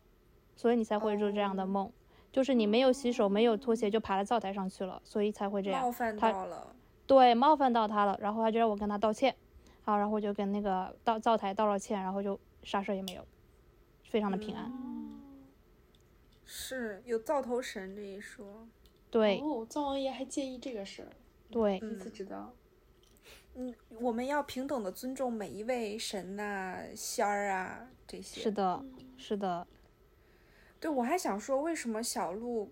Speaker 3: 所以你才会做这样的梦。就是你没有洗手、没有脱鞋就爬到灶台上去了，所以才会这样
Speaker 2: 冒。犯
Speaker 3: 他
Speaker 2: 到了，
Speaker 3: 对，冒犯到他了，然后他就让我跟他道歉，好，然后我就跟那个道灶台道了歉，然后就啥事儿也没有，非常的平安。
Speaker 1: 嗯
Speaker 3: 嗯
Speaker 2: 是有灶头神这一说。
Speaker 3: 对、
Speaker 1: 哦，灶王爷还介意这个事儿，
Speaker 3: 对，
Speaker 1: 第一次知道。
Speaker 2: 嗯，我们要平等的尊重每一位神呐、仙儿啊这些。
Speaker 3: 是的，是的，
Speaker 2: 对，我还想说，为什么小鹿？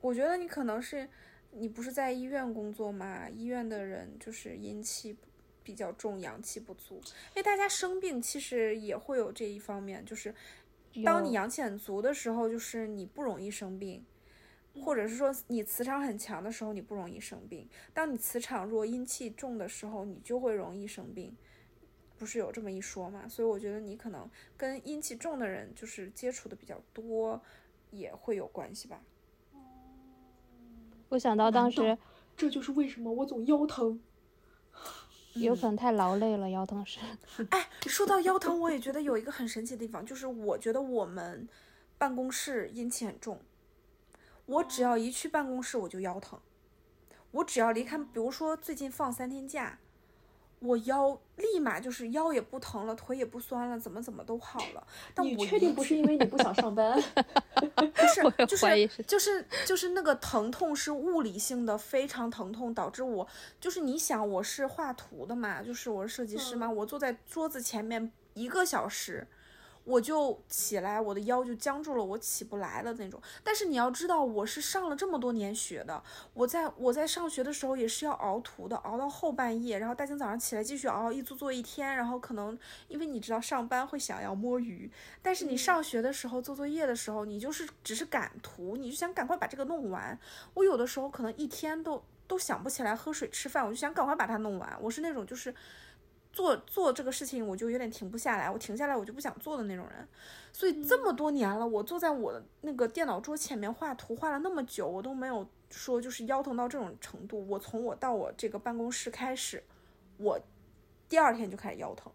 Speaker 2: 我觉得你可能是你不是在医院工作嘛？医院的人就是阴气比较重，阳气不足。因为大家生病其实也会有这一方面，就是当你
Speaker 3: 有
Speaker 2: 阳气很足的时候，就是你不容易生病，或者是说你磁场很强的时候，你不容易生病。当你磁场弱、阴气重的时候，你就会容易生病。不是有这么一说嘛？所以我觉得你可能跟阴气重的人就是接触的比较多，也会有关系吧。
Speaker 3: 我想到当
Speaker 1: 难
Speaker 3: 时
Speaker 1: 道这就是为什么我总腰疼。
Speaker 3: 有可能太劳累了，腰疼是。
Speaker 2: 哎，说到腰疼，我也觉得有一个很神奇的地方，就是我觉得我们办公室阴气很重，我只要一去办公室我就腰疼，我只要离开，比如说最近放三天假，我腰立马就是腰也不疼了，腿也不酸了，怎么怎么都好了。但
Speaker 1: 你
Speaker 2: 我
Speaker 1: 确
Speaker 2: 一
Speaker 1: 定不是因为你不想上 班？
Speaker 2: 不是，
Speaker 3: 也
Speaker 2: 就
Speaker 3: 怀疑
Speaker 2: 是
Speaker 3: 是
Speaker 2: 就是就是那个疼痛是物理性的，非常疼痛，导致我就是你想我是画图的嘛，就是我是设计师嘛，
Speaker 3: 嗯
Speaker 2: 我坐在桌子前面一个小时。我就起来，我的腰就僵住了，我起不来了那种。但是你要知道，我是上了这么多年学的，我在我在上学的时候也是要熬图的，熬到后半夜，然后大清早上起来继续熬，一做做一天，然后可能因为你知道上班会想要摸鱼，但是你上学的时候做作业的时候，你就是只是赶图，你就想赶快把这个弄完。我有的时候可能一天都都想不起来喝水吃饭，我就想赶快把它弄完。我是那种就是做做这个事情我就有点停不下来，我停下来我就不想做的那种人。所以这么多年了，我坐在我的那个电脑桌前面画图画了那么久，我都没有说就是腰疼到这种程度。我从我到我这个办公室开始，我第二天就开始腰疼。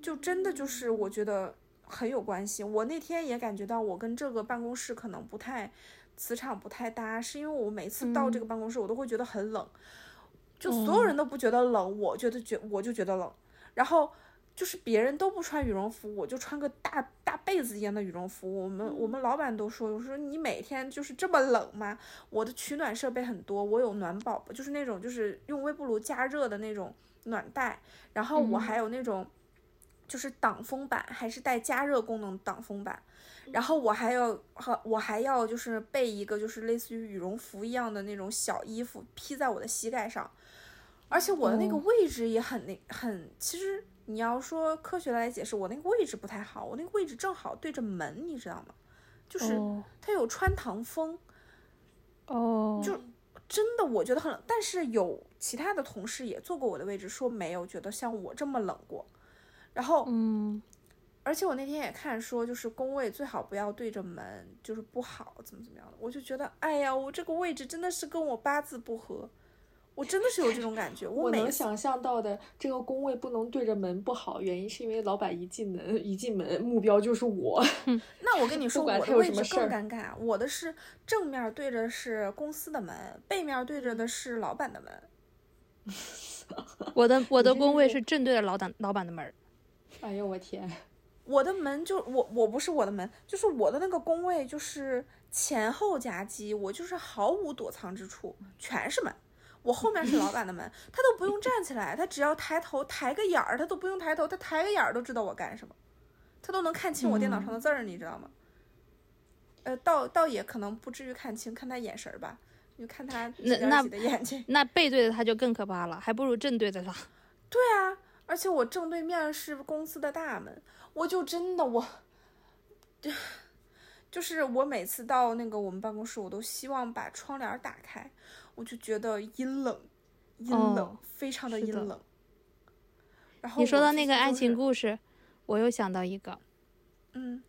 Speaker 2: 就真的就是我觉得很有关系。我那天也感觉到我跟这个办公室可能不太磁场不太搭，是因为我每次到这个办公室，我都会觉得很冷，就所有人都不觉得冷，我觉得觉我就觉得冷，然后。就是别人都不穿羽绒服，我就穿个大大被子一样的羽绒服。我们我们老板都说，我说你每天就是这么冷吗？我的取暖设备很多，我有暖宝宝，就是那种就是用微波炉加热的那种暖袋，然后我还有那种就是挡风板，还是带加热功能的挡风板。然后我还要和我还要就是备一个就是类似于羽绒服一样的那种小衣服披在我的膝盖上，而且我的那个位置也很那很，其实你要说科学来解释，我那个位置不太好，我那个位置正好对着门，你知道吗？就是
Speaker 3: 哦
Speaker 2: 它有穿堂风，
Speaker 3: 哦，
Speaker 2: 就真的我觉得很冷，但是有其他的同事也坐过我的位置，说没有觉得像我这么冷过。然后，
Speaker 3: 嗯
Speaker 2: 而且我那天也看说，就是工位最好不要对着门，就是不好怎么怎么样的。我就觉得，哎呀，我这个位置真的是跟我八字不合，我真的是有这种感觉。
Speaker 1: 我
Speaker 2: 每
Speaker 1: 能
Speaker 2: 次
Speaker 1: 想象到的，这个工位不能对着门不好，原因是因为老板一进门，一进门目标就 是我。
Speaker 2: 那我跟你说，
Speaker 1: 不
Speaker 2: 我
Speaker 1: 管他
Speaker 2: 的
Speaker 1: 有
Speaker 2: 位
Speaker 1: 什
Speaker 2: 置
Speaker 1: 么事
Speaker 2: 更
Speaker 1: 儿
Speaker 2: 尴尬，我的是正面对着是公司的门，背面对着的是老板的门。
Speaker 3: 我的我的
Speaker 1: 这
Speaker 3: 工
Speaker 1: 是
Speaker 3: 位是正对着老板老板的门儿。
Speaker 1: 哎呦我天，
Speaker 2: 我的门就我我不是我的门，就是我的那个工位就是前后夹击，我就是毫无躲藏之处，全是门。我后面是老板的 门，他都不用站起来，他只要抬头抬个眼儿，他都不用抬头，他抬个眼儿都知道我干什么，他都能看清我电脑上
Speaker 3: 嗯
Speaker 2: 的字儿，你知道吗？呃，倒倒也可能不至于看清，看他眼神儿吧，你就看他
Speaker 3: 那
Speaker 2: 自己
Speaker 3: 那
Speaker 2: 的眼睛。
Speaker 3: 那背对着他就更可怕了，还不如正对着他。
Speaker 1: 哦
Speaker 2: 对啊，而且我正对面是公司的大门，我就真的我，就是我每次到那个我们办公室，我都希望把窗帘儿打开，我就觉得阴冷，阴冷，
Speaker 3: 哦
Speaker 2: 非常的
Speaker 3: 是
Speaker 2: 阴
Speaker 3: 的
Speaker 2: 冷。然后
Speaker 3: 你说
Speaker 2: 我
Speaker 3: 到
Speaker 2: 最
Speaker 3: 那
Speaker 2: 近
Speaker 3: 个爱
Speaker 2: 就是
Speaker 3: 情，故事，我又想到一个，
Speaker 2: 嗯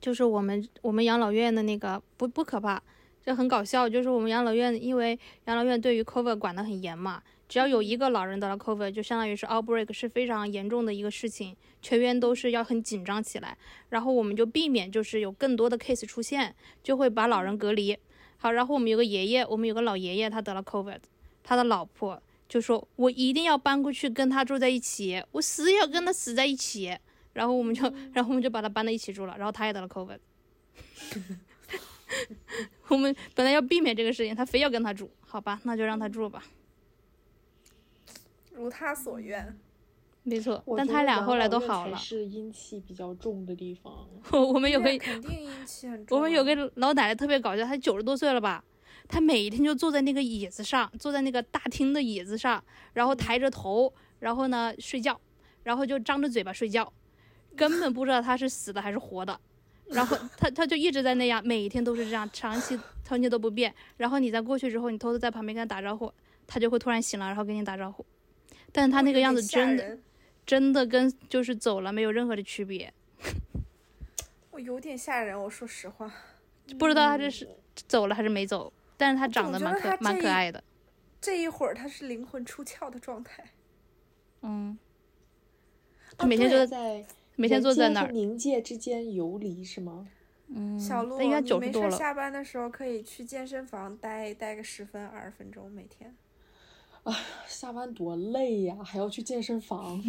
Speaker 3: 就是我们我们养老院的那个不不可怕，这很搞笑，就是我们养老院，因为养老院对于 COVID 管得很严嘛，只要有一个老人得了 COVID，就相当于是 outbreak，是非常严重的一个事情，全员都是要很紧张起来。然后我们就避免就是有更多的 case 出现，就会把老人隔离。好，然后我们有个爷爷，我们有个老爷爷，他得了 COVID，他的老婆就说：“我一定要搬过去跟他住在一起，我死也要跟他死在一起。”然后我们就， 然后我们就把他搬到一起住了。然后他也得了 COVID，我们本来要避免这个事情，他非要跟他住，好吧，那就让他住吧。
Speaker 2: 如他所
Speaker 3: 嗯
Speaker 2: 愿。
Speaker 3: 没错
Speaker 1: 我，
Speaker 3: 但
Speaker 1: 觉
Speaker 3: 他
Speaker 1: 得
Speaker 3: 俩
Speaker 1: 养
Speaker 3: 后来
Speaker 1: 老
Speaker 3: 都
Speaker 1: 院
Speaker 3: 好
Speaker 1: 才
Speaker 3: 了。
Speaker 1: 是阴气比较重的地方。
Speaker 3: 我们有
Speaker 2: 对
Speaker 3: 个
Speaker 2: 呀肯定阴气很重啊。
Speaker 3: 我们有个老奶奶特别搞笑，她九十多岁了吧，她每天就坐在那个椅子上，坐在那个大厅的椅子上，然后抬着头，然后呢睡觉，然后就张着嘴巴睡觉，根本不知道她是死的还是活的。然后她她就一直在那样，每天都是这样，长期长期都不变。然后你再过去之后，你偷偷在旁边跟她打招呼，她就会突然醒了，然后跟你打招呼。但是她那
Speaker 2: 哦有
Speaker 3: 个样
Speaker 2: 点
Speaker 3: 子
Speaker 2: 吓
Speaker 3: 真的
Speaker 2: 人，
Speaker 3: 真的跟就是走了没有任何的区别，
Speaker 2: 我有点吓人。我说实话，
Speaker 3: 就不知道她
Speaker 2: 嗯
Speaker 3: 这是走了还是没走。但是她长
Speaker 2: 总
Speaker 3: 得
Speaker 2: 觉
Speaker 3: 蛮
Speaker 2: 得
Speaker 3: 可
Speaker 2: 她
Speaker 3: 蛮
Speaker 2: 这
Speaker 3: 可
Speaker 2: 一
Speaker 3: 爱的。
Speaker 2: 这一会儿他是灵魂出窍的状态。
Speaker 3: 嗯，
Speaker 2: 哦
Speaker 3: 他每天
Speaker 2: 对
Speaker 3: 就在
Speaker 1: 在
Speaker 3: 每天
Speaker 1: 人
Speaker 3: 坐
Speaker 1: 界
Speaker 3: 在那
Speaker 1: 和
Speaker 3: 儿，
Speaker 1: 冥界之间游离是吗？
Speaker 3: 嗯，
Speaker 2: 小鹿，
Speaker 3: 他应该
Speaker 2: 你
Speaker 3: 九十
Speaker 2: 没
Speaker 3: 多
Speaker 2: 事
Speaker 3: 了，
Speaker 2: 下班的时候可以去健身房待待个十分二十分钟每天。
Speaker 1: 下班多累呀、还要去健身 房。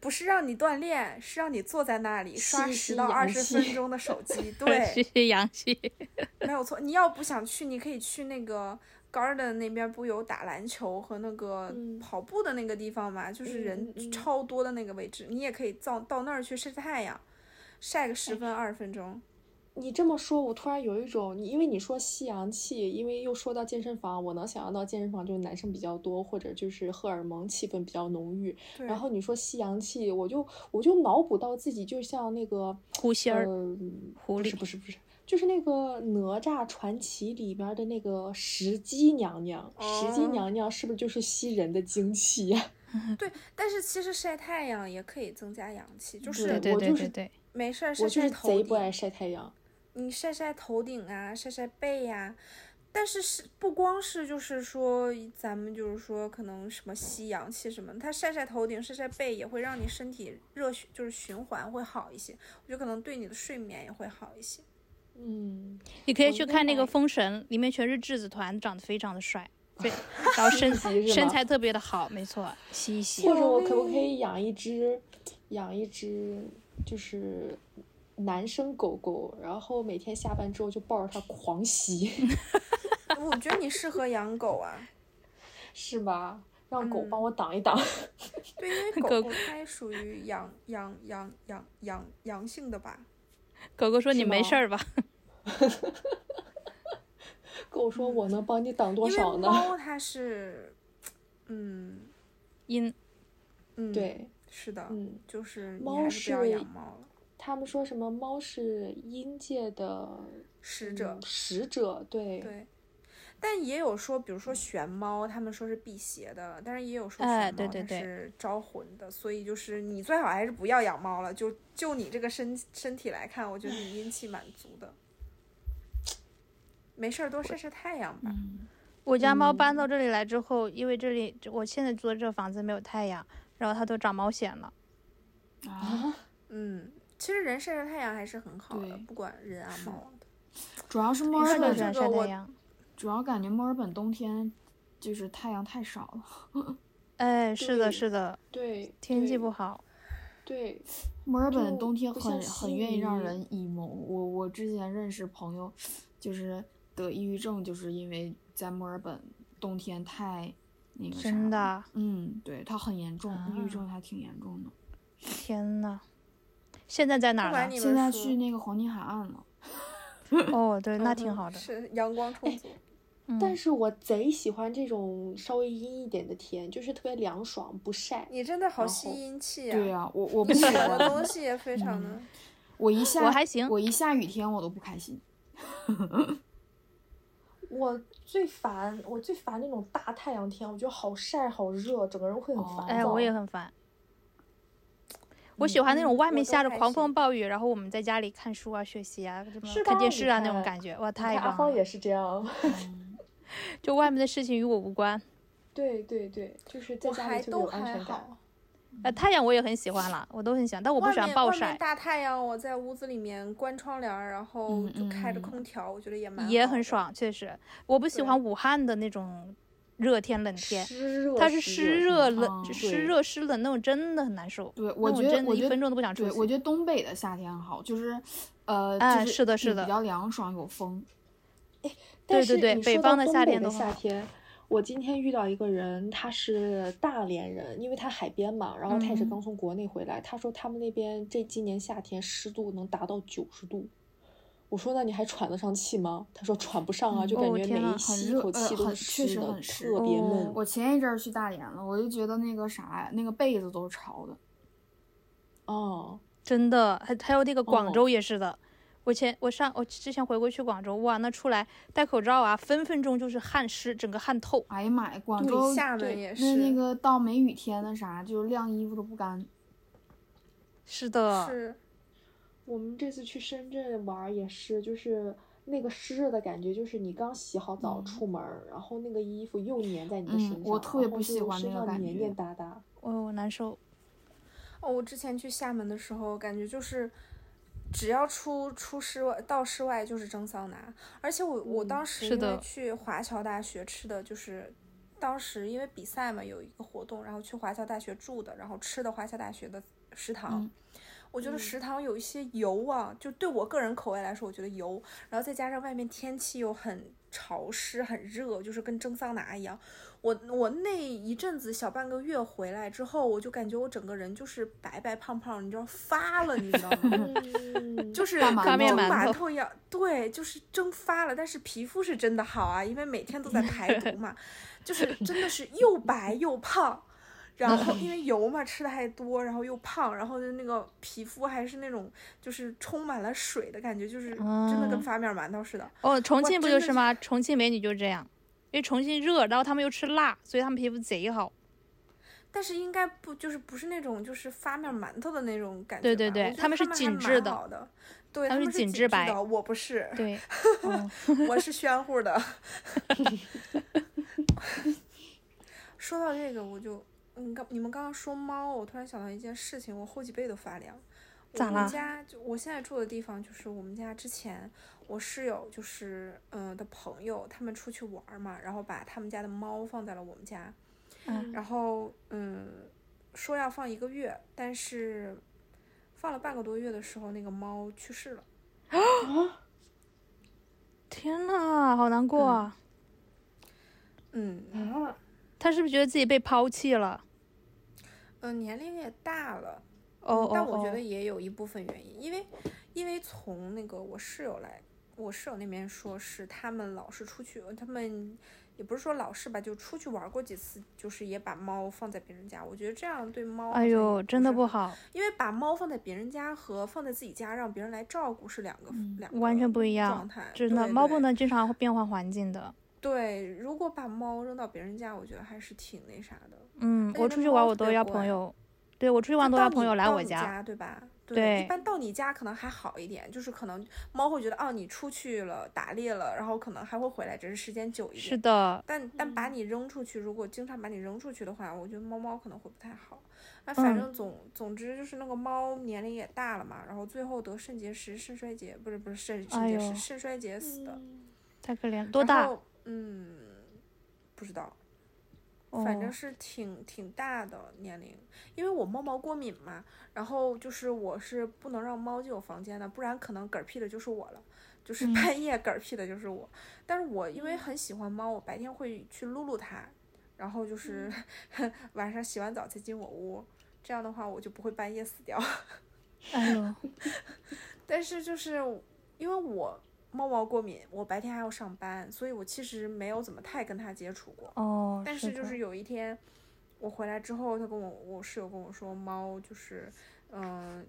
Speaker 2: 不是让你锻炼，是让你坐在那里刷
Speaker 1: 吸
Speaker 2: 十
Speaker 1: 吸
Speaker 2: 到二
Speaker 1: 阳
Speaker 2: 十
Speaker 1: 气
Speaker 2: 分钟的 手机，
Speaker 3: 吸
Speaker 2: 对，
Speaker 3: 吸阳 气。
Speaker 2: 没有错。你要不想去，你可以去那个 Garden 那边，不有打篮球和那个
Speaker 1: 嗯
Speaker 2: 跑步的那个地方嘛，就是
Speaker 1: 嗯
Speaker 2: 人
Speaker 1: 嗯嗯
Speaker 2: 超多的那个位置，你也可以到到那儿去晒晒太阳，晒个
Speaker 1: 哎
Speaker 2: 十分二十分钟。
Speaker 1: 你这么说，我突然有一种，你因为你说吸阳气，因为又说到健身房，我能想象到健身房就是男生比较多，或者就是荷尔蒙气氛比较浓郁。
Speaker 2: 对，
Speaker 1: 然后你说吸阳气，我就我就脑补到自己就像那个
Speaker 3: 狐仙儿
Speaker 1: 呃，
Speaker 3: 狐
Speaker 1: 不
Speaker 3: 狸
Speaker 1: 是不是不是，就是那个哪吒传奇里边的那个石矶娘娘，石矶
Speaker 2: 哦
Speaker 1: 娘娘是不是就是吸人的精气呀、
Speaker 2: 对，但是其实晒太阳也可以增加阳气，就
Speaker 1: 对
Speaker 3: 对
Speaker 2: 是
Speaker 3: 对
Speaker 1: 我
Speaker 3: 对
Speaker 1: 就
Speaker 3: 对
Speaker 1: 是
Speaker 3: 对，
Speaker 2: 没事儿晒
Speaker 1: 我就
Speaker 2: 晒
Speaker 1: 是
Speaker 2: 头
Speaker 1: 贼
Speaker 2: 顶。
Speaker 1: 不爱晒太阳。
Speaker 2: 你晒晒头顶啊，晒晒背呀、但是是不光是就是说咱们就是说可能什么吸阳气什么的，它晒晒头顶、晒晒背也会让你身体热循就是循环会好一些，我觉得可能对你的睡眠也会好一些。
Speaker 1: 嗯，
Speaker 3: 你可以
Speaker 1: 我
Speaker 3: 去
Speaker 1: 另
Speaker 3: 看那个《
Speaker 1: 外
Speaker 3: 封神》，里面全是质子团，长得非常 的帅，对，然后身
Speaker 1: 级是
Speaker 3: 身
Speaker 1: 吗
Speaker 3: 材特别的好，没错，吸一吸
Speaker 1: 或。者我可不可以养一只，养一只就是男生狗狗，然后每天下班之后就抱着它狂吸，
Speaker 2: 哎我觉得你适合养狗啊，
Speaker 1: 是吧？让狗帮我挡一挡。
Speaker 2: 对，因为
Speaker 3: 狗
Speaker 2: 狗狗它也属于阳阳阳阳阳阳性的吧。
Speaker 3: 狗狗说：“
Speaker 1: 是
Speaker 3: 你没
Speaker 1: 吗
Speaker 3: 事 儿吧
Speaker 1: 狗说我能帮你挡多
Speaker 2: 因为
Speaker 1: 少呢？
Speaker 2: 猫它是，嗯？”
Speaker 3: 因
Speaker 2: 嗯，，
Speaker 1: 对，
Speaker 2: 是的，
Speaker 1: 嗯，
Speaker 2: 就是你
Speaker 1: 猫
Speaker 2: 还是不要
Speaker 1: 是
Speaker 2: 养猫了，
Speaker 1: 他们说什么猫是阴界的
Speaker 2: 使者
Speaker 1: 嗯。使者，对，
Speaker 2: 对，但也有说，比如说玄猫，他们说是辟邪的，但是也有说
Speaker 3: 哎
Speaker 2: 玄
Speaker 3: 对
Speaker 2: 猫
Speaker 3: 对
Speaker 2: 它
Speaker 3: 对
Speaker 2: 是招魂的，所以就是你最好还是不要养猫了。就就你这个身身体来看，我觉得你阴气蛮足的，没事儿多晒晒太阳吧。
Speaker 3: 我家
Speaker 2: 嗯
Speaker 3: 猫搬到这里来之后，因为这里我现在住的这个房子没有太阳，然后它都长毛癣了。
Speaker 5: 啊，
Speaker 2: 嗯，其实人晒晒太阳还是很好的，
Speaker 5: 对
Speaker 2: 不管人啊
Speaker 5: 是
Speaker 2: 猫啊的。
Speaker 5: 主要是墨
Speaker 3: 我
Speaker 5: 尔
Speaker 3: 特别
Speaker 5: 本
Speaker 3: 喜
Speaker 2: 这
Speaker 3: 欢
Speaker 2: 个
Speaker 3: 晒
Speaker 2: 我
Speaker 3: 太阳。
Speaker 5: 主要感觉墨尔本冬天就是太阳太少了。
Speaker 3: 哎，是的，
Speaker 1: 对
Speaker 3: 是的，
Speaker 1: 对，
Speaker 3: 天气
Speaker 1: 对
Speaker 3: 不，好。
Speaker 1: 对，
Speaker 5: 墨尔本
Speaker 1: 就
Speaker 5: 冬天
Speaker 1: 不像
Speaker 5: 很
Speaker 1: 悉
Speaker 5: 很愿意让
Speaker 1: 尼
Speaker 5: 人 emo。我我之前认识朋友，就是得抑郁症，就是因为在墨尔本冬天太那个啥
Speaker 3: 真的
Speaker 5: 了。
Speaker 3: 啊，
Speaker 5: 嗯，对，他很严重，抑郁
Speaker 3: 啊
Speaker 5: 症还挺严重的。
Speaker 3: 天呐，现在在哪
Speaker 2: 不
Speaker 3: 儿
Speaker 2: 管
Speaker 3: 呢？
Speaker 2: 你
Speaker 5: 现在
Speaker 2: 们说嗯
Speaker 5: 去那个黄金海岸了。
Speaker 3: 哦，对，那挺好的。
Speaker 2: 是阳光充足，
Speaker 1: 但
Speaker 3: 嗯
Speaker 1: 是我贼喜欢这种稍微阴一点的天，就是特别凉爽，不晒。
Speaker 2: 你真的好
Speaker 1: 然
Speaker 2: 吸
Speaker 1: 后
Speaker 2: 阴气呀、
Speaker 5: 对呀、我 我不
Speaker 2: 你
Speaker 5: 啊喜
Speaker 2: 选的东
Speaker 5: 欢。
Speaker 2: 西也非常的。
Speaker 5: 我一下
Speaker 3: 我还行
Speaker 5: 我一下雨天我都不开心。
Speaker 1: 我最烦，我最烦那种大太
Speaker 3: 哎
Speaker 1: 阳天，我觉得好晒好热，整个人会很
Speaker 5: 哦
Speaker 1: 烦躁。
Speaker 3: 哎，我也很烦。我喜欢那种
Speaker 2: 嗯
Speaker 3: 外
Speaker 2: 我
Speaker 3: 面
Speaker 2: 都
Speaker 3: 下着
Speaker 2: 还
Speaker 3: 狂
Speaker 2: 行
Speaker 3: 风暴雨，然后我们在家里看书啊、学习啊、什么
Speaker 1: 是
Speaker 3: 看
Speaker 1: 吧
Speaker 3: 电
Speaker 1: 你
Speaker 3: 视啊那种
Speaker 1: 看
Speaker 3: 感觉，哇，
Speaker 1: 你
Speaker 3: 太
Speaker 1: 看阿
Speaker 3: 棒
Speaker 1: 芳
Speaker 3: 了！
Speaker 1: 也是这样，
Speaker 3: 就外面的事情与我无关。
Speaker 1: 对对对，就是在
Speaker 2: 我
Speaker 1: 家
Speaker 2: 还
Speaker 1: 里就有
Speaker 2: 都
Speaker 1: 安
Speaker 2: 还
Speaker 1: 全感。
Speaker 2: 好。
Speaker 3: 呃，太阳我也很喜欢啦，我都很喜欢，但我不
Speaker 2: 外
Speaker 3: 喜欢
Speaker 2: 面
Speaker 3: 暴
Speaker 2: 外面
Speaker 3: 晒，
Speaker 2: 大太阳，我在屋子里面关窗帘儿，然后
Speaker 5: 嗯
Speaker 2: 就开着
Speaker 5: 嗯
Speaker 2: 空调，我觉得也蛮
Speaker 3: 也
Speaker 2: 好
Speaker 3: 很
Speaker 2: 的。
Speaker 3: 爽，确实。我不喜
Speaker 2: 对
Speaker 3: 欢武汉的那种热天、冷天，
Speaker 1: 湿热，
Speaker 3: 它是湿热冷、
Speaker 5: 嗯
Speaker 1: 对
Speaker 3: 湿热湿冷那种，真的很难受。
Speaker 5: 对，我
Speaker 3: 那种
Speaker 5: 觉得
Speaker 3: 真的
Speaker 5: 我
Speaker 3: 一
Speaker 5: 觉得
Speaker 3: 分钟都不想出
Speaker 5: 对，
Speaker 3: 去
Speaker 5: 我觉得东北的夏天好，就是，呃，
Speaker 3: 哎
Speaker 5: 就是
Speaker 3: 的是
Speaker 5: 地
Speaker 3: 的
Speaker 5: 比较凉爽，有风。
Speaker 1: 但
Speaker 3: 对
Speaker 1: 是
Speaker 3: 对对
Speaker 1: 你
Speaker 3: 北
Speaker 1: 说
Speaker 3: 方
Speaker 1: 到
Speaker 3: 的
Speaker 1: 东
Speaker 3: 夏
Speaker 1: 北
Speaker 3: 天
Speaker 1: 的
Speaker 3: 都很
Speaker 1: 夏
Speaker 3: 好
Speaker 1: 天，我今天遇到一个人，他是大连人，因为他海边嘛，然后他也是
Speaker 3: 嗯
Speaker 1: 刚从国内回来，他说他们那边这今年夏天湿度能达到九十度。我说那你还喘得上气吗？他说喘不上啊，
Speaker 5: 嗯
Speaker 1: 就
Speaker 3: 哦
Speaker 1: 感觉
Speaker 3: 天
Speaker 1: 每
Speaker 3: 呐
Speaker 1: 一
Speaker 5: 很
Speaker 1: 吸一
Speaker 5: 热
Speaker 1: 口
Speaker 5: 呃
Speaker 1: 气都
Speaker 5: 很
Speaker 1: 是
Speaker 5: 确实
Speaker 1: 的，
Speaker 5: 很湿
Speaker 1: 特别闷。
Speaker 3: 哦
Speaker 5: 我前一阵儿去大连了，我就觉得那个啥呀，那个被子都是潮的。
Speaker 1: 哦，
Speaker 3: 真的，还还有那个广
Speaker 1: 哦
Speaker 3: 州也是的。我前我上我之前回国去广州，哇，那出来戴口罩啊，分分钟就是汗湿，整个汗透。
Speaker 5: 哎呀妈呀，广
Speaker 2: 对
Speaker 5: 州
Speaker 2: 厦
Speaker 1: 对
Speaker 2: 门也
Speaker 5: 那
Speaker 2: 是
Speaker 5: 那个到梅雨天那啥，就是晾衣服都不干。
Speaker 3: 是的，
Speaker 2: 是
Speaker 1: 我们这次去深圳玩儿也是，就是那个湿热的感觉，就是你刚洗好澡
Speaker 5: 嗯
Speaker 1: 出门儿，然后那个衣服又粘在你的
Speaker 5: 嗯
Speaker 1: 身上，
Speaker 5: 我特别
Speaker 1: 然后
Speaker 5: 不喜
Speaker 1: 就
Speaker 5: 欢
Speaker 1: 身
Speaker 5: 那个
Speaker 1: 上
Speaker 5: 感
Speaker 1: 黏
Speaker 5: 觉
Speaker 1: 黏哒哒。
Speaker 3: 哦，难受。
Speaker 2: 哦，我之前去厦门的时候，感觉就是只要出出室外到室外就是蒸桑拿，而且我我
Speaker 1: 嗯
Speaker 2: 当时
Speaker 3: 是
Speaker 2: 因为
Speaker 3: 的
Speaker 2: 去华侨大学吃的就是。当时因为比赛嘛，有一个活动，然后去华侨大学住的，然后吃的华侨大学的食堂。
Speaker 5: 嗯
Speaker 2: 我觉得
Speaker 1: 嗯
Speaker 2: 食堂有一些油啊，就对我个人口味来说，我觉得油。然后再加上外面天气又很潮湿、很热，就是跟蒸桑拿一样。我我那一阵子小半个月回来之后，我就感觉我整个人就是白白胖胖，你知道发了，你知道吗？
Speaker 1: 嗯，
Speaker 2: 就是
Speaker 5: 大
Speaker 2: 跟
Speaker 5: 馒
Speaker 2: 蒸
Speaker 5: 头
Speaker 2: 馒头一样，对，就是蒸发了。但是皮肤是真的好啊，因为每天都在排毒 嘛，就是真的是又白又胖。然后因 为油嘛吃的还多，然后又胖，然后就那个皮肤还是那种就是充满了水的感觉，就是真的跟
Speaker 3: 嗯
Speaker 2: 发面馒头似的。
Speaker 3: 哦，重庆不
Speaker 2: 真
Speaker 3: 就
Speaker 2: 的
Speaker 3: 是
Speaker 2: 是
Speaker 3: 吗？重庆美女就是这样，因为重庆热，然后他们又吃辣，所以他们皮肤贼好。
Speaker 2: 但是应该不就是不是那种就是发面馒头的那种感觉吧？
Speaker 3: 对对对
Speaker 2: 我觉得
Speaker 3: 他
Speaker 2: 他
Speaker 3: 们是
Speaker 2: 还
Speaker 3: 紧
Speaker 2: 蛮
Speaker 3: 致的
Speaker 2: 好的，对，
Speaker 3: 他
Speaker 2: 他
Speaker 3: 们
Speaker 2: 们
Speaker 3: 是
Speaker 2: 是
Speaker 3: 紧致
Speaker 2: 致
Speaker 3: 白
Speaker 2: 的，我不是，
Speaker 3: 对，哦
Speaker 2: 我是暄乎的。 说到这个，我就你刚你们刚刚说猫，我突然想到一件事情，我后脊背都发凉。
Speaker 3: 咋
Speaker 2: 我
Speaker 3: 啦
Speaker 2: 们家就我现在住的地方，就是我们家之前我室友就是嗯、呃的朋友，他们出去玩儿嘛，然后把他们家的猫放在了我们家，
Speaker 3: 嗯
Speaker 2: 然后嗯，说要放一个月，但是放了半个多月的时候，那个猫去世了。
Speaker 3: 天呐，好难过啊！
Speaker 2: 嗯嗯、
Speaker 1: 啊，
Speaker 3: 他是不是觉得自己被抛弃了？
Speaker 2: 呃年龄也大了，
Speaker 3: 哦哦，
Speaker 2: 嗯但我觉
Speaker 3: 哦
Speaker 2: 得也有一部分原因，因为因为从那个我室友来，我室友那边说是他们老是出去，呃他们也不是说老是吧，就出去玩过几次，就是也把猫放在别人家。我觉得这样对猫，
Speaker 3: 哎呦，真的不
Speaker 2: 好。
Speaker 3: 好，
Speaker 2: 因为把猫放在别人家和放在自己家让别人来照顾是两个、
Speaker 5: 嗯
Speaker 2: 两个
Speaker 3: 完全不一样
Speaker 2: 状，态。
Speaker 3: 真的，
Speaker 2: 对
Speaker 3: 猫
Speaker 2: 对
Speaker 3: 不能经常变换环境的。
Speaker 2: 对。如果把猫扔到别人家，我觉得还是挺那啥的。
Speaker 3: 嗯
Speaker 2: 而，且
Speaker 3: 我
Speaker 2: 那
Speaker 3: 出去
Speaker 2: 猫
Speaker 3: 玩我
Speaker 2: 特
Speaker 3: 都
Speaker 2: 别
Speaker 3: 要
Speaker 2: 乖
Speaker 3: 朋友，对我出去玩
Speaker 2: 就
Speaker 3: 都
Speaker 2: 到
Speaker 3: 要
Speaker 2: 你
Speaker 3: 朋友来
Speaker 2: 到
Speaker 3: 我
Speaker 2: 你
Speaker 3: 家。
Speaker 2: 家，对吧？
Speaker 3: 对
Speaker 2: 一般到你家可能还好一点，就是可能猫会觉得哦，你出去了打猎了，然后可能还会回来，只是时间久一点。
Speaker 3: 是嗯的，
Speaker 2: 但但把你扔出去，如果经常把你扔出去的话，我觉得猫猫可能会不太好。那反
Speaker 3: 嗯
Speaker 2: 正总、总之就是那个猫年龄也大了嘛，然后最后得肾结石、肾衰竭，不是不是肾肾结
Speaker 3: 哎呦
Speaker 2: 石、肾衰竭死的。
Speaker 3: 太可怜了，多
Speaker 2: 然
Speaker 3: 大？
Speaker 2: 后？嗯，不知道，
Speaker 3: 哦
Speaker 2: 反正是挺挺大的年龄，因为我猫毛过敏嘛，然后就是我是不能让猫进我房间的，不然可能嗝屁的就是我了，就是
Speaker 3: 嗯
Speaker 2: 半夜嗝屁的就是我。但是我因为很喜欢猫，我白天会去撸撸它，然后就是
Speaker 3: 嗯
Speaker 2: 晚上洗完澡再进我屋，这样的话我就不会半夜死掉。
Speaker 3: 哎呦，
Speaker 2: 但是就是因为我猫毛过敏，我白天还要上班，所以我其实没有怎么太跟它接触过。
Speaker 3: 哦，
Speaker 2: 但是就
Speaker 3: 的
Speaker 2: 是有一天我回来之后，他跟我我室友跟我说，猫就是嗯、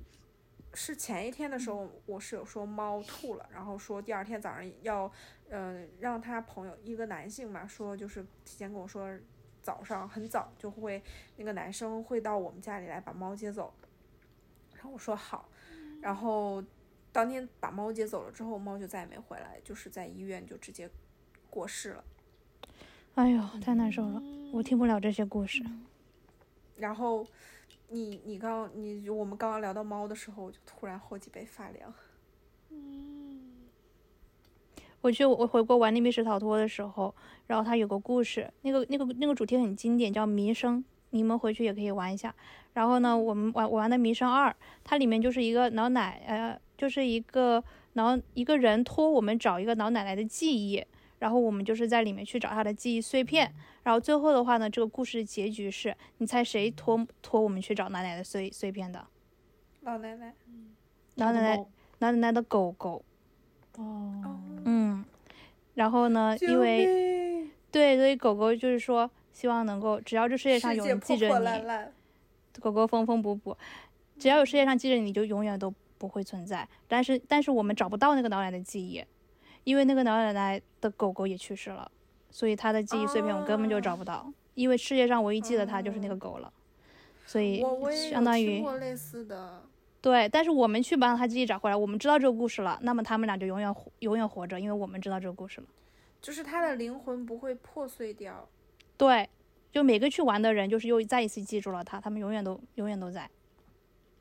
Speaker 2: 是前一天的时候，我室友说猫吐了，然后说第二天早上要嗯、呃让他朋友一个男性嘛，说就是提前跟我说。早上很早就会，那个男生会到我们家里来把猫接走，后我说好，然后当天把猫接走了之后，猫就再也没回来，就是在医院就直接过世了。
Speaker 3: 哎呦，太难受了，我听不了这些故事。
Speaker 2: 然后你你刚你我们刚刚聊到猫的时候，我就突然后脊背发凉。
Speaker 3: 我去我回国玩那密室逃脱的时候，然后它有个故事，那个那个那个主题很经典，叫《迷生》，你们回去也可以玩一下。然后呢，我们玩我玩的《迷生二》，它里面就是一个老奶呃，就是一个老一个人托我们找一个老奶奶的记忆，然后我们就是在里面去找她的记忆碎片。然后最后的话呢，这个故事的结局是，你猜谁托托我们去找奶奶的碎碎片的？
Speaker 2: 老奶奶，
Speaker 3: 老奶
Speaker 1: 嗯
Speaker 3: 奶，老奶奶的狗狗。
Speaker 1: 哦，
Speaker 3: 嗯，然后呢，因为
Speaker 2: 为
Speaker 3: 对，所以狗狗就是说，希望能够，只要这世界上
Speaker 2: 世
Speaker 3: 有
Speaker 2: 界
Speaker 3: 人
Speaker 2: 破
Speaker 3: 记着
Speaker 2: 破
Speaker 3: 你，
Speaker 2: 烂烂，
Speaker 3: 狗狗缝缝补补，只要有世界上记着你，就永远都不会存在。但是，但是我们找不到那个老奶奶的记忆，因为那个老奶奶的狗狗也去世了，所以它的记忆碎片我根本就
Speaker 2: 哦
Speaker 3: 找不到，因为世界上唯一记得它就是那个狗了，所以
Speaker 2: 我我也有
Speaker 3: 相当
Speaker 2: 听
Speaker 3: 于
Speaker 2: 过类似的，
Speaker 3: 对。但是我们去帮它记忆找回来，我们知道这个故事了，那么他们俩就永远活永远活着，因为我们知道这个故事了。
Speaker 2: 就是它的灵魂不会破碎掉。
Speaker 3: 对，就每个去玩的人，就是又再一次记住了他，他们永远都永远都在。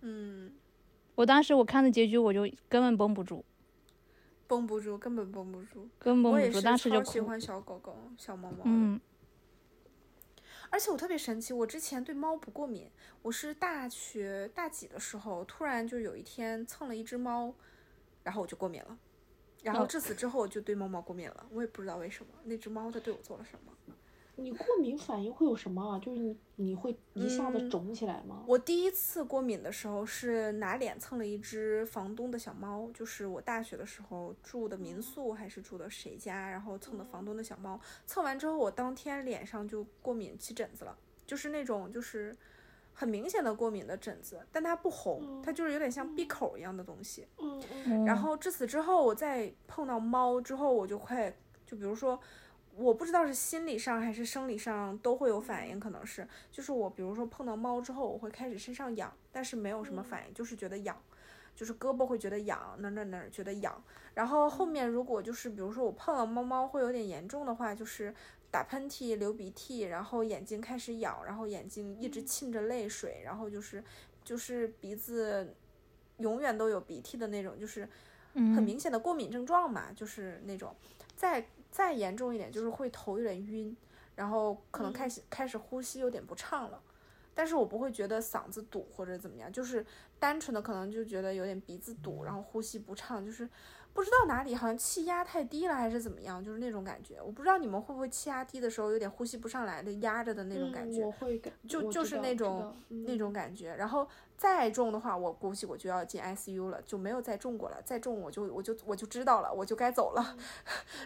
Speaker 2: 嗯，
Speaker 3: 我当时我看的结局，我就根本绷不住，
Speaker 2: 绷不住，根本绷不住。
Speaker 3: 根本
Speaker 2: 我
Speaker 3: 绷
Speaker 2: 也
Speaker 3: 不住，
Speaker 2: 是
Speaker 3: 当时就
Speaker 2: 超喜
Speaker 3: 哭。
Speaker 2: 欢小狗狗、小猫猫的。
Speaker 3: 嗯，
Speaker 2: 而且我特别神奇，我之前对猫不过敏，我是大学大几的时候，突然就有一天蹭了一只猫，然后我就过敏了。然后
Speaker 3: 哦
Speaker 2: 至此之后，我就对猫猫过敏了，我也不知道为什么。那只猫它对我做了什么？
Speaker 1: 你过敏反应会有什么啊？就是你你会一下子肿起来吗？
Speaker 2: 我第一次过敏的时候是拿脸蹭了一只房东的小猫，就是我大学的时候住的民宿还是住的谁家，然后蹭的房东的小猫，蹭完之后我当天脸上就过敏起疹子了，就是那种就是很明显的过敏的疹子，但它不红，它就是有点像闭口一样的东西。
Speaker 1: 嗯嗯
Speaker 3: 哦
Speaker 2: 然后至此之后，我再碰到猫之后，我就会，就比如说，我不知道是心理上还是生理上都会有反应，可能是，就是我比如说碰到猫之后，我会开始身上痒，但是没有什么反应，就是觉得痒，就是胳膊会觉得痒，哪儿哪儿哪儿觉得痒。然后后面如果就是比如说我碰到猫猫会有点严重的话，就是。打喷嚏、流鼻涕，然后眼睛开始痒，然后眼睛一直沁着泪水，然后就是就是鼻子永远都有鼻涕的那种，就是
Speaker 3: 嗯
Speaker 2: 很明显的过敏症状嘛，就是那种，再再严重一点就是会头有点晕，然后可能开始、开始呼吸有点不畅了，但是我不会觉得嗓子堵或者怎么样，就是单纯的可能就觉得有点鼻子堵，然后呼吸不畅，就是不知道哪里好像气压太低了还是怎么样，就是那种感觉。我不知道你们会不会气压低的时候有点呼吸不上来的压着的那种感觉。
Speaker 1: 嗯我会感，
Speaker 2: 就
Speaker 1: 我
Speaker 2: 就
Speaker 1: 知
Speaker 2: 是
Speaker 1: 道
Speaker 2: 那
Speaker 1: 知
Speaker 2: 种
Speaker 1: 道嗯
Speaker 2: 那种感觉。然后再重的话，我估计我就要进 ICU 了，就没有再重过了。再重我就我就我就知道了，我就该走了。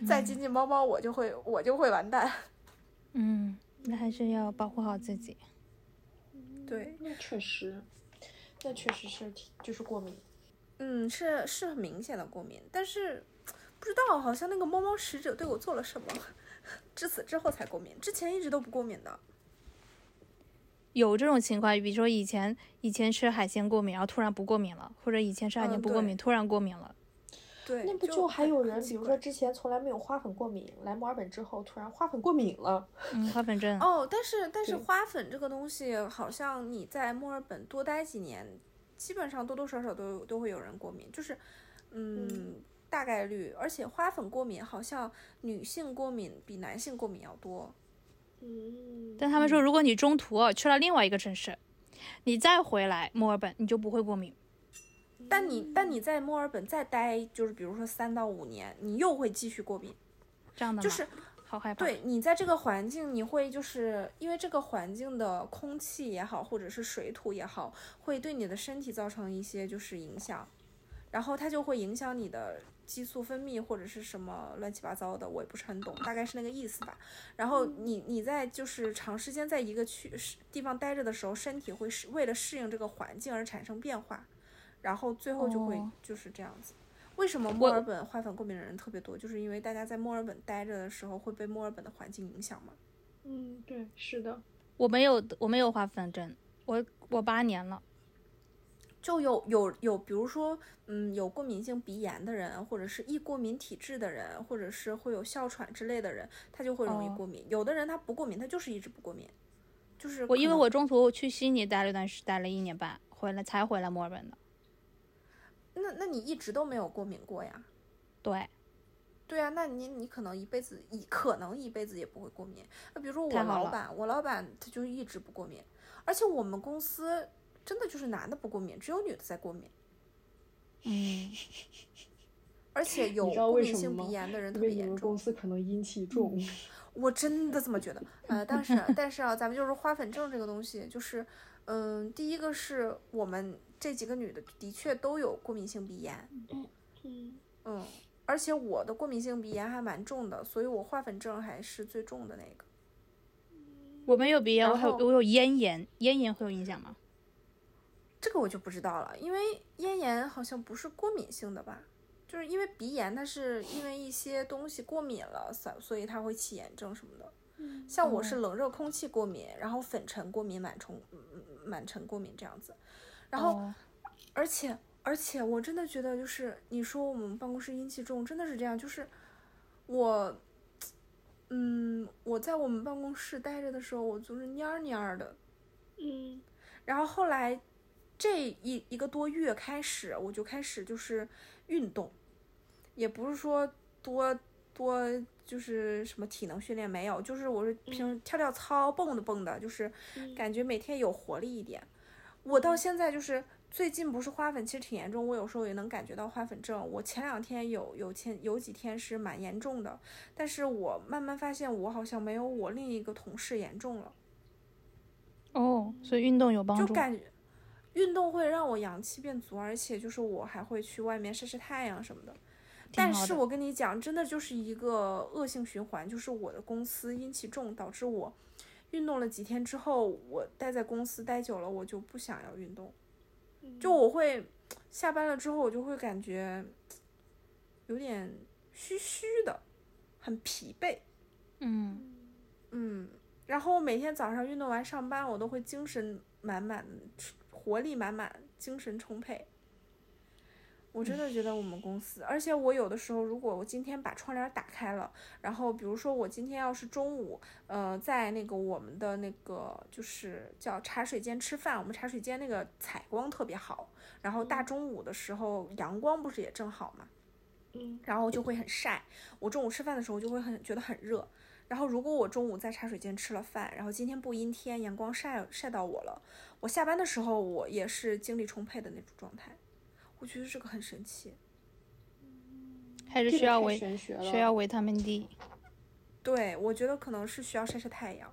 Speaker 1: 嗯
Speaker 2: 再进进猫猫，我就会我就会完蛋。
Speaker 3: 嗯，那还是要保护好自己。
Speaker 1: 嗯
Speaker 2: 对，
Speaker 1: 那确实，那确实是挺就是过敏。
Speaker 2: 嗯，是是很明显的过敏，但是不知道好像那个猫猫使者对我做了什么， 至此之后才过敏，之前一直都不过敏的。
Speaker 3: 有这种情况，比如说以前以前吃海鲜过敏，然后突然不过敏了，或者以前吃海鲜
Speaker 2: 嗯
Speaker 3: 不过
Speaker 2: 对
Speaker 3: 敏，突然过敏了。
Speaker 2: 对，
Speaker 1: 那不
Speaker 2: 就
Speaker 1: 还有人，比如说
Speaker 2: 这。
Speaker 1: 之前从来没有花粉过敏，来墨尔本之后突然花粉过敏了。
Speaker 3: 嗯，花粉症。
Speaker 2: 哦，但是但是
Speaker 1: 对
Speaker 2: 花粉这个东西，好像你在墨尔本多待几年，基本上多多少少都有都会有人过敏，就是，嗯，
Speaker 1: 嗯
Speaker 2: 大概率。而且花粉过敏好像女性过敏比男性过敏要多。
Speaker 1: 嗯，
Speaker 3: 但他们说，如果你中途哦去了另外一个城市，你再回来墨尔本，你就不会过敏。
Speaker 2: 但你但
Speaker 1: 嗯
Speaker 2: 你在墨尔本再待，就是比如说三到五年，你又会继续过敏，
Speaker 3: 这样的吗？
Speaker 2: 就是
Speaker 3: 好害怕。
Speaker 2: 对你在这个环境，你会就是因为这个环境的空气也好，或者是水土也好，会对你的身体造成一些就是影响，然后它就会影响你的激素分泌或者是什么乱七八糟的，我也不是很懂，大概是那个意思吧。然后你你在就是长时间在一个区是地方待着的时候，身体会适为了适应这个环境而产生变化，然后最后就会
Speaker 3: 哦
Speaker 2: 就是这样子。为什么墨
Speaker 3: 我
Speaker 2: 尔本花粉过敏的人特别多？就是因为大家在墨尔本待着的时候会被墨尔本的环境影响嘛。
Speaker 1: 嗯，对，是的，
Speaker 3: 我没有，我没有花粉症，我我八年了。
Speaker 2: 就有有有，比如说，嗯，有过敏性鼻炎的人，或者是易过敏体质的人，或者是会有哮喘之类的人，他就会容易
Speaker 1: 哦
Speaker 2: 过敏。有的人他不过敏，他就是一直不过敏，就是
Speaker 3: 我
Speaker 2: 可
Speaker 3: 因为
Speaker 2: 能
Speaker 3: 我中途去悉尼待了一段时，待了一年半，回来才回来墨尔本的。
Speaker 2: 那那你一直都没有过敏过呀？
Speaker 3: 对，
Speaker 2: 对啊，那你你可能一辈子一可能一辈子也不会过敏。那比如说我
Speaker 3: 太好
Speaker 2: 老
Speaker 3: 了
Speaker 2: 板，我老板他就一直不过敏，而且我们公司真的就是男的不过敏，只有女的在过敏，
Speaker 3: 嗯，
Speaker 2: 而且有
Speaker 1: 你知道
Speaker 2: 过
Speaker 1: 为
Speaker 2: 敏
Speaker 1: 什么
Speaker 2: 性
Speaker 1: 吗
Speaker 2: 鼻炎的人特
Speaker 1: 因
Speaker 2: 别
Speaker 1: 为你
Speaker 2: 严
Speaker 1: 们
Speaker 2: 重
Speaker 1: 公。司可能阴
Speaker 3: 嗯
Speaker 1: 气重，
Speaker 2: 我真的这么觉得。呃，但是但是啊，咱们就是花粉症这个东西，就是，嗯，第一个是我们这几个女的的确都有过敏性鼻炎，
Speaker 1: 嗯，
Speaker 2: 嗯，而且我的过敏性鼻炎还蛮重的，所以我花粉症还是最重的那个。
Speaker 3: 我没有鼻炎，我还有
Speaker 2: 然后
Speaker 3: 我有咽炎，咽炎会有影响吗？
Speaker 2: 这个我就不知道了，因为咽炎好像不是过敏性的吧？就是因为鼻炎，它是因为一些东西过敏了，所所以它会起炎症什么的。像我是冷热空气过敏，然后粉尘过敏、螨虫、嗯嗯螨尘过敏这样子。然后，
Speaker 3: 哦
Speaker 2: 而且而且，我真的觉得就是你说我们办公室阴气重，真的是这样。就是我，嗯，我在我们办公室待着的时候，我就是蔫儿蔫儿的，
Speaker 1: 嗯，
Speaker 2: 然后后来这一一个多月开始，我就开始就是运动，也不是说多多就是什么体能训练没有，就是我是平时跳跳操、蹦的蹦的，就是感觉每天有活力一点。我到现在就是最近不是花粉，其实挺严重，我有时候也能感觉到花粉症。我前两天有有前有几天是蛮严重的，但是我慢慢发现我好像没有我另一个同事严重了。
Speaker 3: 哦，所以运动有帮
Speaker 2: 就
Speaker 3: 助。
Speaker 2: 感觉运动会让我阳气变足，而且就是我还会去外面晒晒太阳什么的。但
Speaker 3: 好
Speaker 2: 是
Speaker 3: 的
Speaker 2: 我跟你讲，真的就是一个恶性循环，就是我的公司阴气重，导致我运动了几天之后，我待在公司待久了，我就不想要运动，就我会下班了之后，我就会感觉有点虚虚的，很疲惫。
Speaker 3: 嗯，
Speaker 2: 嗯，然后每天早上运动完上班，我都会精神满满、活力满满、精神充沛。我真的觉得我们公司，而且我有的时候，如果我今天把窗帘打开了，然后比如说我今天要是中午，呃，在那个我们的那个就是叫茶水间吃饭，我们茶水间那个采光特别好，然后大中午的时候阳光不是也正好嘛，
Speaker 1: 嗯，
Speaker 2: 然后就会很晒。我中午吃饭的时候就会很觉得很热，然后如果我中午在茶水间吃了饭，然后今天不阴天，阳光晒晒到我了，我下班的时候我也是精力充沛的那种状态。我觉得这个很神奇。
Speaker 3: 还是
Speaker 1: 这
Speaker 3: 需
Speaker 1: 个
Speaker 3: 要
Speaker 1: 太
Speaker 3: 维
Speaker 1: 玄学了，
Speaker 3: 需要维他命 D。
Speaker 2: 对，我觉得可能是需要晒晒太阳。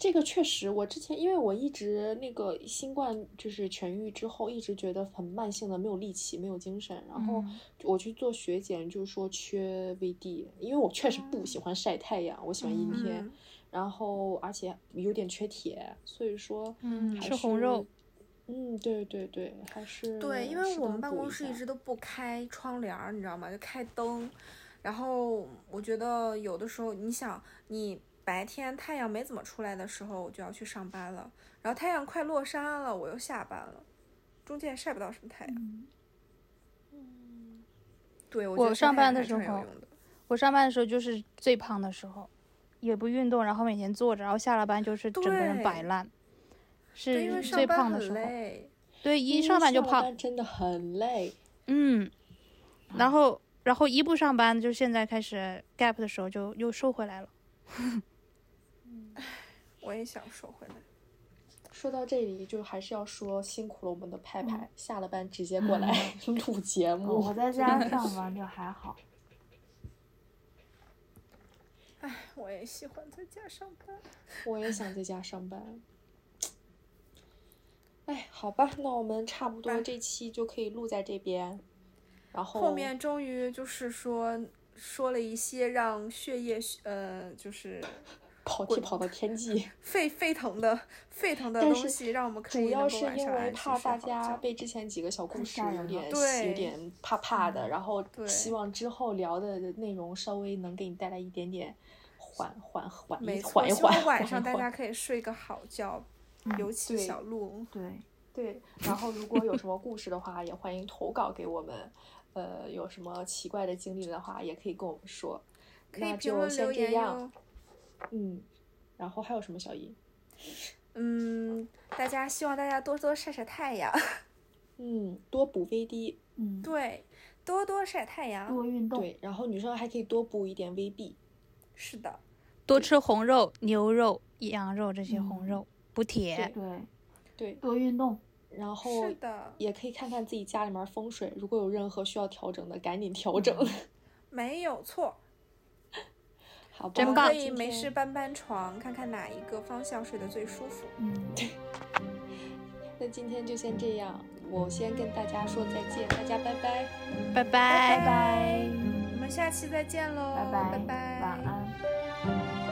Speaker 1: 这个确实，我之前因为我一直那个新冠就是痊愈之后，一直觉得很慢性的没有力气，没有精神。然后
Speaker 3: 嗯
Speaker 1: 我去做血检，就是说缺 VD，因为我确实不喜欢晒太阳，我喜欢阴天，
Speaker 2: 嗯，
Speaker 1: 然后而且有点缺铁，所以说
Speaker 3: 嗯，
Speaker 1: 还
Speaker 3: 吃红肉
Speaker 1: 是。嗯，对对对，还是
Speaker 2: 对，
Speaker 3: 嗯
Speaker 2: 因为
Speaker 1: 适
Speaker 2: 我
Speaker 1: 当
Speaker 2: 们办
Speaker 1: 补
Speaker 2: 公室
Speaker 1: 一
Speaker 2: 一
Speaker 1: 下
Speaker 2: 直都不开窗帘儿，你知道吗？就开灯。然后我觉得有的时候，你想，你白天太阳没怎么出来的时候，我就要去上班了。然后太阳快落山了，我又下班了，中间也晒不到什么太阳。对，我觉
Speaker 3: 嗯我
Speaker 2: 得晒
Speaker 3: 上
Speaker 2: 太阳
Speaker 3: 班的
Speaker 2: 还是
Speaker 3: 时
Speaker 2: 很有
Speaker 3: 候
Speaker 2: 用的
Speaker 3: 我上班的时候就是最胖的时候，也不运动，然后每天坐着，然后下了班就是整个人摆
Speaker 2: 对
Speaker 3: 烂，
Speaker 2: 对，因
Speaker 3: 是
Speaker 2: 为上
Speaker 3: 最
Speaker 2: 班
Speaker 3: 胖的时
Speaker 2: 很
Speaker 3: 候。
Speaker 2: 累。
Speaker 3: 对，一
Speaker 1: 因为
Speaker 3: 上班就
Speaker 1: 了
Speaker 3: 胖，
Speaker 1: 班真的很累。
Speaker 3: 嗯，然后然后一不上班，就现在开始 gap 的时候就又瘦回来了。
Speaker 2: 我也想瘦回来。
Speaker 1: 说到这里，就还是要说辛苦了我们的
Speaker 2: 嗯
Speaker 1: 派派，下了班直接过来 录节
Speaker 2: 哦
Speaker 1: 目。
Speaker 5: 我在家上班就还好。
Speaker 2: 我也喜欢在家上班。
Speaker 1: 我也想在家上班。哎，好吧，那我们差不多
Speaker 2: 吧
Speaker 1: 这期就可以录在这边，然后
Speaker 2: 后面终于就是说说了一些让血液呃就是
Speaker 1: 跑题跑 到天际，
Speaker 2: 沸沸腾的沸腾的
Speaker 1: 但
Speaker 2: 东
Speaker 1: 是
Speaker 2: 西，让我们可
Speaker 1: 主
Speaker 2: 以能
Speaker 1: 要
Speaker 2: 够
Speaker 1: 是
Speaker 2: 晚
Speaker 1: 因
Speaker 2: 上
Speaker 1: 为
Speaker 2: 安心
Speaker 1: 怕
Speaker 2: 睡
Speaker 1: 大
Speaker 2: 好
Speaker 1: 家
Speaker 2: 觉。
Speaker 1: 被之前几个小故事
Speaker 5: 吓
Speaker 1: 有
Speaker 5: 人
Speaker 1: 点
Speaker 5: 了
Speaker 1: 有
Speaker 2: 对嗯
Speaker 1: 点怕怕的，然后
Speaker 2: 对
Speaker 1: 希望之后聊的内容稍微能给你带来一点点缓缓缓
Speaker 2: 没
Speaker 1: 一
Speaker 2: 错，
Speaker 1: 缓一
Speaker 2: 希望
Speaker 1: 缓，
Speaker 2: 晚上大
Speaker 1: 缓一
Speaker 2: 家
Speaker 1: 缓
Speaker 2: 可以睡个好觉，尤其
Speaker 1: 对
Speaker 2: 小鹿。
Speaker 5: 对，
Speaker 1: 对，然后如果有什么故事的话，也欢迎投稿给我们。呃，有什么奇怪的经历的话，也可以跟我们说。
Speaker 2: 可以
Speaker 1: 那
Speaker 2: 评
Speaker 1: 就
Speaker 2: 论
Speaker 1: 先
Speaker 2: 留
Speaker 1: 这
Speaker 2: 言
Speaker 1: 样
Speaker 2: 哟。。
Speaker 1: 嗯，然后还有什么小姨？
Speaker 2: 嗯，大家希望大家多多晒晒太阳，
Speaker 1: 嗯，多补 VD，
Speaker 5: 嗯，
Speaker 2: 对，多多晒太阳。
Speaker 1: 嗯
Speaker 5: 多运动。
Speaker 1: 啊对，然后女生还可以多补一点 VB。
Speaker 2: 是的，
Speaker 3: 多吃红肉、牛肉、羊肉这些红肉补铁。
Speaker 5: 对
Speaker 1: 对，
Speaker 5: 多运动。
Speaker 1: 然后
Speaker 2: 嗯是的，
Speaker 1: 也可以看看自己家里面风水，如果有任何需要调整的，赶紧调整。
Speaker 2: 嗯没有错。
Speaker 1: 好吧，
Speaker 3: 真
Speaker 2: 我们
Speaker 3: 棒
Speaker 2: 可
Speaker 1: 今
Speaker 2: 以没
Speaker 1: 天
Speaker 2: 事搬搬床，看看哪一个方向睡得最舒服。
Speaker 5: 嗯，
Speaker 1: 那今天就先这样，我先跟大家说再见，大家拜拜。
Speaker 3: 拜
Speaker 2: 拜
Speaker 3: 拜。
Speaker 2: 拜，我们下期再见喽，
Speaker 5: 拜
Speaker 2: 拜
Speaker 5: 拜，
Speaker 2: 拜，
Speaker 5: 晚安。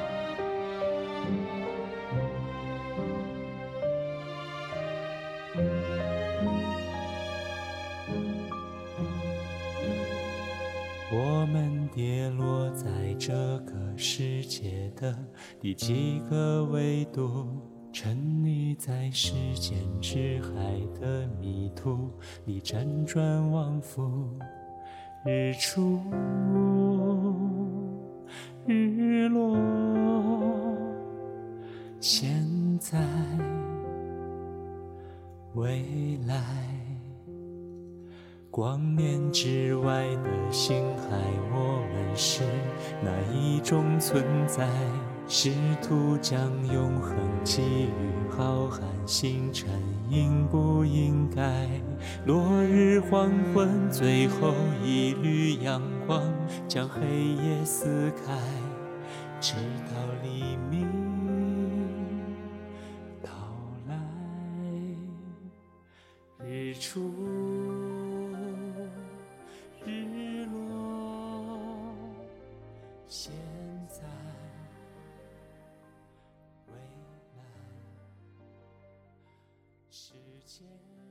Speaker 7: 我们跌落在这个世界的第几个维度？沉溺在时间之海的迷途里辗转往复，日出，日落，现在，未来。光年之外的星海，我们是哪一种存在？试图将永恒寄予浩瀚星辰，应不应该？落日黄昏，最后一缕阳光将黑夜撕开，直到黎明到来。日出，日落，现在，未来，时间。